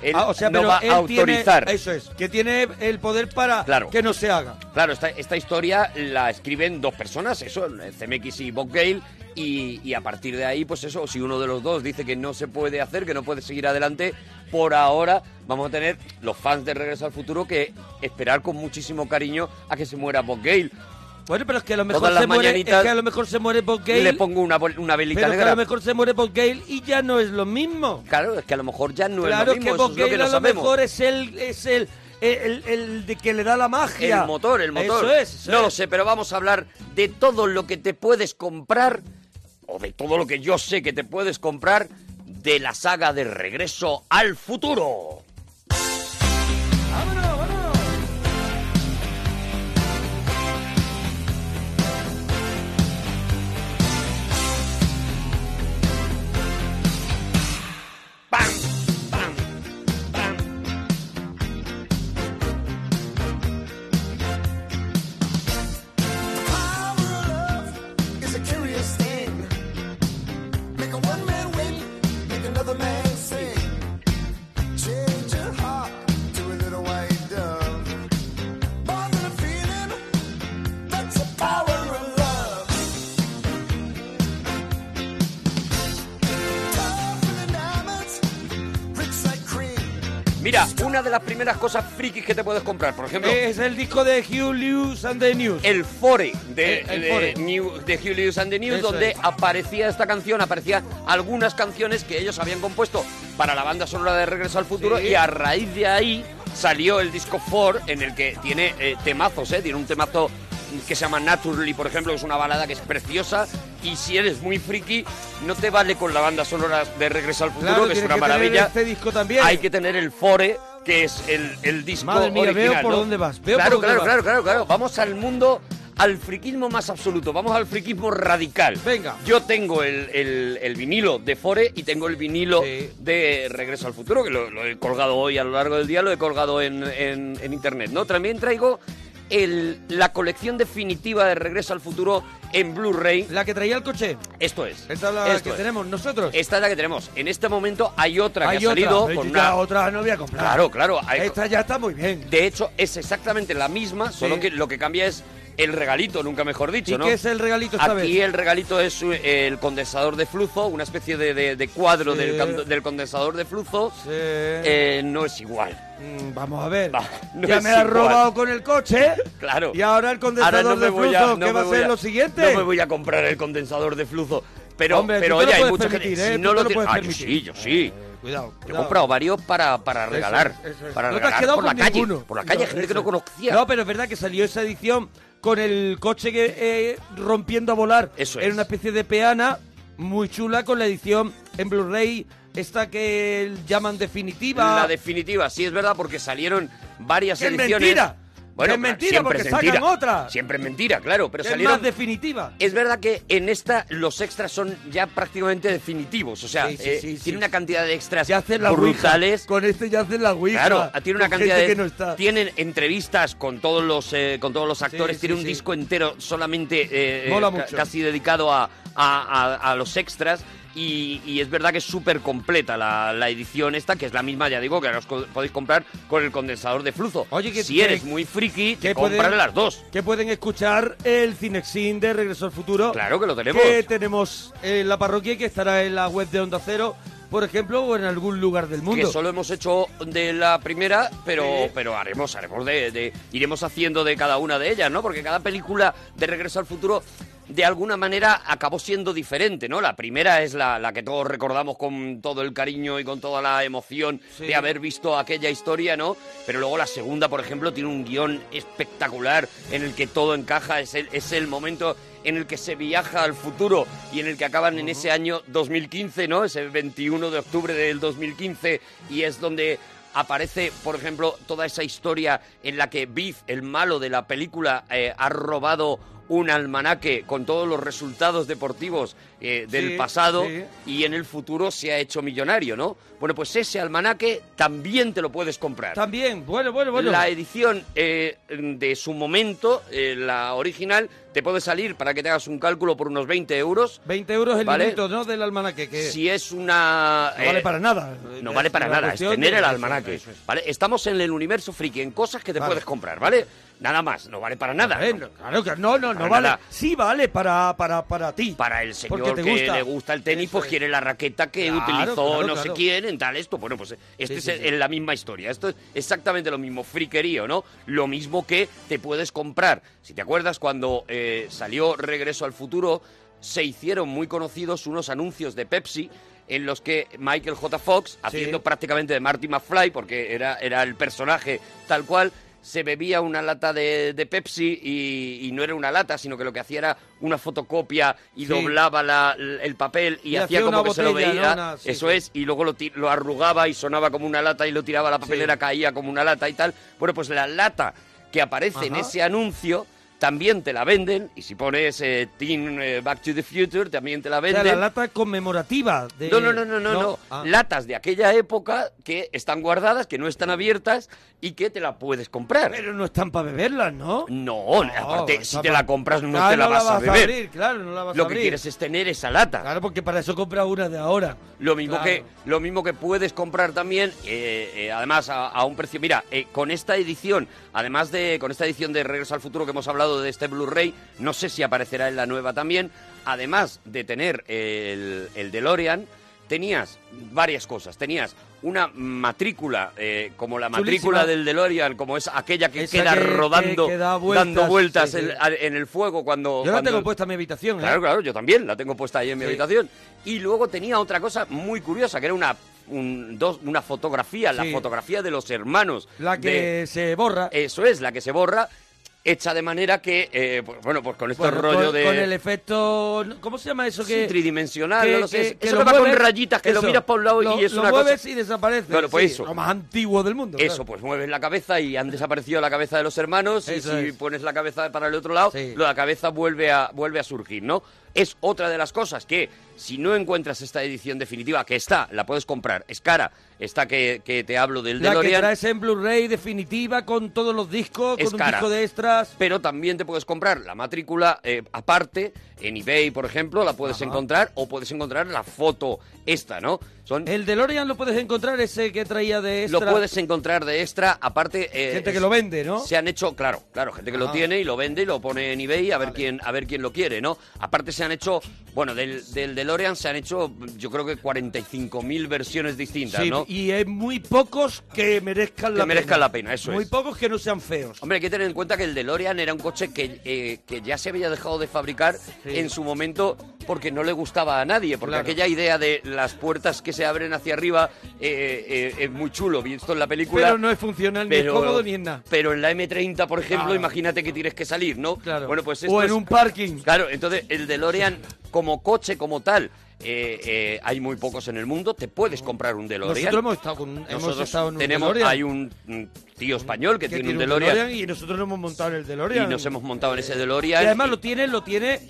Speaker 3: Él
Speaker 1: Ah, o sea,
Speaker 3: no
Speaker 1: pero
Speaker 3: va
Speaker 1: él
Speaker 3: a autorizar.
Speaker 1: Tiene, eso es, que tiene el poder para
Speaker 3: Claro.
Speaker 1: que no se haga.
Speaker 3: Claro, esta, esta historia la escriben dos personas, eso, CMX y Bob Gale, y, y a partir de ahí, pues eso, si uno de los dos dice que no se puede hacer, que no puede seguir adelante, por ahora vamos a tener los fans de Regreso al Futuro que esperar con muchísimo cariño a que se muera Bob Gale.
Speaker 1: Bueno, pero es que a lo mejor
Speaker 3: Todas las
Speaker 1: se muere,
Speaker 3: mañanitas
Speaker 1: es que a lo mejor se muere Bob Gale.
Speaker 3: le pongo una, bol- una velita
Speaker 1: pero que a
Speaker 3: negra.
Speaker 1: lo mejor se muere Bob Gale y ya no es lo mismo.
Speaker 3: Claro, es que a lo mejor ya no
Speaker 1: claro
Speaker 3: es lo mismo,
Speaker 1: que
Speaker 3: eso
Speaker 1: Bob
Speaker 3: es
Speaker 1: Gale
Speaker 3: lo que no
Speaker 1: a lo
Speaker 3: sabemos.
Speaker 1: mejor es el es el el, el- el de que le da la magia.
Speaker 3: El motor, el motor.
Speaker 1: Eso es. eso
Speaker 3: no lo
Speaker 1: es.
Speaker 3: sé, pero vamos a hablar de todo lo que te puedes comprar, o de todo lo que yo sé que te puedes comprar, de la saga de Regreso al Futuro.
Speaker 5: It's a curious thing. Make a one man win, make another man sing. Change your heart to a little white dove. More than a feeling, that's the power of love. Tough in the diamonds, rich like cream.
Speaker 3: Mira, una de las primeras cosas frikis que te puedes comprar, por ejemplo.
Speaker 1: Es el disco de Hugh Lewis and the News.
Speaker 3: El Fore de,
Speaker 1: El- el
Speaker 3: de
Speaker 1: Fore.
Speaker 3: New- de Hugh Lewis and the News,
Speaker 1: Eso
Speaker 3: donde
Speaker 1: es.
Speaker 3: aparecía esta canción, aparecían algunas canciones que ellos habían compuesto para la banda sonora de Regreso al Futuro
Speaker 1: Sí.
Speaker 3: y a raíz de ahí salió el disco Fore en el que tiene eh, temazos, ¿eh? tiene un temazo que se llama Naturally, por ejemplo, que es una balada que es preciosa y si eres muy friki no te vale con la banda sonora de Regreso al Futuro,
Speaker 1: Claro,
Speaker 3: que es
Speaker 1: tienes
Speaker 3: una
Speaker 1: que tener
Speaker 3: maravilla.
Speaker 1: este disco también.
Speaker 3: Hay que tener el Fore que es el, el disco
Speaker 1: Madre mía,
Speaker 3: original,
Speaker 1: veo por
Speaker 3: ¿no?
Speaker 1: dónde vas, veo por
Speaker 3: claro,
Speaker 1: dónde
Speaker 3: claro,
Speaker 1: vas.
Speaker 3: claro, claro, claro. Vamos al mundo, al friquismo más absoluto. Vamos al friquismo radical.
Speaker 1: Venga.
Speaker 3: Yo tengo el, el- el vinilo de Fore y tengo el vinilo de Regreso al Futuro, que lo, lo he colgado hoy a lo largo del día, lo he colgado en, en- en internet, ¿no? También traigo el- la colección definitiva de Regreso al Futuro en Blu-ray.
Speaker 1: ¿La que traía el coche?
Speaker 3: Esto es.
Speaker 1: Esta es la
Speaker 3: Esto
Speaker 1: que
Speaker 3: es.
Speaker 1: tenemos nosotros.
Speaker 3: Esta es la que tenemos. En este momento hay otra
Speaker 1: Hay
Speaker 3: que ha
Speaker 1: otra,
Speaker 3: salido
Speaker 1: pero
Speaker 3: con
Speaker 1: yo ya
Speaker 3: una
Speaker 1: otra no voy a comprar.
Speaker 3: Claro, claro.
Speaker 1: Esta ya está muy bien.
Speaker 3: De hecho, es exactamente la misma, solo que lo que cambia es el regalito, nunca mejor dicho,
Speaker 1: ¿Y
Speaker 3: ¿no?
Speaker 1: qué es el regalito esta
Speaker 3: Aquí
Speaker 1: vez?
Speaker 3: el regalito es eh, el condensador de flujo, una especie de, de- de cuadro
Speaker 1: Sí.
Speaker 3: del, can- del condensador de flujo. Eh, no es igual.
Speaker 1: Mm, Vamos a ver.
Speaker 3: no
Speaker 1: ya
Speaker 3: es
Speaker 1: me la has
Speaker 3: igual.
Speaker 1: robado con el coche.
Speaker 3: Claro.
Speaker 1: Y ahora el condensador
Speaker 3: Ahora no me
Speaker 1: de
Speaker 3: voy
Speaker 1: flujo,
Speaker 3: a- no
Speaker 1: ¿qué
Speaker 3: me
Speaker 1: va a
Speaker 3: voy
Speaker 1: ser
Speaker 3: a-
Speaker 1: lo siguiente?
Speaker 3: No me voy a comprar el condensador de flujo. Pero,
Speaker 1: Hombre, tú
Speaker 3: pero
Speaker 1: te lo
Speaker 3: oye, hay
Speaker 1: puedes
Speaker 3: mucha
Speaker 1: permitir,
Speaker 3: gente.
Speaker 1: ¿eh? Tú
Speaker 3: Si no
Speaker 1: te
Speaker 3: lo
Speaker 1: lo
Speaker 3: te-
Speaker 1: puedes
Speaker 3: Ah, yo
Speaker 1: permitir. Eh,
Speaker 3: sí, yo sí.
Speaker 1: Cuidado.
Speaker 3: Yo he comprado varios para, para regalar.
Speaker 1: Eso es, eso es.
Speaker 3: Para
Speaker 1: no te has
Speaker 3: regalar
Speaker 1: quedado
Speaker 3: por la
Speaker 1: con
Speaker 3: calle.
Speaker 1: ninguno.
Speaker 3: Por la calle, gente que
Speaker 1: eso
Speaker 3: no
Speaker 1: es.
Speaker 3: conocía.
Speaker 1: No, pero es verdad que salió esa edición con el coche que eh, rompiendo a volar.
Speaker 3: Eso
Speaker 1: Era
Speaker 3: es.
Speaker 1: una especie de peana muy chula con la edición en Blu-ray, esta que llaman definitiva.
Speaker 3: La definitiva, sí, es verdad, porque salieron varias
Speaker 1: ¡Qué
Speaker 3: ediciones.
Speaker 1: mentira! Bueno,
Speaker 3: es mentira
Speaker 1: siempre
Speaker 3: porque
Speaker 1: es
Speaker 3: sacan
Speaker 1: mentira.
Speaker 3: otra.
Speaker 1: Siempre es mentira, claro, pero
Speaker 3: Es
Speaker 1: salieron-
Speaker 3: más definitiva. Es verdad que en esta los extras son ya prácticamente definitivos. O sea,
Speaker 1: Sí, sí,
Speaker 3: eh,
Speaker 1: sí,
Speaker 3: tiene
Speaker 1: sí.
Speaker 3: una cantidad de extras
Speaker 1: Ya hacen la Ouija.
Speaker 3: brutales.
Speaker 1: Con este ya hacen la Ouija.
Speaker 3: Claro, tiene una
Speaker 1: con
Speaker 3: cantidad
Speaker 1: gente
Speaker 3: de
Speaker 1: que no está.
Speaker 3: tienen entrevistas con todos los eh, con todos los actores,
Speaker 1: sí,
Speaker 3: tiene un
Speaker 1: sí.
Speaker 3: disco entero solamente eh, eh,
Speaker 1: Mola
Speaker 3: ca-
Speaker 1: mucho.
Speaker 3: casi dedicado a, a- a- a los extras. Y, y es verdad que es súper completa la, la edición esta, que es la misma, ya digo, que ahora os co- podéis comprar con el condensador de flujo. Oye,
Speaker 1: que-
Speaker 3: si
Speaker 1: que-
Speaker 3: eres muy friki, te
Speaker 1: que
Speaker 3: compras
Speaker 1: pueden-
Speaker 3: las dos.
Speaker 1: Que pueden escuchar el Cinexin de Regreso al Futuro.
Speaker 3: Claro que lo tenemos.
Speaker 1: Que tenemos en la parroquia y que estará en la web de Onda Cero, por ejemplo, o en algún lugar del mundo.
Speaker 3: Que solo hemos hecho de la primera, pero, pero haremos, haremos de, de- Iremos haciendo de cada una de ellas, ¿no? Porque cada película de Regreso al Futuro. De alguna manera acabó siendo diferente, ¿no? La primera es la, la que todos recordamos con todo el cariño y con toda la emoción
Speaker 1: Sí.
Speaker 3: de haber visto aquella historia, ¿no? Pero luego la segunda, por ejemplo, tiene un guión espectacular en el que todo encaja, es el, es el momento en el que se viaja al futuro y en el que acaban en ese año 2015, ¿no? Ese 21 de octubre del 2015 y es donde aparece, por ejemplo, toda esa historia en la que Biff, el malo de la película, eh, ha robado un almanaque con todos los resultados deportivos eh, del
Speaker 1: Sí,
Speaker 3: pasado
Speaker 1: sí.
Speaker 3: y en el futuro se ha hecho millonario, ¿no? Bueno, pues ese almanaque también te lo puedes comprar.
Speaker 1: También, bueno, bueno, bueno.
Speaker 3: La edición eh, de su momento, eh, la original, te puede salir, para que te hagas un cálculo, por unos 20 euros.
Speaker 1: 20 euros el
Speaker 3: ¿Vale?
Speaker 1: librito, ¿no? Del almanaque. Que
Speaker 3: Si es una...
Speaker 1: no vale
Speaker 3: eh,
Speaker 1: para nada.
Speaker 3: no vale para
Speaker 1: una
Speaker 3: nada, es
Speaker 1: cuestión
Speaker 3: tener
Speaker 1: de-
Speaker 3: el
Speaker 1: eso,
Speaker 3: almanaque.
Speaker 1: eso es.
Speaker 3: ¿vale? Estamos en el universo friki, en cosas que te
Speaker 1: Vale.
Speaker 3: puedes comprar, ¿vale? Nada más, no vale para nada.
Speaker 1: Claro que no, no, no
Speaker 3: Para
Speaker 1: vale.
Speaker 3: nada.
Speaker 1: Sí vale para, para, para ti.
Speaker 3: Para el señor
Speaker 1: Porque te
Speaker 3: que
Speaker 1: gusta.
Speaker 3: le gusta el tenis, pues quiere la raqueta que
Speaker 1: Claro,
Speaker 3: utilizó
Speaker 1: claro,
Speaker 3: no
Speaker 1: claro.
Speaker 3: sé quién en tal esto. Bueno, pues
Speaker 1: Sí,
Speaker 3: este es
Speaker 1: sí, sí.
Speaker 3: el- la misma historia. Esto es exactamente lo mismo, friquerío, ¿no? Lo mismo que te puedes comprar. Si te acuerdas, cuando eh, salió Regreso al Futuro, se hicieron muy conocidos unos anuncios de Pepsi en los que Michael J. Fox, haciendo prácticamente de Marty McFly, porque era, era el personaje tal cual, se bebía una lata de, de Pepsi y, y no era una lata, sino que lo que hacía era una fotocopia y
Speaker 1: Sí.
Speaker 3: doblaba la- el papel y,
Speaker 1: Y
Speaker 3: hacía
Speaker 1: hacía
Speaker 3: como
Speaker 1: una
Speaker 3: que se lo
Speaker 1: botella,
Speaker 3: veía.
Speaker 1: ¿no? Una- sí,
Speaker 3: Eso
Speaker 1: sí.
Speaker 3: es, y luego lo, ti- lo arrugaba y sonaba como una lata y lo tiraba a la papelera, caía como una lata y tal. Bueno, pues la lata que aparece en
Speaker 1: Ajá.
Speaker 3: ese anuncio también te la venden, y si pones eh, Teen eh, Back to the Future, también te la
Speaker 1: O sea,
Speaker 3: venden.
Speaker 1: la lata conmemorativa. De...
Speaker 3: No, no, no, no, no, no.
Speaker 1: Ah.
Speaker 3: Latas de aquella época que están guardadas, que no están abiertas y que te la puedes comprar.
Speaker 1: Pero no están para beberlas, ¿no?
Speaker 3: No, aparte, si
Speaker 1: está
Speaker 3: te
Speaker 1: pa-
Speaker 3: la compras no
Speaker 1: Claro,
Speaker 3: te la
Speaker 1: no
Speaker 3: vas, a beber.
Speaker 1: abrir, claro, no la vas
Speaker 3: Lo
Speaker 1: a
Speaker 3: que
Speaker 1: abrir.
Speaker 3: quieres es tener esa lata. Este
Speaker 1: Claro, porque para eso compra una de ahora.
Speaker 3: Lo mismo,
Speaker 1: Claro.
Speaker 3: que, lo mismo que puedes comprar también, eh, eh, además a, a un precio. Mira, eh, con esta edición, además de con esta edición de Regreso al Futuro que hemos hablado de este Blu-ray, no sé si aparecerá en la nueva también. Además de tener eh, el, el DeLorean, tenías varias cosas. Tenías una matrícula, eh, como la matrícula
Speaker 1: Chulísima.
Speaker 3: del DeLorean, como es aquella que
Speaker 1: Esa
Speaker 3: queda
Speaker 1: que- que-
Speaker 3: rodando,
Speaker 1: que da vueltas,
Speaker 3: dando vueltas
Speaker 1: sí, sí.
Speaker 3: en- a- en el fuego cuando.
Speaker 1: Yo la
Speaker 3: cuando-
Speaker 1: tengo puesta en mi habitación, ¿eh?
Speaker 3: Claro, claro, yo también la tengo puesta ahí en mi
Speaker 1: Sí.
Speaker 3: habitación. Y luego tenía otra cosa muy curiosa, que era una, un- dos, una fotografía, la
Speaker 1: Sí.
Speaker 3: fotografía de los hermanos.
Speaker 1: La que se borra.
Speaker 3: Eso es, la que se borra, hecha de manera que, eh, pues, bueno, pues con estos
Speaker 1: Bueno,
Speaker 3: rollos
Speaker 1: con,
Speaker 3: de...
Speaker 1: con el efecto... ¿Cómo se llama eso?
Speaker 3: Sí,
Speaker 1: Que,
Speaker 3: tridimensional, no lo sé. Eso
Speaker 1: lo
Speaker 3: que va con
Speaker 1: mueves,
Speaker 3: rayitas, que lo miras pa' un lado y
Speaker 1: lo-
Speaker 3: es
Speaker 1: lo
Speaker 3: una cosa-
Speaker 1: mueves y desaparece.
Speaker 3: Bueno, pues
Speaker 1: sí,
Speaker 3: eso.
Speaker 1: Lo más antiguo del mundo.
Speaker 3: Eso, pues mueves la cabeza y han desaparecido la cabeza de los hermanos y
Speaker 1: Eso
Speaker 3: si
Speaker 1: es.
Speaker 3: pones la cabeza para el otro lado, la cabeza vuelve a, vuelve a surgir, ¿no? Es otra de las cosas que si no encuentras esta edición definitiva, que está, la puedes comprar, es cara, está que, que te hablo del
Speaker 1: claro. La que
Speaker 3: DeLorean.
Speaker 1: traes en Blu-ray definitiva con todos los discos,
Speaker 3: Es
Speaker 1: con un
Speaker 3: cara.
Speaker 1: disco de extras.
Speaker 3: Pero también te puedes comprar la matrícula eh, aparte, en eBay, por ejemplo, la puedes encontrar, o puedes encontrar la foto esta, ¿no? Son,
Speaker 1: El DeLorean lo puedes encontrar, ese que traía de
Speaker 3: lo
Speaker 1: extra.
Speaker 3: puedes encontrar de extra, aparte... eh,
Speaker 1: Gente que
Speaker 3: es-
Speaker 1: lo vende, ¿no?
Speaker 3: Se han hecho, claro, claro, gente que lo
Speaker 1: Ah.
Speaker 3: tiene y lo vende y lo pone en eBay a ver quién, a ver quién lo quiere, ¿no? Aparte se han hecho, bueno, del, del DeLorean se han hecho, yo creo que 45.000 versiones distintas,
Speaker 1: Sí,
Speaker 3: ¿no?
Speaker 1: y es muy pocos que merezcan
Speaker 3: Que
Speaker 1: la
Speaker 3: merezcan
Speaker 1: pena.
Speaker 3: la pena, eso
Speaker 1: Muy
Speaker 3: es.
Speaker 1: pocos que no sean feos.
Speaker 3: Hombre, hay que tener en cuenta que el DeLorean era un coche que, eh, que ya se había dejado de fabricar en su momento porque no le gustaba a nadie, porque
Speaker 1: Claro.
Speaker 3: aquella idea de las puertas que se abren hacia arriba eh, eh, es muy chulo, visto en la película.
Speaker 1: Pero no es funcional ni es
Speaker 3: pero-
Speaker 1: cómodo ni en nada.
Speaker 3: Pero en la M30, por ejemplo,
Speaker 1: Claro.
Speaker 3: imagínate que tienes que salir, ¿no? Bueno, pues
Speaker 1: O
Speaker 3: esto
Speaker 1: en
Speaker 3: es-
Speaker 1: un parking.
Speaker 3: Claro, entonces el DeLorean como coche, como tal, eh, eh, hay muy pocos en el mundo. Te puedes comprar un DeLorean.
Speaker 22: Nosotros hemos estado, con un- hemos
Speaker 3: Nosotros
Speaker 22: estado en un
Speaker 3: tenemos,
Speaker 22: DeLorean.
Speaker 3: Hay un mm, tío español que,
Speaker 22: que
Speaker 3: tiene, un
Speaker 22: tiene
Speaker 3: DeLorean,
Speaker 22: y nosotros lo hemos montado en el
Speaker 3: y,
Speaker 22: DeLorean.
Speaker 3: nos hemos montado en ese
Speaker 1: Y
Speaker 3: DeLorean.
Speaker 1: además lo tiene, lo tiene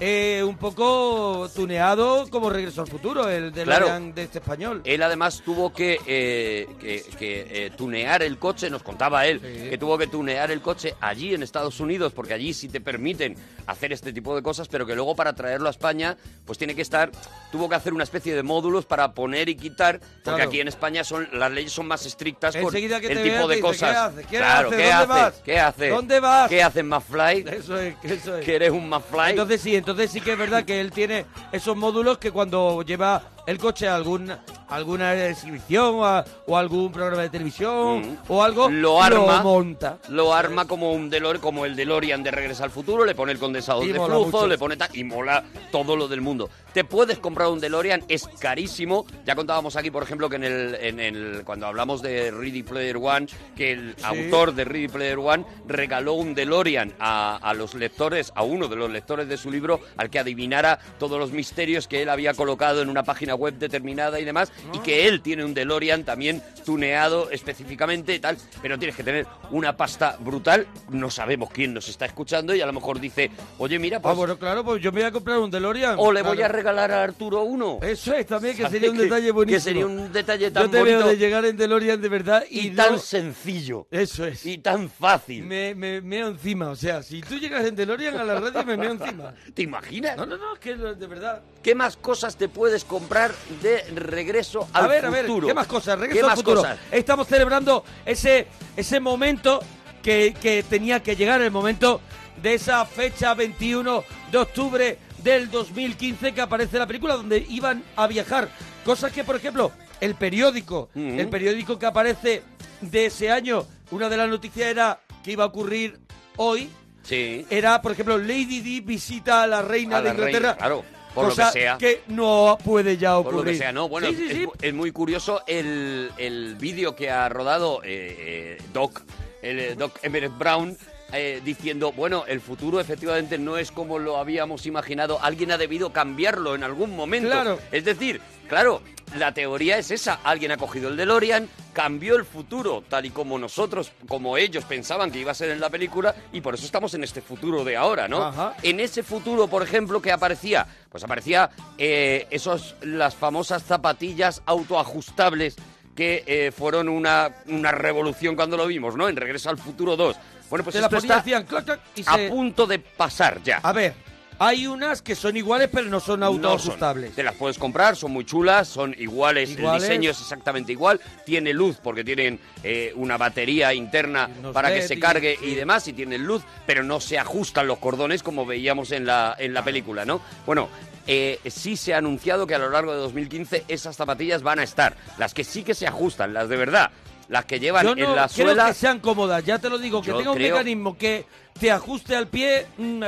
Speaker 1: eh, un poco tuneado como regreso al futuro, el de
Speaker 3: Claro.
Speaker 1: de este español.
Speaker 3: Él además tuvo que, eh, que- que, eh, tunear el coche, nos contaba él, que tuvo que tunear el coche allí en Estados Unidos, porque allí sí te permiten hacer este tipo de cosas, pero que luego para traerlo a España, pues tiene que estar, tuvo que hacer una especie de módulos para poner y quitar, porque
Speaker 1: Claro.
Speaker 3: aquí en España son las leyes son más estrictas con
Speaker 1: Enseguida que
Speaker 3: el
Speaker 1: te
Speaker 3: tipo
Speaker 1: vean,
Speaker 3: de
Speaker 1: te dice,
Speaker 3: cosas.
Speaker 1: ¿qué haces? ¿Qué
Speaker 3: claro,
Speaker 1: haces?
Speaker 3: ¿qué
Speaker 1: ¿Dónde
Speaker 3: haces?
Speaker 1: vas?
Speaker 3: ¿Qué haces?
Speaker 1: ¿Dónde vas?
Speaker 3: ¿Qué haces, McFly?
Speaker 1: Eso es, eso es.
Speaker 3: Que eres un McFly.
Speaker 1: Entonces sí, entonces sí que es verdad que él tiene esos módulos que cuando lleva el coche a algún, alguna exhibición o a- o algún programa de televisión o algo,
Speaker 3: Mm. lo arma,
Speaker 1: monta.
Speaker 3: lo arma como un Delor, como el DeLorean de Regreso al Futuro, le pone el condensador
Speaker 1: Y
Speaker 3: de
Speaker 1: mola
Speaker 3: flujo,
Speaker 1: mucho.
Speaker 3: le pone tal, y mola todo lo del mundo. Te puedes comprar un DeLorean, es carísimo. Ya contábamos aquí, por ejemplo, que en el, en el cuando hablamos de Ready Player One, que el autor de Ready Player One regaló un DeLorean a, a los lectores, a uno de los lectores de su libro, al que adivinara todos los misterios que él había colocado en una página web determinada y demás, y que él tiene un DeLorean también tuneado específicamente y tal, pero tienes que tener una pasta brutal, no sabemos quién nos está escuchando y a lo mejor dice, oye mira,
Speaker 1: Ah,
Speaker 3: pues
Speaker 1: bueno, claro, pues yo me voy a comprar un DeLorean.
Speaker 3: o le
Speaker 1: Claro.
Speaker 3: voy a regalar a Arturo uno.
Speaker 1: Eso es también, que
Speaker 3: ¿Sabes
Speaker 1: sería un
Speaker 3: qué?
Speaker 1: detalle buenísimo.
Speaker 3: Que sería un detalle tan
Speaker 1: Yo te
Speaker 3: bonito
Speaker 1: veo de llegar en DeLorean de verdad y,
Speaker 3: y, tan
Speaker 1: no-
Speaker 3: sencillo.
Speaker 1: Eso es.
Speaker 3: Y tan fácil.
Speaker 1: Me, me meo encima, o sea, si tú llegas en DeLorean a la radio me meo encima.
Speaker 3: ¿Te imaginas?
Speaker 1: No, no, no, es que lo- de verdad.
Speaker 3: ¿Qué más cosas te puedes comprar de regreso
Speaker 1: A
Speaker 3: al
Speaker 1: ver, a ver,
Speaker 3: futuro?
Speaker 1: ¿qué más cosas? Regreso
Speaker 3: ¿Qué
Speaker 1: al
Speaker 3: más
Speaker 1: futuro.
Speaker 3: cosas?
Speaker 1: Estamos celebrando ese, ese momento que, que tenía que llegar, el momento de esa fecha 21 de octubre del 2015 que aparece la película donde iban a viajar. Cosas que, por ejemplo, el periódico, el periódico que aparece de ese año, una de las noticias era que iba a ocurrir hoy.
Speaker 3: Sí.
Speaker 1: Era, por ejemplo, Lady Di visita a la reina
Speaker 3: A
Speaker 1: de
Speaker 3: la reina,
Speaker 1: Inglaterra.
Speaker 3: claro, por lo
Speaker 1: cosa
Speaker 3: que sea.
Speaker 1: no puede ya
Speaker 3: Por
Speaker 1: ocurrir.
Speaker 3: lo que sea, ¿no? Bueno,
Speaker 1: Sí, sí,
Speaker 3: es,
Speaker 1: sí,
Speaker 3: mu- es muy curioso el, el vídeo que ha rodado eh, eh, Doc, el, eh, Doc Everett Brown. eh, diciendo, bueno, el futuro efectivamente no es como lo habíamos imaginado, alguien ha debido cambiarlo en algún momento.
Speaker 1: Claro.
Speaker 3: Es decir, claro, la teoría es esa, alguien ha cogido el DeLorean, cambió el futuro tal y como nosotros, como ellos pensaban que iba a ser en la película y por eso estamos en este futuro de ahora, ¿no?
Speaker 1: Ajá.
Speaker 3: En ese futuro, por ejemplo, que aparecía, pues aparecía eh, esos las famosas zapatillas autoajustables que eh, fueron una, una revolución cuando lo vimos, ¿no? En Regreso al Futuro 2. Bueno, pues
Speaker 1: Te la
Speaker 3: esto
Speaker 1: ponían,
Speaker 3: está
Speaker 1: hacían clac, clac, y
Speaker 3: a
Speaker 1: se-
Speaker 3: punto de pasar ya.
Speaker 1: A ver, hay unas que son iguales pero no son autoajustables.
Speaker 3: No son. Te las puedes comprar, son muy chulas, son iguales,
Speaker 1: Iguales.
Speaker 3: el diseño es exactamente igual, tiene luz porque tienen eh, una batería interna
Speaker 1: unos
Speaker 3: para que
Speaker 1: LED
Speaker 3: se
Speaker 1: y-
Speaker 3: cargue y,
Speaker 1: sí.
Speaker 3: demás y tienen luz, pero no se ajustan los cordones como veíamos en la, en la película, ¿no? Bueno, eh, sí se ha anunciado que a lo largo de 2015 esas zapatillas van a estar, las que sí que se ajustan, las de verdad, las que llevan
Speaker 1: Yo no
Speaker 3: en la
Speaker 1: quiero
Speaker 3: suela...
Speaker 1: que sean cómodas, ya te lo digo, que
Speaker 3: Yo
Speaker 1: tenga un
Speaker 3: creo-
Speaker 1: mecanismo que te ajuste al pie, mm,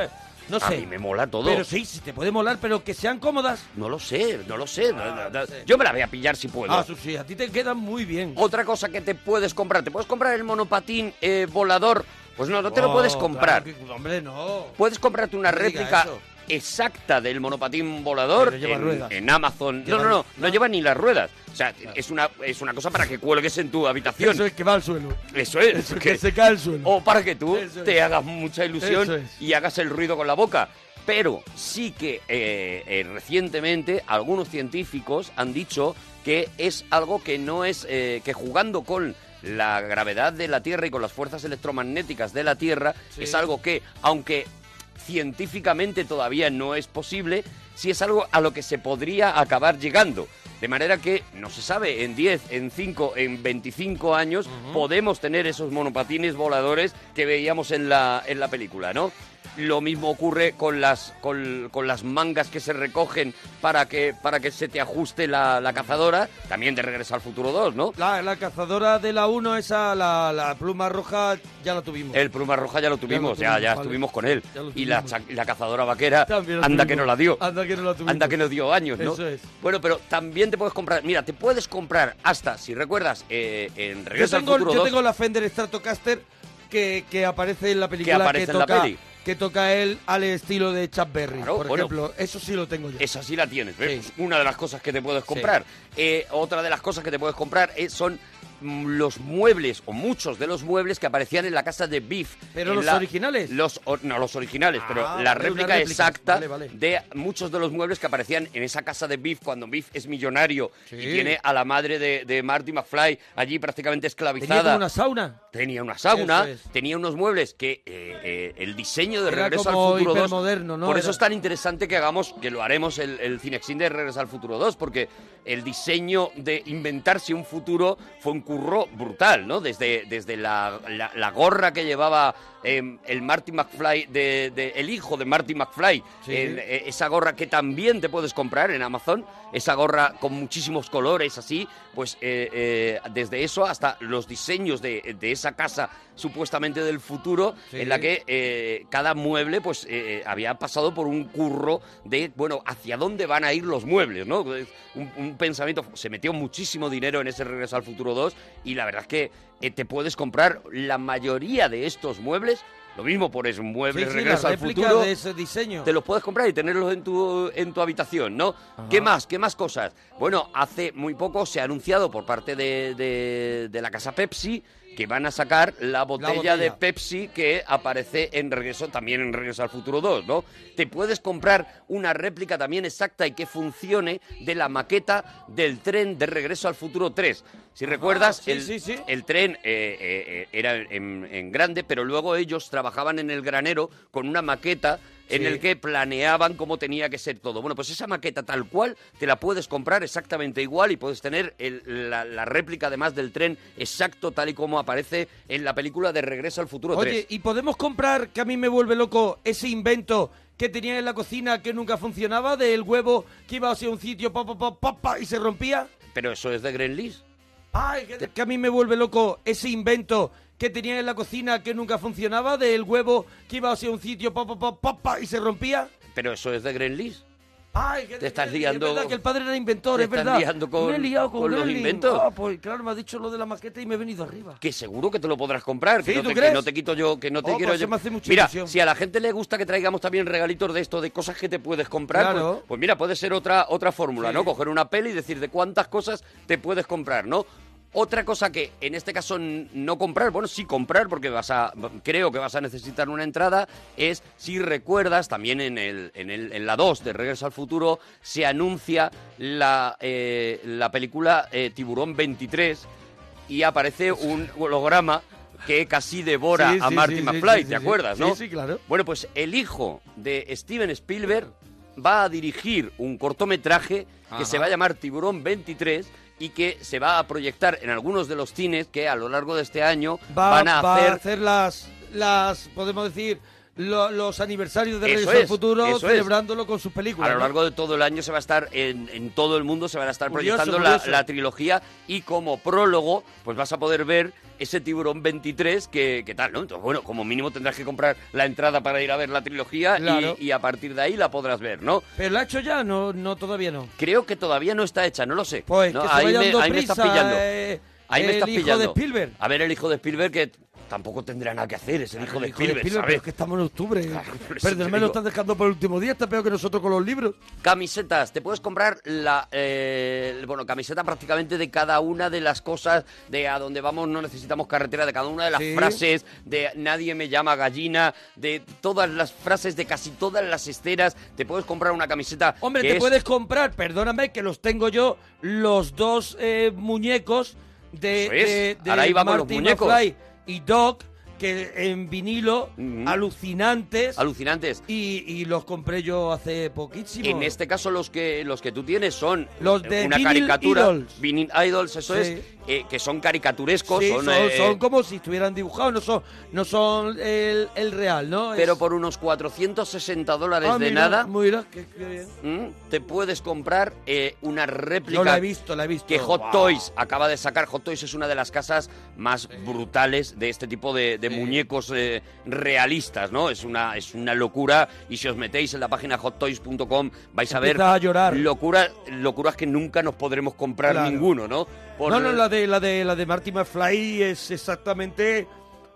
Speaker 1: no sé.
Speaker 3: A mí me mola todo.
Speaker 1: Pero sí, sí te puede molar, pero que sean cómodas.
Speaker 3: No lo sé, no lo sé. no- no- no- Yo me la voy a pillar si puedo.
Speaker 1: Ah, eso sí, a ti te quedan muy bien.
Speaker 3: Otra cosa que te puedes comprar, ¿te puedes comprar el monopatín eh, volador? Pues no, no te lo
Speaker 1: Oh,
Speaker 3: puedes comprar.
Speaker 1: claro que- hombre, no.
Speaker 3: Puedes comprarte una
Speaker 1: No diga
Speaker 3: réplica
Speaker 1: eso.
Speaker 3: exacta del monopatín volador
Speaker 1: Pero lleva
Speaker 3: en,
Speaker 1: ruedas.
Speaker 3: en Amazon. No,
Speaker 1: Lleva-
Speaker 3: no, no, no lleva ni las ruedas. O sea, es una, es una cosa para que cuelgues en tu habitación.
Speaker 1: Eso es que va al suelo.
Speaker 3: Eso es.
Speaker 1: Eso es que se cae al suelo.
Speaker 3: O para que tú
Speaker 1: Eso
Speaker 3: te
Speaker 1: es.
Speaker 3: hagas mucha ilusión
Speaker 1: Eso es.
Speaker 3: y hagas el ruido con la boca. Pero sí que eh, eh, recientemente algunos científicos han dicho que es algo que no es. eh, que jugando con la gravedad de la Tierra y con las fuerzas electromagnéticas de la Tierra,
Speaker 1: Sí.
Speaker 3: es algo que, aunque científicamente todavía no es posible, si es algo a lo que se podría acabar llegando. De manera que no se sabe, en 10, en 5, en 25 años podemos tener esos monopatines voladores que veíamos en la, en la película, ¿no? Lo mismo ocurre con las, con, con las mangas que se recogen para que, para que se te ajuste la, la cazadora, también de Regreso al Futuro 2, ¿no?
Speaker 1: La, la cazadora de la 1, esa, la, la pluma roja, ya la tuvimos.
Speaker 3: El pluma roja ya lo tuvimos, ya, ya,
Speaker 1: tuvimos, vale.
Speaker 3: estuvimos con él.
Speaker 1: Ya lo
Speaker 3: Y la, cha- la cazadora vaquera,
Speaker 1: También la
Speaker 3: anda que
Speaker 1: tuvimos.
Speaker 3: no la dio.
Speaker 1: Anda que no la tuvimos.
Speaker 3: Anda que nos dio años, ¿no?
Speaker 1: Eso es.
Speaker 3: Bueno, pero también te puedes comprar. Mira, te puedes comprar hasta, si recuerdas, eh, en
Speaker 1: Yo
Speaker 3: Regreso
Speaker 1: tengo,
Speaker 3: al Futuro
Speaker 1: yo
Speaker 3: 2,
Speaker 1: tengo la Fender Stratocaster que, que aparece en la película
Speaker 3: aparece en la
Speaker 1: toca,
Speaker 3: peli.
Speaker 1: que toca él al estilo de Chuck Berry,
Speaker 3: Claro,
Speaker 1: por
Speaker 3: bueno. Eh,
Speaker 1: ejemplo. Eso sí lo tengo yo.
Speaker 3: Esa sí la tienes, ¿ves? Una de las cosas que te puedes comprar. Eh, otra de las cosas que te puedes comprar eh, son mm, los muebles o muchos de los muebles que aparecían en la casa de Beef.
Speaker 1: Pero
Speaker 3: En
Speaker 1: los
Speaker 3: la-
Speaker 1: originales.
Speaker 3: Los, or- no, los originales, pero
Speaker 1: Ah,
Speaker 3: la
Speaker 1: vale, una
Speaker 3: réplica,
Speaker 1: réplica.
Speaker 3: exacta
Speaker 1: Vale, vale.
Speaker 3: de muchos de los muebles que aparecían en esa casa de Beef cuando Beef es millonario
Speaker 1: Sí.
Speaker 3: y tiene a la madre de, de Marty McFly allí prácticamente esclavizada.
Speaker 1: Tenía como una sauna.
Speaker 3: Tenía una sauna,
Speaker 1: Eso es.
Speaker 3: tenía unos muebles que eh, eh, el diseño de
Speaker 1: Era
Speaker 3: Regreso
Speaker 1: como
Speaker 3: al Futuro 2...
Speaker 1: hipermoderno, ¿no?
Speaker 3: Por
Speaker 1: Era-
Speaker 3: eso es tan interesante que hagamos, que lo haremos el, el Cinexin de Regreso al Futuro 2, porque el diseño de inventarse un futuro fue un curro brutal, ¿no? Desde, desde la, la- la gorra que llevaba eh, el Marty McFly, de, de- el hijo de Marty McFly,
Speaker 1: Sí.
Speaker 3: el- eh, esa gorra que también te puedes comprar en Amazon, esa gorra con muchísimos colores así, pues eh, eh, desde eso hasta los diseños de, de esa casa supuestamente del futuro,
Speaker 1: Sí.
Speaker 3: en la que eh, cada mueble pues eh, eh, había pasado por un curro de, bueno, hacia dónde van a ir los muebles, ¿no? Es Un, un pensamiento, se metió muchísimo dinero en ese Regreso al Futuro 2 y la verdad es que eh, te puedes comprar la mayoría de estos muebles. Lo mismo por es
Speaker 1: Sí, sí,
Speaker 3: muebles
Speaker 1: la
Speaker 3: regreso al
Speaker 1: réplica
Speaker 3: futuro
Speaker 1: de ese diseño.
Speaker 3: te los puedes comprar y tenerlos en tu, en tu habitación, ¿no? ¿Qué más? ¿Qué más cosas? Bueno, hace muy poco se ha anunciado por parte de, de- de la casa Pepsi que van a sacar la botella,
Speaker 1: botella.
Speaker 3: de Pepsi que aparece en Regreso, también en Regreso al Futuro 2, ¿no? Te puedes comprar una réplica también exacta y que funcione de la maqueta del tren de Regreso al Futuro 3. Si recuerdas,
Speaker 1: Ah, sí,
Speaker 3: el,
Speaker 1: sí, sí.
Speaker 3: el tren eh, eh, eh, era en, en grande, pero luego ellos trabajaban en el granero con una maqueta en
Speaker 1: Sí.
Speaker 3: el que planeaban cómo tenía que ser todo. Bueno, pues esa maqueta tal cual te la puedes comprar exactamente igual y puedes tener el- la, la réplica además del tren exacto tal y como aparece en la película de Regreso al Futuro
Speaker 1: Oye,
Speaker 3: 3.
Speaker 1: ¿y podemos comprar, que a mí me vuelve loco, ese invento que tenían en la cocina que nunca funcionaba, del huevo que iba hacia un sitio, pa, pa, pa, pa, pa, y se rompía?
Speaker 3: Pero eso es de Gremlins.
Speaker 1: Ay, que, que a mí me vuelve loco ese invento que tenían en la cocina que nunca funcionaba, del huevo que iba hacia un sitio, pa, pa, pa, pa, pa, y se rompía.
Speaker 3: Pero eso es de Gremlins.
Speaker 1: Ay, que,
Speaker 3: Te estás
Speaker 1: que- que
Speaker 3: liando-
Speaker 1: Es verdad que el padre era inventor,
Speaker 3: te
Speaker 1: es
Speaker 3: estás
Speaker 1: verdad.
Speaker 3: liando con-
Speaker 1: me he liado con,
Speaker 3: con los
Speaker 1: Gremlin.
Speaker 3: inventos.
Speaker 1: Ah, pues claro, me has dicho lo de la maqueta y me he venido arriba.
Speaker 3: Que seguro que te lo podrás comprar.
Speaker 1: Sí,
Speaker 3: que, no
Speaker 1: ¿tú
Speaker 3: te,
Speaker 1: crees?
Speaker 3: que no te quito yo, que no te
Speaker 1: Oh,
Speaker 3: quiero
Speaker 1: pues
Speaker 3: yo.
Speaker 1: se me hace mucha
Speaker 3: mira,
Speaker 1: ilusión.
Speaker 3: si a la gente le gusta que traigamos también regalitos de esto, de cosas que te puedes comprar,
Speaker 1: Claro.
Speaker 3: pues, pues mira, puede ser otra, otra fórmula, ¿no? Coger una peli y decir de cuántas cosas te puedes comprar, ¿no? Otra cosa que en este caso n- no comprar, bueno, sí comprar porque vas a creo que vas a necesitar una entrada, es si recuerdas también en el en, el, en la 2 de Regreso al futuro se anuncia la eh, la película eh, Tiburón 23 y aparece un holograma que casi devora
Speaker 1: Sí,
Speaker 3: a
Speaker 1: sí,
Speaker 3: Marty
Speaker 1: sí, sí,
Speaker 3: McFly,
Speaker 1: sí, sí,
Speaker 3: ¿te acuerdas,
Speaker 1: sí.
Speaker 3: no?
Speaker 1: Sí, sí, claro.
Speaker 3: Bueno, pues el hijo de Steven Spielberg va a dirigir un cortometraje que
Speaker 1: Ajá.
Speaker 3: se va a llamar Tiburón 23 y que se va a proyectar en algunos de los cines que a lo largo de este año
Speaker 1: va,
Speaker 3: van a
Speaker 1: va
Speaker 3: hacer
Speaker 1: las, las, podemos decir, lo- los aniversarios de
Speaker 3: Eso
Speaker 1: Regreso al
Speaker 3: es,
Speaker 1: Futuro,
Speaker 3: eso es.
Speaker 1: celebrándolo con sus películas.
Speaker 3: A lo
Speaker 1: ¿no?
Speaker 3: largo de todo el año se va a estar en, en todo el mundo, se van a estar
Speaker 1: Curioso,
Speaker 3: proyectando la-
Speaker 1: curioso.
Speaker 3: La, trilogía y como prólogo, pues vas a poder ver ese tiburón 23 que, que tal, ¿no? Entonces, bueno, como mínimo tendrás que comprar la entrada para ir a ver la trilogía y-
Speaker 1: Claro.
Speaker 3: y, a partir de ahí la podrás ver, ¿no?
Speaker 1: Pero lo ha hecho ya, no, no todavía no.
Speaker 3: Creo que todavía no está hecha, no lo sé.
Speaker 1: Pues
Speaker 3: No,
Speaker 1: que se
Speaker 3: ahí
Speaker 1: vaya
Speaker 3: me,
Speaker 1: dando
Speaker 3: ahí me estás
Speaker 1: prisa,
Speaker 3: pillando.
Speaker 1: eh,
Speaker 3: ahí me
Speaker 1: el
Speaker 3: estás
Speaker 1: hijo de
Speaker 3: pillando.
Speaker 1: Spielberg.
Speaker 3: A ver, el hijo de Spielberg que tampoco tendrá nada que hacer, es el hijo de
Speaker 1: Hijo de
Speaker 3: Spielberg,
Speaker 1: Spielberg,
Speaker 3: ¿sabes?
Speaker 1: pero es que estamos en octubre.
Speaker 3: por eso te
Speaker 1: Perdón, me lo
Speaker 3: digo.
Speaker 1: estás dejando para el último día, está peor que nosotros con los libros.
Speaker 3: Camisetas, te puedes comprar la eh, bueno, camiseta prácticamente de cada una de las cosas de a donde vamos no necesitamos carretera, de cada una de las
Speaker 1: Sí.
Speaker 3: frases de nadie me llama gallina, de todas las frases de casi todas las esteras, te puedes comprar una camiseta
Speaker 1: Hombre,
Speaker 3: que
Speaker 1: te
Speaker 3: es-
Speaker 1: puedes comprar, perdóname, que los tengo yo, los dos eh, muñecos de,
Speaker 3: Eso es.
Speaker 1: de- de
Speaker 3: Ahora ahí vamos los
Speaker 1: Marty
Speaker 3: muñecos.
Speaker 1: McFly y Doc, que en vinilo, alucinantes.
Speaker 3: Alucinantes.
Speaker 1: Y, y los compré yo hace poquísimo.
Speaker 3: En este caso los que los que tú tienes son
Speaker 1: Los de
Speaker 3: una
Speaker 1: Vinyl
Speaker 3: caricatura,
Speaker 1: Idols.
Speaker 3: Vinyl Idols, eso
Speaker 1: Sí.
Speaker 3: es, eh, que son caricaturescos,
Speaker 1: Sí,
Speaker 3: son,
Speaker 1: son,
Speaker 3: eh,
Speaker 1: son como si estuvieran dibujados, no son, no son el, el real, ¿no? Es-
Speaker 3: pero por unos 460 dólares
Speaker 1: Ah,
Speaker 3: de
Speaker 1: mira,
Speaker 3: nada.
Speaker 1: mira, qué- qué bien.
Speaker 3: ¿Mm? te puedes comprar eh, una réplica.
Speaker 1: Yo la he visto, la he visto.
Speaker 3: Que Hot
Speaker 1: Wow.
Speaker 3: Toys acaba de sacar. Hot Toys es una de las casas más brutales de este tipo de, de muñecos eh, realistas, ¿no? Es una, es una locura. Y si os metéis en la página hottoys.com vais a ver
Speaker 1: Empiezas a llorar.
Speaker 3: locura- locuras que nunca nos podremos comprar
Speaker 1: Claro.
Speaker 3: ninguno, ¿no? Por-
Speaker 1: No, no, la de, la de, la de Marty McFly es exactamente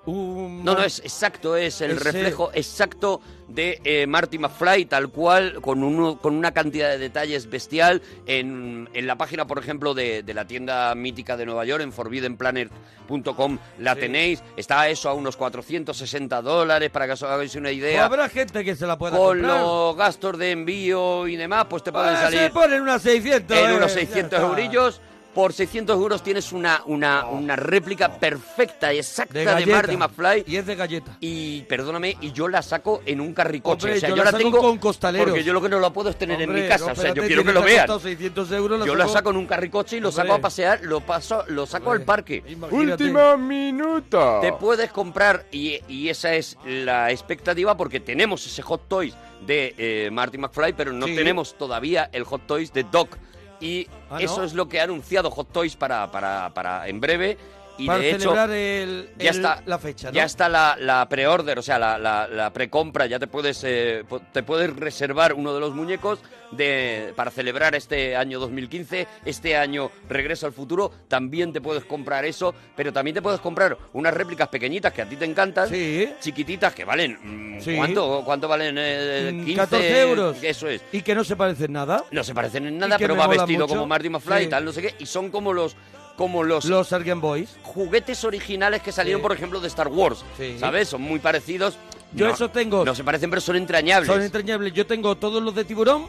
Speaker 23: un...
Speaker 3: No, no, es exacto, es el
Speaker 23: Ese-
Speaker 3: reflejo exacto de eh, Marty McFly, tal cual, con, uno- con una cantidad de detalles bestial. En, en la página, por ejemplo, de, de la tienda mítica de Nueva York, en forbiddenplanet.com, la
Speaker 1: Sí.
Speaker 3: tenéis. Está eso a unos 460 dólares, para que os hagáis una
Speaker 1: Pues
Speaker 3: idea.
Speaker 1: habrá gente que se la pueda
Speaker 3: con
Speaker 1: comprar.
Speaker 3: los gastos de envío y demás, pues te pueden
Speaker 1: Ah,
Speaker 3: salir
Speaker 1: Se ponen unas 600.
Speaker 3: en
Speaker 1: eh,
Speaker 3: unos
Speaker 1: ya
Speaker 3: 600
Speaker 1: está. Oh.
Speaker 3: eurillos. Por 600 euros tienes una, una, una réplica perfecta, exacta
Speaker 1: De
Speaker 3: de,
Speaker 1: galleta.
Speaker 3: Marty McFly.
Speaker 1: Y es de galleta.
Speaker 3: Y perdóname, y yo la saco en un carricoche.
Speaker 1: Hombre,
Speaker 3: o sea,
Speaker 1: yo
Speaker 3: yo,
Speaker 1: la
Speaker 3: la
Speaker 1: saco
Speaker 3: tengo
Speaker 1: con costaleros.
Speaker 3: Porque yo lo que no la puedo es tener en
Speaker 1: Hombre,
Speaker 3: mi casa.
Speaker 1: no,
Speaker 3: o sea, yo
Speaker 1: espérate,
Speaker 3: quiero que
Speaker 1: tiene
Speaker 3: lo
Speaker 1: ha
Speaker 3: vean.
Speaker 1: costado 600 euros,
Speaker 3: yo la saco en un carricoche y lo saco
Speaker 1: Hombre.
Speaker 3: a pasear, lo paso, lo saco al parque.
Speaker 5: Último minuto.
Speaker 3: Te puedes comprar, y, y esa es la expectativa, porque tenemos ese Hot Toys de eh, Marty McFly, pero no
Speaker 1: Sí.
Speaker 3: tenemos todavía el Hot Toys de Doc. Y
Speaker 1: Ah, ¿no?
Speaker 3: eso es lo que ha anunciado Hot Toys para, para, para en breve. Y
Speaker 1: para
Speaker 3: de hecho,
Speaker 1: celebrar el,
Speaker 3: ya
Speaker 1: el-
Speaker 3: está.
Speaker 1: la fecha, ¿no?
Speaker 3: ya está la, la pre-order, o sea, la, la, la pre-compra, ya te puedes, eh, po- te puedes reservar uno de los muñecos de, para celebrar este año 2015, este año Regreso al Futuro, también te puedes comprar eso, pero también te puedes comprar unas réplicas pequeñitas que a ti te encantan, chiquititas que valen, mm,
Speaker 1: Sí.
Speaker 3: ¿cuánto, cuánto valen? eh,
Speaker 1: Mm,
Speaker 3: 15,
Speaker 1: 14 euros.
Speaker 3: Eso es.
Speaker 1: Y que no se parecen nada.
Speaker 3: No se parecen en nada,
Speaker 1: Y que
Speaker 3: pero
Speaker 1: me
Speaker 3: va
Speaker 1: mola
Speaker 3: vestido
Speaker 1: mucho.
Speaker 3: como Marty McFly
Speaker 1: Sí.
Speaker 3: y tal, no sé qué. Y son como los como los
Speaker 1: Los Sargent Boys.
Speaker 3: juguetes originales que
Speaker 1: Sí.
Speaker 3: salieron, por ejemplo, de Star Wars.
Speaker 1: Sí.
Speaker 3: ¿Sabes? Son muy parecidos.
Speaker 1: Yo
Speaker 3: No-
Speaker 1: esos tengo.
Speaker 3: No se parecen, pero son entrañables.
Speaker 1: Son entrañables. Yo tengo todos los de tiburón.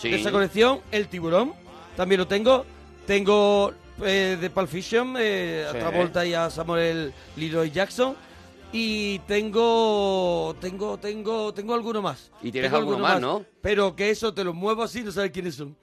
Speaker 3: Sí.
Speaker 1: De esa colección. El tiburón. También lo tengo. Tengo eh, de Pulp Fiction. eh,
Speaker 3: Sí.
Speaker 1: A Travolta y a Samuel Leroy Jackson. Y tengo. Tengo, tengo, tengo alguno más.
Speaker 3: Y tienes
Speaker 1: Tengo
Speaker 3: alguno más, ¿no?
Speaker 1: Pero que eso te lo muevo así, no sabes quiénes son.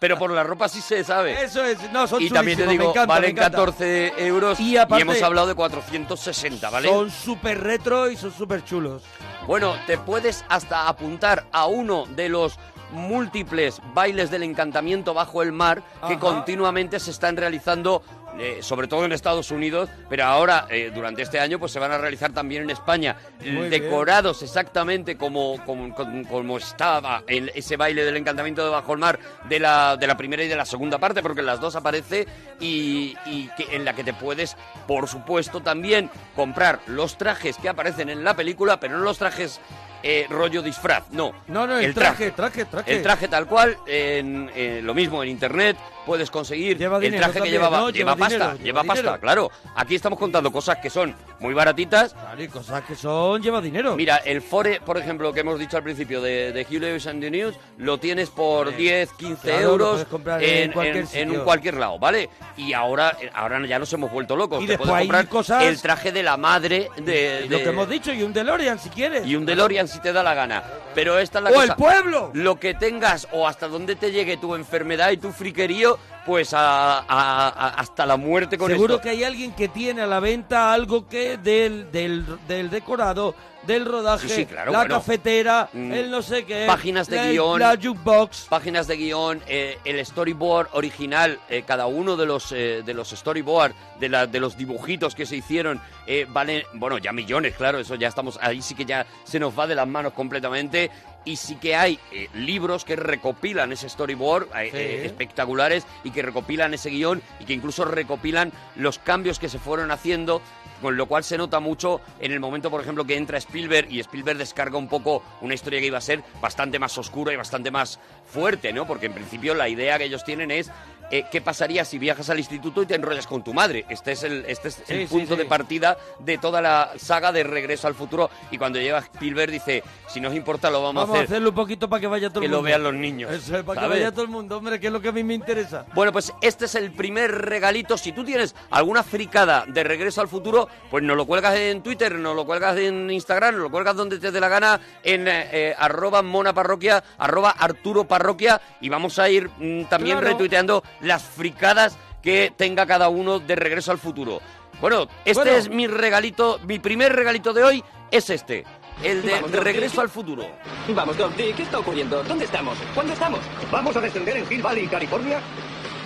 Speaker 3: pero por la ropa sí se sabe.
Speaker 1: Eso es, no, son
Speaker 3: y también te
Speaker 1: chulísimos, me
Speaker 3: digo,
Speaker 1: encanta, me
Speaker 3: valen
Speaker 1: encanta.
Speaker 3: 14 euros
Speaker 1: Y aparte-
Speaker 3: hemos hablado de 460, ¿vale?
Speaker 1: Son súper retro y son súper chulos.
Speaker 3: Bueno, te puedes hasta apuntar a uno de los múltiples bailes del encantamiento bajo el mar que
Speaker 1: Ajá.
Speaker 3: continuamente se están realizando, eh, sobre todo en Estados Unidos, pero ahora eh, durante este año pues se van a realizar también en España,
Speaker 1: Muy bien.
Speaker 3: decorados exactamente como, como, como- como estaba el- ese baile del encantamiento de bajo el mar de la, de la primera y de la segunda parte, porque en las dos aparece y, y que, en la que te puedes, por supuesto, también comprar los trajes que aparecen en la película, pero no los trajes eh, rollo disfraz, no.
Speaker 1: No, no, el, traje, traje, traje.
Speaker 3: El traje tal cual, en, en lo mismo en internet, puedes conseguir el
Speaker 1: dinero
Speaker 3: traje
Speaker 1: también,
Speaker 3: que llevaba,
Speaker 1: ¿no?
Speaker 3: lleva,
Speaker 1: Lleva
Speaker 3: pasta,
Speaker 1: dinero,
Speaker 3: lleva
Speaker 1: lleva dinero.
Speaker 3: pasta, claro. Aquí estamos contando cosas que son muy baratitas.
Speaker 1: Claro, y cosas que son, lleva dinero.
Speaker 3: Mira, el Fore, por ejemplo, que hemos dicho al principio de, de Hugh Lewis and the News, lo tienes por 10, 15
Speaker 1: claro, lo
Speaker 3: euros
Speaker 1: puedes comprar en
Speaker 3: en,
Speaker 1: cualquier
Speaker 3: en- en
Speaker 1: sitio.
Speaker 3: un cualquier lado, ¿vale? Y ahora, ahora ya nos hemos vuelto locos.
Speaker 1: Y
Speaker 3: Te
Speaker 1: después
Speaker 3: puedes
Speaker 1: hay
Speaker 3: comprar
Speaker 1: cosas-
Speaker 3: el traje de la madre de...
Speaker 1: Y lo
Speaker 3: de-
Speaker 1: que hemos dicho, y un DeLorean si quieres.
Speaker 3: y un DeLorean si te da la gana. Pero esta es la
Speaker 1: ¡O
Speaker 3: cosa.
Speaker 1: el pueblo!
Speaker 3: Lo que tengas o hasta donde te llegue tu enfermedad y tu friquerío, pues a- a- a- hasta la muerte con
Speaker 1: Seguro
Speaker 3: esto.
Speaker 1: que hay alguien que tiene a la venta algo que del, del, del decorado, del rodaje,
Speaker 3: Sí, sí, claro,
Speaker 1: la
Speaker 3: bueno.
Speaker 1: cafetera,
Speaker 3: Mm.
Speaker 1: el no sé qué.
Speaker 3: Páginas de
Speaker 1: la-
Speaker 3: guión.
Speaker 1: la jukebox.
Speaker 3: Páginas de guión, eh, el storyboard original, eh, cada uno de los, eh, de los storyboard, de, la- de los dibujitos que se hicieron, eh, valen, bueno, ya millones, claro, eso ya estamos, ahí sí que ya se nos va de las manos completamente. Y sí que hay eh, libros que recopilan ese storyboard, eh,
Speaker 1: Sí.
Speaker 3: eh, espectaculares, y que recopilan ese guión, y que incluso recopilan los cambios que se fueron haciendo con lo cual se nota mucho en el momento, por ejemplo, que entra Spielberg y Spielberg descarga un poco una historia que iba a ser bastante más oscura y bastante más fuerte, ¿no? Porque en principio la idea que ellos tienen es eh, qué pasaría si viajas al instituto y te enrollas con tu madre. Este es el, este es el
Speaker 1: Sí, sí,
Speaker 3: punto
Speaker 1: sí.
Speaker 3: de partida de toda la saga de Regreso al Futuro. Y cuando llega Spielberg dice, si no os importa lo vamos,
Speaker 1: Vamos a hacerlo un poquito para que vaya todo
Speaker 3: que
Speaker 1: el
Speaker 3: lo
Speaker 1: mundo.
Speaker 3: vean los niños.
Speaker 1: Eso es, para que
Speaker 3: ¿sabes?
Speaker 1: vaya todo el mundo, hombre, que es lo que a mí me interesa.
Speaker 3: Bueno, pues este es el primer regalito. Si tú tienes alguna fricada de regreso al futuro, pues nos lo cuelgas en Twitter, nos lo cuelgas en Instagram, nos lo cuelgas donde te dé la gana, en eh, eh, arroba mona parroquia, arroba arturo parroquia, y vamos a ir mm, también
Speaker 1: Claro.
Speaker 3: retuiteando las fricadas que tenga cada uno de regreso al futuro. Bueno, este
Speaker 1: Bueno.
Speaker 3: es mi regalito, mi primer regalito de hoy es este, el de
Speaker 24: Vamos, Doc,
Speaker 3: regreso
Speaker 24: ¿qué-
Speaker 3: al futuro.
Speaker 24: Vamos, Doc D, ¿qué está ocurriendo? ¿Dónde estamos? ¿Cuándo estamos?
Speaker 25: Vamos a descender en Hill Valley, California,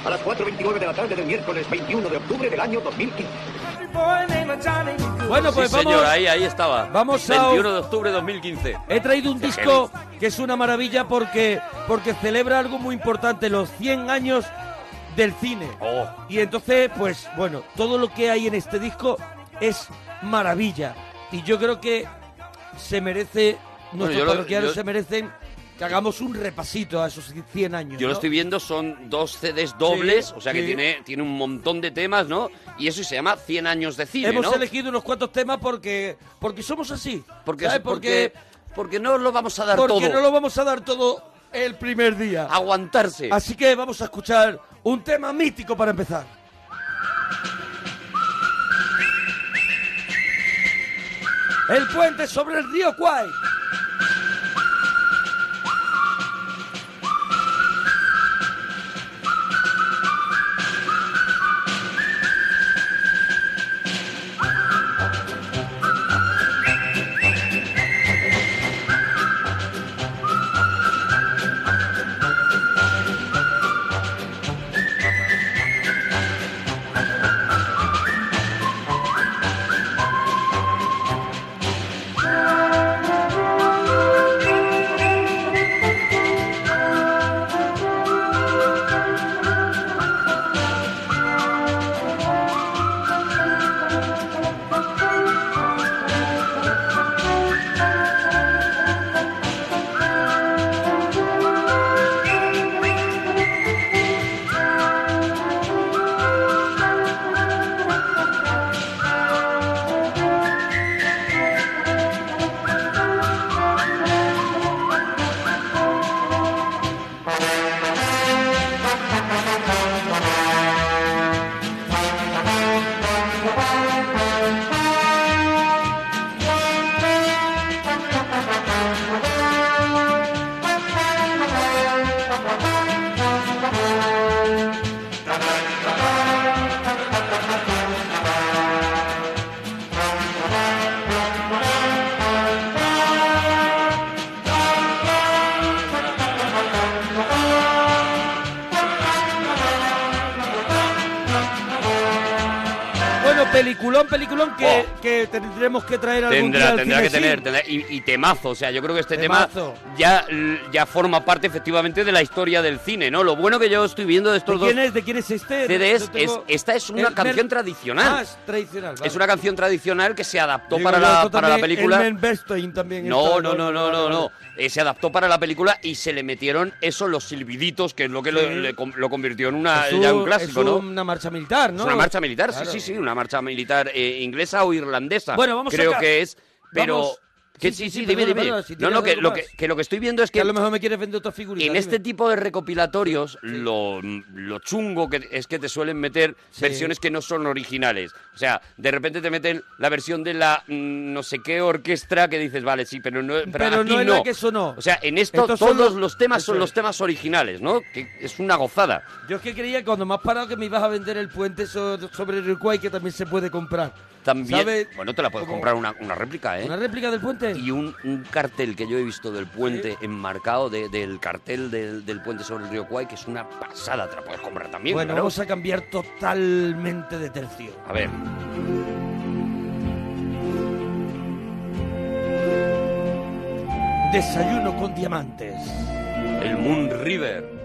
Speaker 25: a las 4.29 de la tarde del miércoles 21 de octubre del año 2015.
Speaker 1: Bueno, pues
Speaker 3: Sí,
Speaker 1: vamos.
Speaker 3: señor, ahí, ahí estaba.
Speaker 1: Vamos a-
Speaker 3: 21 de octubre de 2015.
Speaker 1: He traído un
Speaker 3: Qué
Speaker 1: disco que es una maravilla porque, porque celebra algo muy importante, los 100 años
Speaker 3: Oh.
Speaker 1: del cine. Y entonces, pues bueno, todo lo que hay en este disco es maravilla. Y yo creo que se merece,
Speaker 3: Bueno,
Speaker 1: nuestros
Speaker 3: yo lo-
Speaker 1: parroquianos
Speaker 3: yo-
Speaker 1: se merecen que hagamos un repasito a esos 100 años.
Speaker 3: Yo
Speaker 1: ¿no?
Speaker 3: lo estoy viendo, son dos CDs dobles,
Speaker 1: Sí,
Speaker 3: o sea que
Speaker 1: sí.
Speaker 3: tiene, tiene un montón de temas, ¿no? Y eso se llama 100 años de cine,
Speaker 1: Hemos
Speaker 3: ¿no?
Speaker 1: elegido unos cuantos temas porque porque somos así.
Speaker 3: Porque-
Speaker 1: ¿sabes?
Speaker 3: porque- porque no lo vamos a dar
Speaker 1: Porque
Speaker 3: todo.
Speaker 1: no lo vamos a dar todo el primer día.
Speaker 3: Aguantarse.
Speaker 1: Así que vamos a escuchar un tema mítico para empezar. El puente sobre el río Kwai. Bueno, peliculón, peliculón que, que tendremos que traer algún día
Speaker 3: Oh. Tendrá,
Speaker 1: al
Speaker 3: tendrá que
Speaker 1: cine, sí.
Speaker 3: tener, tendrá- y, y temazo, o sea, yo creo que este
Speaker 1: Temazo.
Speaker 3: tema ya, ya forma parte efectivamente de la historia del cine, ¿no? Lo bueno que yo estoy viendo de estos
Speaker 1: ¿De
Speaker 3: dos
Speaker 1: quién es, de quién es este?
Speaker 3: CDs
Speaker 1: Yo tengo-
Speaker 3: es- esta es una
Speaker 1: Mer-
Speaker 3: canción tradicional.
Speaker 1: Ah, es tradicional. vale.
Speaker 3: Es una canción tradicional que se adaptó
Speaker 1: Digo,
Speaker 3: para
Speaker 1: yo,
Speaker 3: la,
Speaker 1: esto
Speaker 3: para la
Speaker 1: también,
Speaker 3: película.
Speaker 1: Elmen Bernstein también
Speaker 3: No,
Speaker 1: está-
Speaker 3: no, no, no, no, no. Eh, se adaptó para la película y se le metieron eso, los silbiditos, que es lo que lo,
Speaker 1: Sí.
Speaker 3: le com- lo convirtió en una,
Speaker 1: Es un-
Speaker 3: ya un clásico,
Speaker 1: es
Speaker 3: ¿no?
Speaker 1: una marcha militar, ¿no?
Speaker 3: Es una marcha militar,
Speaker 1: Claro.
Speaker 3: sí, sí, sí, una marcha militar eh, inglesa o irlandesa.
Speaker 1: Bueno, vamos a
Speaker 3: Creo
Speaker 1: ca-
Speaker 3: que es, pero...
Speaker 1: vamos-
Speaker 3: que-
Speaker 1: sí, sí,
Speaker 3: sí,
Speaker 1: sí,
Speaker 3: sí, dime,
Speaker 1: perdona,
Speaker 3: dime.
Speaker 1: perdona, si
Speaker 3: no,
Speaker 1: tienes
Speaker 3: no, que
Speaker 1: algo
Speaker 3: lo
Speaker 1: más.
Speaker 3: que, que lo que estoy viendo es que...
Speaker 1: a lo mejor me quieres vender otra figurita.
Speaker 3: En
Speaker 1: dime.
Speaker 3: este tipo de recopilatorios, lo, lo chungo que es que te suelen meter versiones que no son originales. O sea, de repente te meten la versión de la mm, no sé qué orquestra que dices, vale, sí, pero no, pero
Speaker 1: Pero
Speaker 3: aquí
Speaker 1: no es
Speaker 3: no.
Speaker 1: la que sonó.
Speaker 3: O sea, en esto
Speaker 1: Estos son
Speaker 3: todos
Speaker 1: los-
Speaker 3: los temas son
Speaker 1: eso
Speaker 3: los
Speaker 1: es.
Speaker 3: temas originales, ¿no? Que es una gozada.
Speaker 1: Yo es que creía que cuando más parado que me ibas a vender el puente so- sobre el Uruguay que también se puede comprar.
Speaker 3: También,
Speaker 1: ¿Sabes?
Speaker 3: bueno, te la puedes
Speaker 1: Como-
Speaker 3: comprar una, una réplica, ¿eh?
Speaker 1: ¿Una réplica del puente?
Speaker 3: Y un, un cartel que yo he visto del puente enmarcado, de- del cartel del, del puente sobre el río Kwai, que es una pasada, te la puedes comprar también.
Speaker 1: bueno,
Speaker 3: claro.
Speaker 1: vamos a cambiar totalmente de tercio.
Speaker 3: A ver.
Speaker 1: Desayuno con diamantes.
Speaker 3: El Moon River.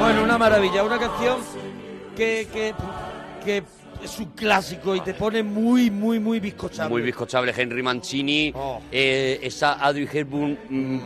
Speaker 1: Bueno, una maravilla, una canción que, que, que es un clásico y te pone muy, muy, muy bizcochable.
Speaker 3: Muy bizcochable, Henry Mancini, eh, esa Audrey Hepburn mm,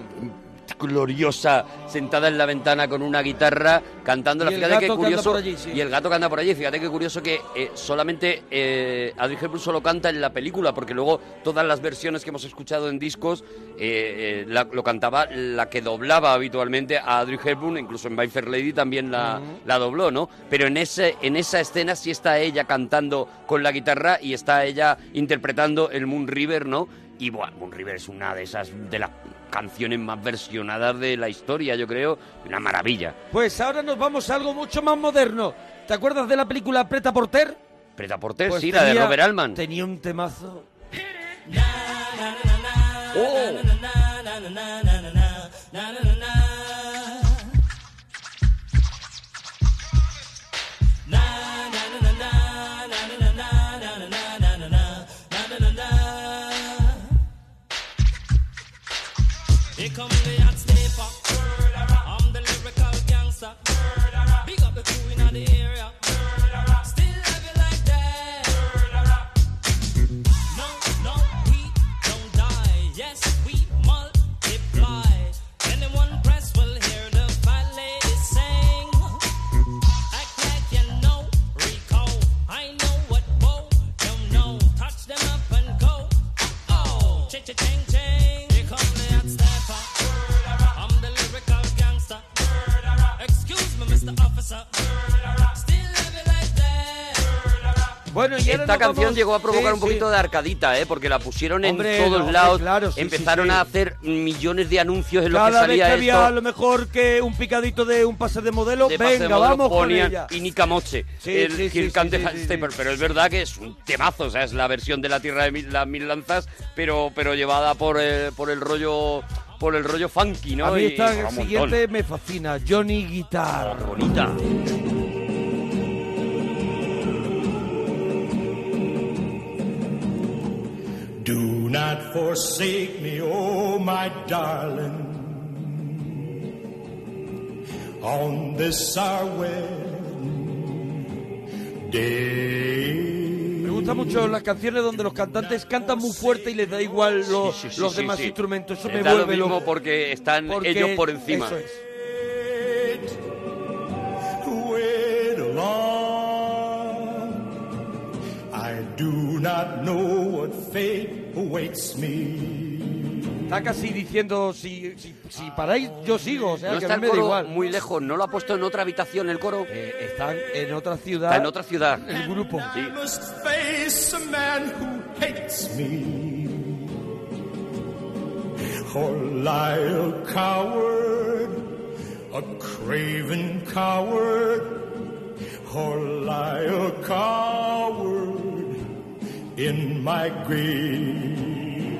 Speaker 3: gloriosa, sentada en la ventana con una guitarra, cantando.
Speaker 1: Y el
Speaker 3: fíjate
Speaker 1: gato
Speaker 3: qué
Speaker 1: que anda
Speaker 3: curioso.
Speaker 1: por allí, sí.
Speaker 3: Y el gato que anda por allí, fíjate qué curioso que eh, solamente eh, Audrey Hepburn solo canta en la película, porque luego todas las versiones que hemos escuchado en discos eh, eh, la- lo cantaba la que doblaba habitualmente a Audrey Hepburn, incluso en My Fair Lady también la, la dobló, ¿no? Pero en, ese, en esa escena sí está ella cantando con la guitarra y está ella interpretando el Moon River, ¿no? Y bueno, Moon River es una de esas, de las canciones más versionadas de la historia, yo creo, una maravilla.
Speaker 1: Pues ahora nos vamos a algo mucho más moderno. ¿Te acuerdas de la película Preta Porter?
Speaker 3: Preta Porter,
Speaker 1: Pues
Speaker 3: sí, la de
Speaker 1: tenía-
Speaker 3: Robert Altman.
Speaker 1: Tenía un temazo.
Speaker 5: Here come the hot sniper. I'm the lyrical gangster. Big up the crew in the area. Still love you like that. No, no, we don't die. Yes, we multiply. Anyone press will hear the fat lady sing. Act like you know Rico. I know what Bo don't know. Touch them up and go. Oh, ching ching ching. Here come the hot stepper. I'm the lyrical gangster. Excuse me, Mr. Officer. Still love you like that.
Speaker 1: Bueno, y ahora
Speaker 3: Esta
Speaker 1: nos
Speaker 3: canción
Speaker 1: vamos-
Speaker 3: llegó a provocar
Speaker 1: Sí,
Speaker 3: un poquito de arcadita, ¿eh? porque la pusieron
Speaker 1: Hombre,
Speaker 3: en
Speaker 1: no,
Speaker 3: todos
Speaker 1: hombre,
Speaker 3: lados.
Speaker 1: claro, sí, sí,
Speaker 3: Empezaron
Speaker 1: sí.
Speaker 3: a hacer millones de anuncios en los que
Speaker 1: Cada vez que
Speaker 3: salía
Speaker 1: había
Speaker 3: esto.
Speaker 1: a lo mejor que un picadito de un pase de modelo,
Speaker 3: de
Speaker 1: venga,
Speaker 3: Pase de Modelo
Speaker 1: vamos con
Speaker 3: ponían
Speaker 1: ella.
Speaker 3: Inica Moche,
Speaker 1: Sí,
Speaker 3: el
Speaker 1: sí, sí,
Speaker 3: Here Comes
Speaker 1: sí,
Speaker 3: the
Speaker 1: sí,
Speaker 3: Hot
Speaker 1: sí,
Speaker 3: Stepper, pero es verdad que es un temazo, o sea, es la versión de la Tierra de mil, las mil lanzas, pero, pero llevada por, eh, por el rollo por el rollo funky, ¿no?
Speaker 1: a mí
Speaker 3: Y
Speaker 1: esta
Speaker 3: mola un montón.
Speaker 1: siguiente me fascina, Johnny Guitar.
Speaker 3: bonita.
Speaker 17: Do not forsake me, oh my darling. On this our wedding day.
Speaker 1: Me gusta mucho las canciones donde los cantantes cantan muy fuerte y les da igual lo-
Speaker 3: Sí, sí,
Speaker 1: los
Speaker 3: sí,
Speaker 1: demás
Speaker 3: sí.
Speaker 1: instrumentos. Eso
Speaker 3: Les
Speaker 1: me
Speaker 3: da lo
Speaker 1: vuelve
Speaker 3: mismo
Speaker 1: loco.
Speaker 3: porque están
Speaker 1: Porque
Speaker 3: ellos por encima.
Speaker 1: eso es.
Speaker 17: Wait along. I do not know what fate awaits me.
Speaker 1: Está casi diciendo, si, si, si paráis, yo sigo. O sea,
Speaker 3: No
Speaker 1: que
Speaker 3: está
Speaker 1: a mí
Speaker 3: el
Speaker 1: me da
Speaker 3: coro
Speaker 1: igual. Eh,
Speaker 3: muy lejos, no lo ha puesto en otra habitación el coro.
Speaker 1: están en otra ciudad.
Speaker 3: en otra ciudad.
Speaker 1: El grupo.
Speaker 17: I must face a man who hates me. Or lie a coward, a craven coward, or lie a coward in my grave.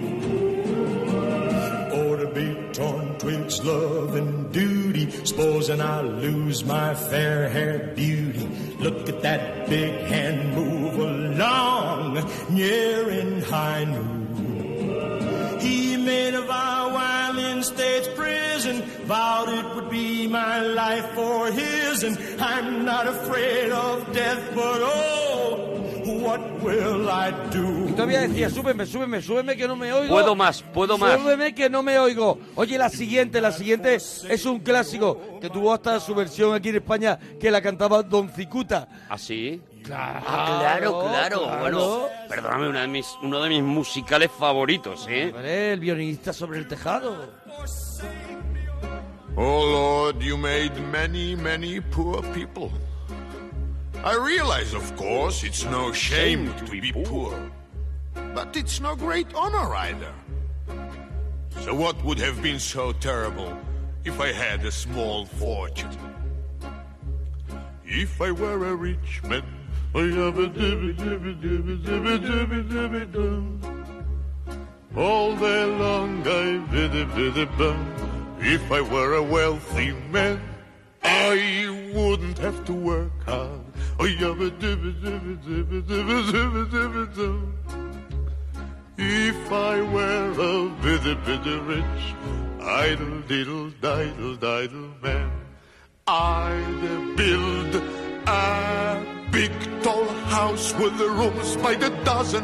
Speaker 17: Oh, to be torn twixt love and duty, supposing I lose my fair haired beauty. Look at that big hand move along, near in high noon. He made a vow while in state's prison, vowed it would be my life for his, and I'm not afraid of death, but oh, what will I do?
Speaker 1: Y todavía decía, súbeme, súbeme, súbeme que no me oigo.
Speaker 3: Puedo más, puedo más.
Speaker 1: Súbeme que no me oigo. Oye, la siguiente, la siguiente es un clásico que tuvo hasta su versión aquí en España que la cantaba Don Cicuta.
Speaker 3: ¿Así?
Speaker 1: Claro,
Speaker 3: Ah, claro, claro. Bueno, perdóname, una de mis- uno de mis musicales favoritos, ¿eh?
Speaker 1: Hombre, el violinista sobre el tejado.
Speaker 6: Oh Lord, you made many, many poor people. I realize, of course, it's no shame to be poor, but it's no great honor either. So, what would have been so terrible if I had a small fortune? If I were a rich man, I have a dibby, dibby, dibby, dibby, dibby, dibby, dum. All day long I dibby, dibby, bum. If I were a wealthy man, I wouldn't have to work hard. Oh, I have a dibby, dibby, dibby, dibby, dibby, dibby, dum. If I were a bitty, bitty rich, idle, diddle, diddle, diddle man, I'd build a big tall house.
Speaker 26: house with the rooms by the dozen.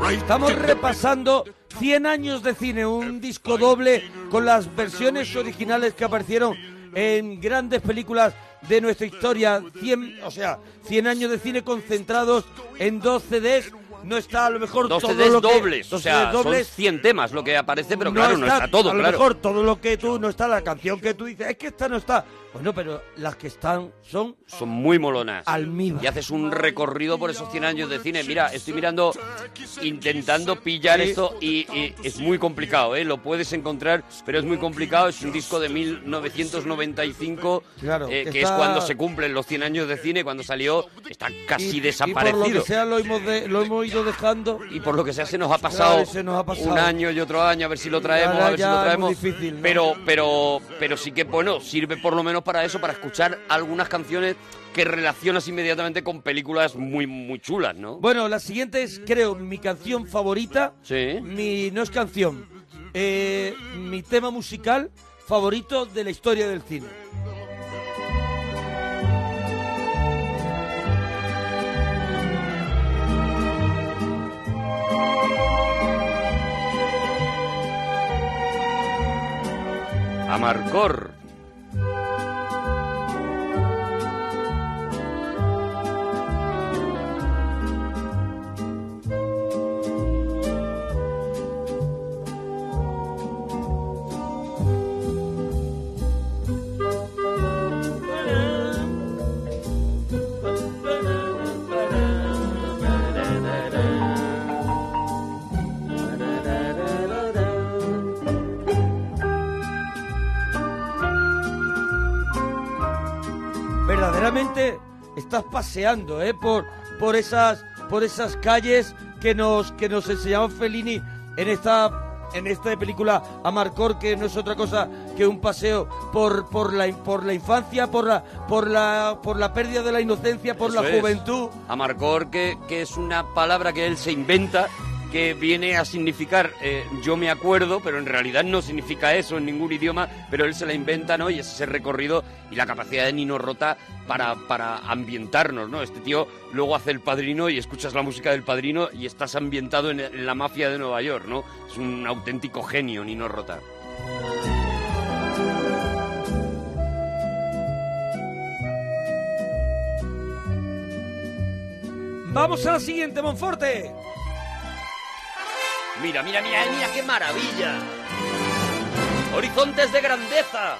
Speaker 26: Right
Speaker 1: Estamos
Speaker 26: in the
Speaker 1: repasando 100 años de cine, un disco doble con las versiones originales que aparecieron en grandes películas de nuestra historia. 100, o sea, 100 años de cine concentrados en dos CDs. No está a lo mejor
Speaker 3: Dos
Speaker 1: todo
Speaker 3: CDs
Speaker 1: lo que-
Speaker 3: dobles, o
Speaker 1: dos
Speaker 3: sea,
Speaker 1: CDs dobles.
Speaker 3: son 100 temas lo que aparece, pero claro, no está todo,
Speaker 1: a lo
Speaker 3: claro.
Speaker 1: mejor todo lo que tú no está, la canción que tú dices, es que esta no está. Bueno, pero las que están son
Speaker 3: son muy molonas.
Speaker 1: Almíbar.
Speaker 3: Y haces un recorrido por esos 100 años de cine. Mira, estoy mirando, intentando pillar
Speaker 1: Sí.
Speaker 3: esto y, y es muy complicado, ¿eh? Lo puedes encontrar, pero es muy complicado. Es un disco de 1995,
Speaker 1: Claro,
Speaker 3: eh,
Speaker 1: está-
Speaker 3: que es cuando se cumplen los 100 años de cine, cuando salió, está casi desaparecido.
Speaker 1: Y por lo que sea lo hemos, de- lo hemos ido dejando.
Speaker 3: Y por lo que sea se nos ha pasado,
Speaker 1: se nos ha pasado.
Speaker 3: un año y otro año, a ver si lo traemos,
Speaker 1: ahora
Speaker 3: a ver si
Speaker 1: ya
Speaker 3: lo
Speaker 1: es
Speaker 3: traemos.
Speaker 1: muy difícil, ¿no?
Speaker 3: Pero, pero, pero sí que bueno, sirve por lo menos para eso, para escuchar algunas canciones que relacionas inmediatamente con películas muy, muy chulas, ¿no?
Speaker 1: Bueno, la siguiente es, creo, mi canción favorita.
Speaker 3: Sí.
Speaker 1: Mi, no es canción. eh, mi tema musical favorito de la historia del cine.
Speaker 3: Amarcor.
Speaker 1: Verdaderamente estás paseando, ¿eh? Por, por, esas, por esas calles que nos, que nos enseñaba Fellini en esta, en esta película Amarcor, que no es otra cosa que un paseo por, por, la, por la infancia, por la, por, la, por la pérdida de la inocencia, por la
Speaker 3: Eso es.
Speaker 1: juventud.
Speaker 3: Amarcor, que, que es una palabra que él se inventa, que viene a significar eh, yo me acuerdo, pero en realidad no significa eso en ningún idioma, pero él se la inventa, ¿no? Y es ese recorrido y la capacidad de Nino Rota para, para ambientarnos, ¿no? Este tío luego hace El Padrino y escuchas la música del Padrino y estás ambientado en, en la mafia de Nueva York, ¿no? Es un auténtico genio Nino Rota.
Speaker 1: Vamos a la siguiente, Monforte.
Speaker 3: Mira, mira, mira, mira qué maravilla. Horizontes de grandeza.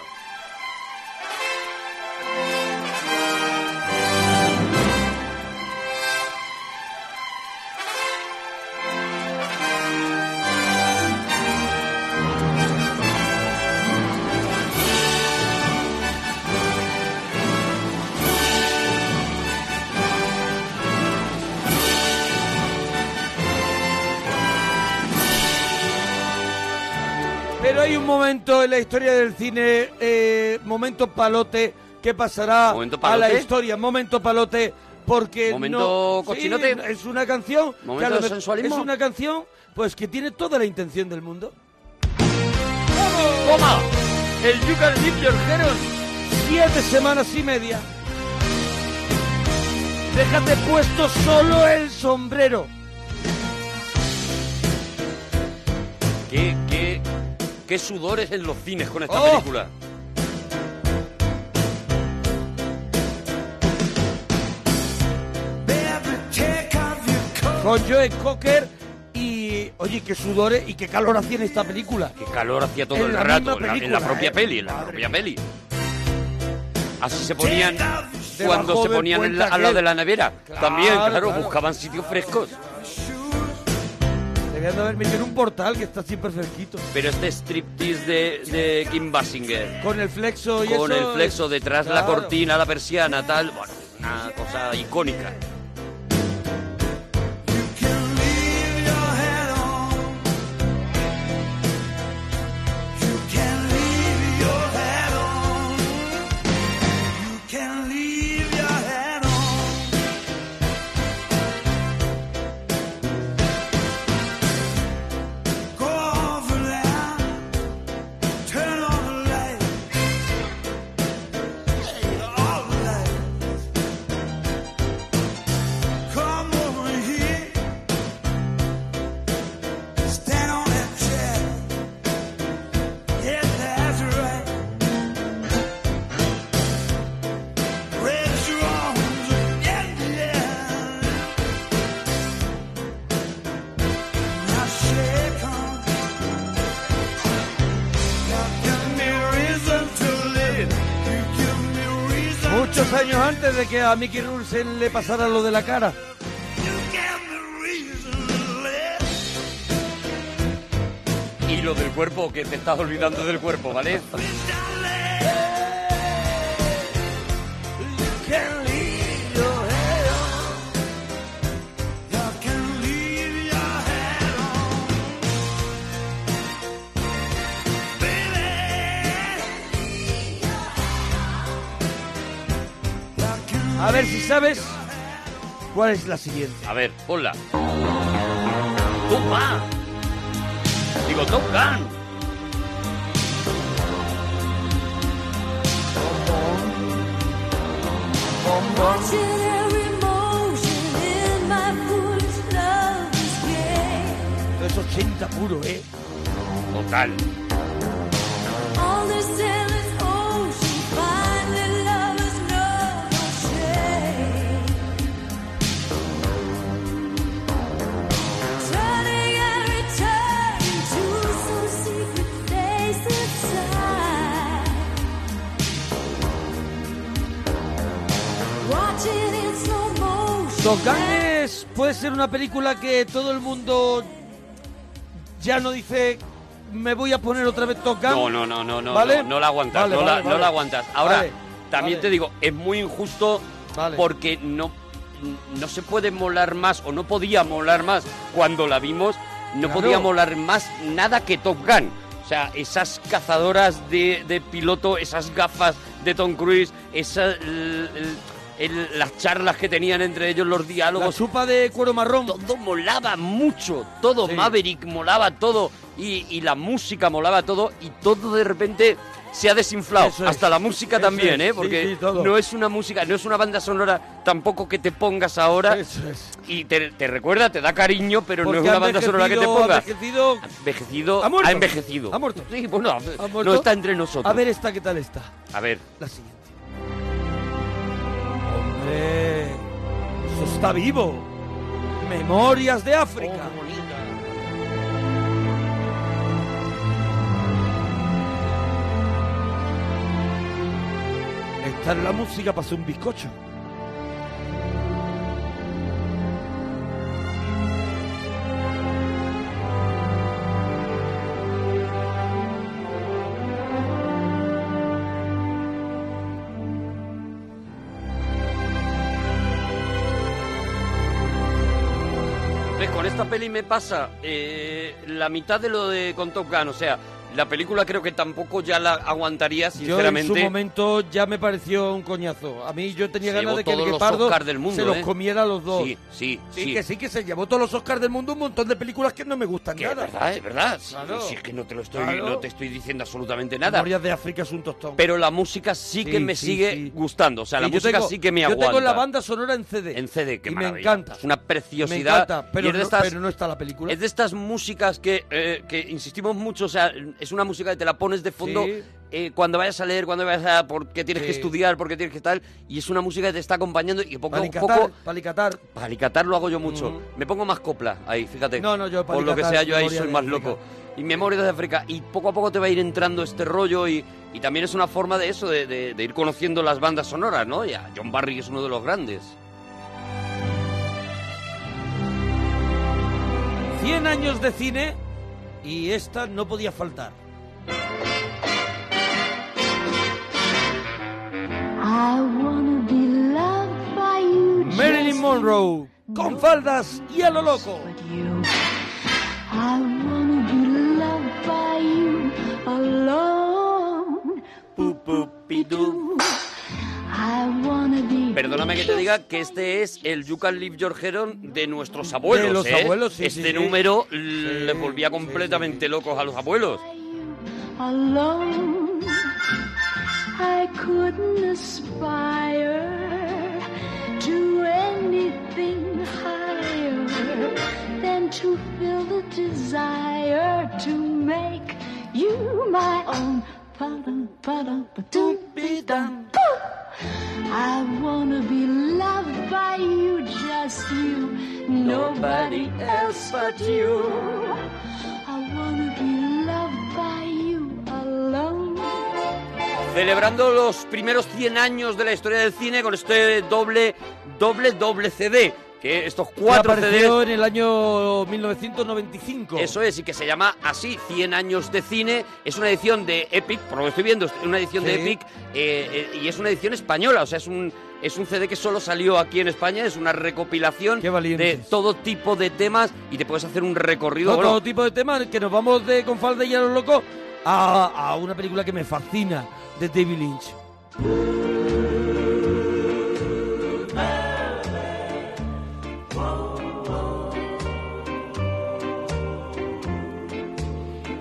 Speaker 1: Pero hay un momento en la historia del cine, eh, momento palote, que pasará
Speaker 3: ¿Momento
Speaker 1: a la
Speaker 3: palote?
Speaker 1: historia, momento palote, porque
Speaker 3: ¿Momento
Speaker 1: no,
Speaker 3: cochinote?
Speaker 1: Sí, es una canción, que
Speaker 3: ¿Momento
Speaker 1: a lo
Speaker 3: de
Speaker 1: mejor-
Speaker 3: sensualismo?
Speaker 1: es una canción, pues que tiene toda la intención del mundo.
Speaker 3: ¡Toma! El You Can Leave Your Head on.
Speaker 1: Siete semanas y media. Déjate puesto solo el sombrero.
Speaker 3: ¿Qué, qué, qué sudores en los cines con esta
Speaker 1: ¡Oh!
Speaker 3: película?
Speaker 1: Con Joe Cocker y, oye, qué sudores y qué calor hacía en esta película.
Speaker 3: Qué calor hacía todo
Speaker 1: En
Speaker 3: el
Speaker 1: la
Speaker 3: rato,
Speaker 1: misma
Speaker 3: en la- en la,
Speaker 1: película,
Speaker 3: propia
Speaker 1: ¿eh?
Speaker 3: peli, en la propia peli. Así se ponían cuando se
Speaker 1: del
Speaker 3: ponían en la-
Speaker 1: puente
Speaker 3: al lado
Speaker 1: aquel.
Speaker 3: de la nevera. También,
Speaker 1: Claro,
Speaker 3: claro,
Speaker 1: claro.
Speaker 3: buscaban sitios frescos.
Speaker 1: Debían de haber metido en un portal que está siempre cerquito.
Speaker 3: Pero este striptease de, de Kim Basinger,
Speaker 1: Con el flexo y
Speaker 3: con
Speaker 1: eso,
Speaker 3: el flexo detrás la
Speaker 1: claro.
Speaker 3: cortina, la persiana, tal, bueno, una cosa icónica.
Speaker 1: años antes de que a Mickey Rourke le pasara lo de la cara.
Speaker 3: Y lo del cuerpo, que te estás olvidando del cuerpo, ¿vale?
Speaker 1: A ver si sabes cuál es la siguiente.
Speaker 3: A ver, ponla. ¡Tumba! Digo, Top Gun.
Speaker 1: Esto es 80 puro, ¿eh?
Speaker 3: Total.
Speaker 1: Top Gun es- puede ser una película que todo el mundo ya no dice me voy a poner otra vez Top Gun.
Speaker 3: No, no, no, no, no,
Speaker 1: ¿Vale?
Speaker 3: no, no la aguantas,
Speaker 1: Vale,
Speaker 3: no, la,
Speaker 1: vale,
Speaker 3: no
Speaker 1: vale.
Speaker 3: la aguantas. Ahora,
Speaker 1: Vale,
Speaker 3: también
Speaker 1: vale.
Speaker 3: te digo, es muy injusto
Speaker 1: Vale.
Speaker 3: porque no, no se puede molar más o no podía molar más cuando la vimos, no
Speaker 1: Claro.
Speaker 3: podía molar más nada que Top Gun. O sea, esas cazadoras de, de piloto, esas gafas de Tom Cruise, esa, el- el- el- las charlas que tenían entre ellos, los diálogos. La
Speaker 1: chupa de cuero marrón.
Speaker 3: Todo molaba mucho, todo. Maverick molaba todo y, y la música molaba todo y todo de repente se ha desinflado.
Speaker 1: Eso es.
Speaker 3: Hasta la música
Speaker 1: Eso
Speaker 3: también,
Speaker 1: es.
Speaker 3: ¿eh? Porque
Speaker 1: Sí, sí, todo.
Speaker 3: no es una música, no es una banda sonora tampoco que te pongas ahora. Y te, te recuerda, te da cariño, pero
Speaker 1: Porque
Speaker 3: no es una
Speaker 1: ha
Speaker 3: banda sonora que te
Speaker 1: envejecido-
Speaker 3: pongas.
Speaker 1: ha envejecido-
Speaker 3: Envejecido,
Speaker 1: ha muerto.
Speaker 3: ha envejecido.
Speaker 1: Ha muerto.
Speaker 3: Sí, bueno, ha-
Speaker 1: Ha
Speaker 3: no
Speaker 1: muerto.
Speaker 3: está entre nosotros.
Speaker 1: A ver esta, ¿qué tal está?
Speaker 3: A ver.
Speaker 1: La siguiente. Hombre, eso está vivo. Memorias de África. Esta es la música para hacer un bizcocho.
Speaker 3: Ves, con esta peli me pasa eh, la mitad de lo de con Top Gun. O sea, la película creo que tampoco ya la aguantaría,
Speaker 1: Yo en
Speaker 3: sinceramente.
Speaker 1: su momento ya me pareció un coñazo. A mí yo tenía
Speaker 3: Se
Speaker 1: ganas
Speaker 3: llevó
Speaker 1: de que el
Speaker 3: todos los
Speaker 1: guepardo
Speaker 3: Oscar del mundo,
Speaker 1: se los
Speaker 3: ¿eh?
Speaker 1: comiera a los dos.
Speaker 3: Sí, sí,
Speaker 1: sí.
Speaker 3: sí.
Speaker 1: que sí, que se llevó todos los Oscars del mundo un montón de películas que no me gustan
Speaker 3: Que es
Speaker 1: nada.
Speaker 3: verdad, es verdad. Si-
Speaker 1: Claro.
Speaker 3: Si es que no te lo estoy,
Speaker 1: Claro.
Speaker 3: no te estoy diciendo absolutamente nada.
Speaker 1: Memorias de África es un tostón.
Speaker 3: Pero la música sí, que
Speaker 1: Sí,
Speaker 3: me
Speaker 1: sí,
Speaker 3: sigue
Speaker 1: sí.
Speaker 3: gustando. O sea, la
Speaker 1: Sí, yo
Speaker 3: música
Speaker 1: tengo-
Speaker 3: sí que me
Speaker 1: yo
Speaker 3: aguanta.
Speaker 1: tengo la banda sonora en CD.
Speaker 3: En CD, que
Speaker 1: y me
Speaker 3: maravilla.
Speaker 1: encanta.
Speaker 3: Es una preciosidad.
Speaker 1: Me encanta,
Speaker 3: Y
Speaker 1: pero,
Speaker 3: es de
Speaker 1: no,
Speaker 3: estas-
Speaker 1: pero no está la película.
Speaker 3: Es de estas músicas que, eh, que insistimos mucho, o sea, es una música que te la pones de fondo
Speaker 1: Sí.
Speaker 3: eh, cuando vayas a leer, cuando vayas a... porque tienes que
Speaker 1: Sí.
Speaker 3: estudiar, porque tienes que tal, y es una música que te está acompañando y poco a
Speaker 1: Palicatar,
Speaker 3: poco...
Speaker 1: palicatar. Mm.
Speaker 3: Palicatar lo hago yo mucho. Me pongo más copla ahí, fíjate.
Speaker 1: No, no, yo
Speaker 3: Por lo que
Speaker 1: palicatar,
Speaker 3: sea, yo ahí
Speaker 1: memoria
Speaker 3: soy
Speaker 1: de
Speaker 3: más
Speaker 1: África.
Speaker 3: loco. Y Memorias de África. Y poco a poco te va a ir entrando este rollo y, y también es una forma de eso, de, de- de ir conociendo las bandas sonoras, ¿no? Ya, John Barry es uno de los grandes.
Speaker 1: 100 años de cine y esta no podía faltar.
Speaker 5: I wanna be loved by you.
Speaker 1: Marilyn Monroe, con faldas y a lo loco.
Speaker 5: I wanna be loved by you alone. I wanna be.
Speaker 3: Perdóname que te diga que este es el You Can Leave Your Head On de nuestros abuelos.
Speaker 1: los
Speaker 3: ¿eh?
Speaker 1: abuelos, sí,
Speaker 3: Este
Speaker 1: sí, sí.
Speaker 3: número les volvía completamente locos a los abuelos.
Speaker 5: alone. I couldn't aspire to anything higher than to feel the desire to make you my own. Ba-dum, ba-dum, ba-dum, boo. I wanna be loved by you, just you, nobody else but you. I wanna be loved by you alone.
Speaker 3: Celebrando los primeros 100 años de la historia del cine con este doble, doble, doble CD. Que estos cuatro
Speaker 1: apareció
Speaker 3: CDs
Speaker 1: en el año 1995.
Speaker 3: Eso es, y que se llama así, 100 años de cine. Es una edición de Epic, por lo que estoy viendo, es una edición de
Speaker 1: Sí.
Speaker 3: Epic, eh, eh, y es una edición española, o sea, es un... Es un CD que solo salió aquí en España, es una recopilación de todo tipo de temas y te puedes hacer un recorrido.
Speaker 1: Todo,
Speaker 3: bueno,
Speaker 1: todo tipo de temas, que nos vamos de con falda y a los locos a, a una película que me fascina, de David Lynch.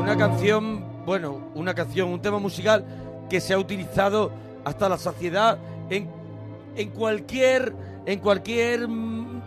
Speaker 1: Una canción, bueno, una canción, un tema musical que se ha utilizado hasta la saciedad en, en cualquier en cualquier mm,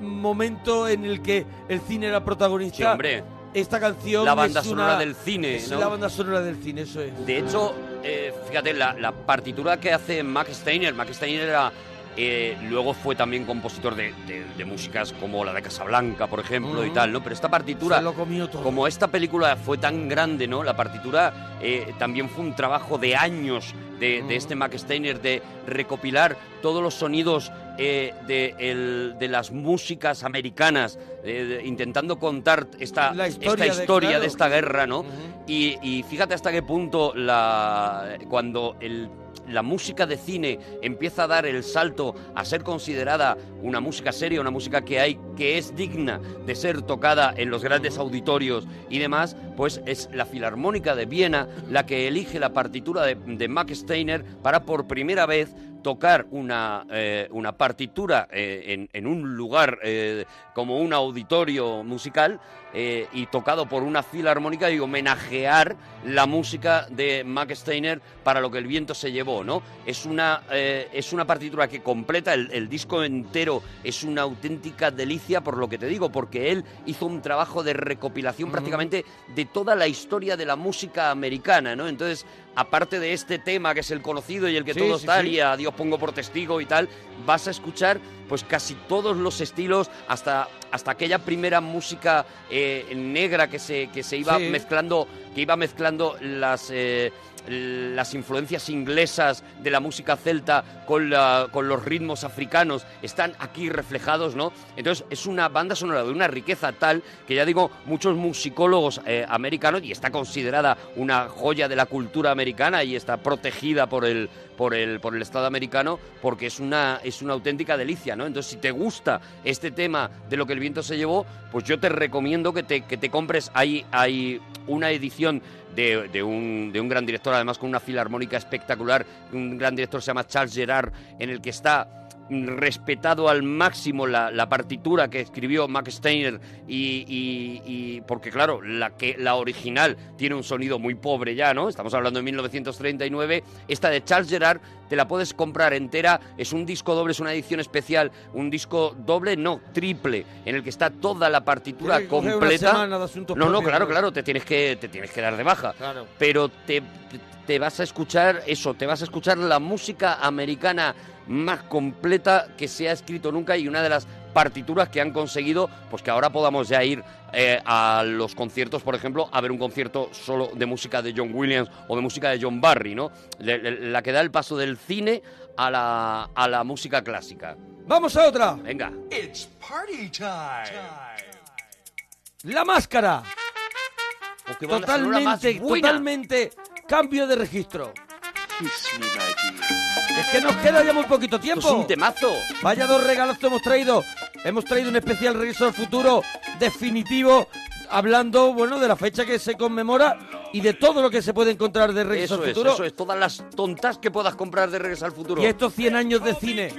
Speaker 1: momento en el que el cine era protagonista.
Speaker 3: Sí, hombre.
Speaker 1: Esta canción
Speaker 3: La banda
Speaker 1: es
Speaker 3: sonora
Speaker 1: una-
Speaker 3: del cine,
Speaker 1: es
Speaker 3: ¿no?
Speaker 1: la banda sonora del cine, eso es.
Speaker 3: De hecho, eh, fíjate, la, la partitura que hace Max Steiner, Max Steiner era, eh, luego fue también compositor de, de- de músicas como la de Casablanca, por ejemplo, y
Speaker 1: Ujú.
Speaker 3: tal, ¿no? Pero esta partitura,
Speaker 1: Se lo comió todo.
Speaker 3: como esta película fue tan grande, ¿no? La partitura eh, también fue un trabajo de años de, de este Max Steiner, de recopilar todos los sonidos eh, de, el- de las músicas americanas, eh, de- intentando contar esta
Speaker 1: La historia
Speaker 3: historia,
Speaker 1: de-
Speaker 3: esta historia de,
Speaker 1: claro.
Speaker 3: esta guerra, ¿no? y, y fíjate hasta qué punto la, cuando el- la música de cine empieza a dar el salto a ser considerada una música seria, una música que hay, que es digna de ser tocada en los grandes auditorios y demás, pues es la Filarmónica de Viena la que elige la partitura de, de Max Steiner para por primera vez tocar una, eh, una partitura eh, en, en un lugar eh, como un auditorio musical eh, y tocado por una filarmónica y homenajear la música de Mac Steiner para lo que el viento se llevó, ¿no? Es una, eh, es una partitura que completa el, el disco entero, es una auténtica delicia por lo que te digo, porque él hizo un trabajo de recopilación
Speaker 1: Ujú.
Speaker 3: prácticamente de toda la historia de la música americana, ¿no? Entonces, aparte de este tema que es el conocido y el que
Speaker 1: Sí,
Speaker 3: todos
Speaker 1: sí,
Speaker 3: tal
Speaker 1: sí.
Speaker 3: y a Dios pongo por testigo y tal, vas a escuchar pues casi todos los estilos hasta hasta aquella primera música eh, negra que se que se iba
Speaker 1: Sí.
Speaker 3: mezclando que iba mezclando las eh, las influencias inglesas de la música celta con, la- con los ritmos africanos están aquí reflejados, ¿no? Entonces es una banda sonora de una riqueza tal que ya digo, muchos musicólogos eh, americanos, y está considerada una joya de la cultura americana y está protegida por el, por el, por el Estado americano porque es una, es una auténtica delicia, ¿no? Entonces si te gusta este tema de lo que el viento se llevó, pues yo te recomiendo que te, que te compres, hay, hay una edición de, de un, de un gran director, además con una filarmónica espectacular. Un gran director se llama Charles Gerard, en el que está mm, respetado al máximo la, la partitura que escribió Max Steiner y, y- y- porque claro la que la original tiene un sonido muy pobre ya no estamos hablando de 1939 esta de Charles Gerard te la puedes comprar entera es un disco doble es una edición especial un disco doble no triple en el que está toda la partitura
Speaker 1: Tiene que coger una
Speaker 3: completa
Speaker 1: semana de asuntos
Speaker 3: no no
Speaker 1: propios,
Speaker 3: claro
Speaker 1: ¿no?
Speaker 3: claro te tienes que te tienes que dar de baja
Speaker 1: Claro.
Speaker 3: pero te, te vas a escuchar eso, te vas a escuchar la música americana más completa que se ha escrito nunca y una de las partituras que han conseguido, pues que ahora podamos ya ir eh, a los conciertos, por ejemplo, a ver un concierto solo de música de John Williams o de música de John Barry, ¿no? Le- le- La que da el paso del cine a la, a la música clásica.
Speaker 1: Vamos a otra.
Speaker 3: Venga.
Speaker 1: It's party time. La máscara.
Speaker 3: qué banda sonora más
Speaker 1: Totalmente,
Speaker 3: buena.
Speaker 1: totalmente cambio de registro. Es que nos queda ya muy poquito tiempo.
Speaker 3: Esto es un temazo.
Speaker 1: Vaya dos regalos que hemos traído. Hemos traído un especial regreso al futuro definitivo, hablando, bueno, de la fecha que se conmemora y de todo lo que se puede encontrar de regreso
Speaker 3: Eso
Speaker 1: al
Speaker 3: es,
Speaker 1: futuro.
Speaker 3: eso es, todas las tontas que puedas comprar de Regreso al Futuro.
Speaker 1: Y estos 100 años de cine.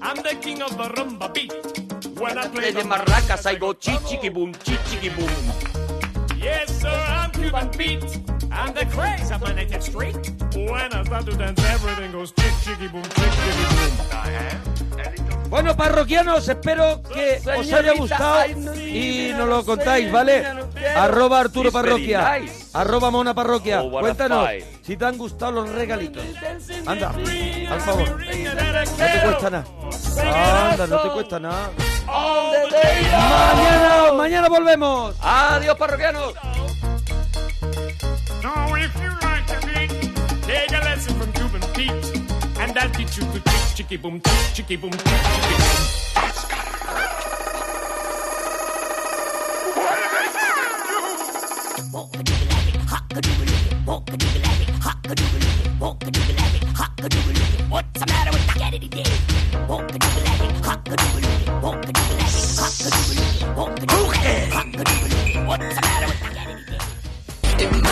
Speaker 5: I'm the king of the rumba beat. When I play
Speaker 3: Desde
Speaker 5: the
Speaker 3: Marracas, I go chichiquibum, chichiquibum.
Speaker 5: Yes, sir, I'm Cuban Pete. I'm the craze of my native street. When I start to dance, everything goes chick, chicky, boom, chick, chicky, boom.
Speaker 1: Bueno, parroquianos, espero que os haya gustado y nos lo contáis, ¿vale? Arroba Arturo
Speaker 27: It's very
Speaker 1: Parroquia,
Speaker 27: nice.
Speaker 1: arroba Mona Parroquia.
Speaker 27: Oh, what a
Speaker 1: Cuéntanos
Speaker 27: fight.
Speaker 1: si te han gustado los regalitos. Anda, al favor. No te cuesta nada. Anda, no te cuesta nada. Mañana, mañana volvemos.
Speaker 3: Adiós, parroquianos.
Speaker 5: Now, if you like to beat, take a lesson from Cuban Pete. And I'll teach you to chick, chicky, boom, chick, chicky, boom, chick, chicky, boom.
Speaker 28: What's the matter with that? Get it, What's the matter with that?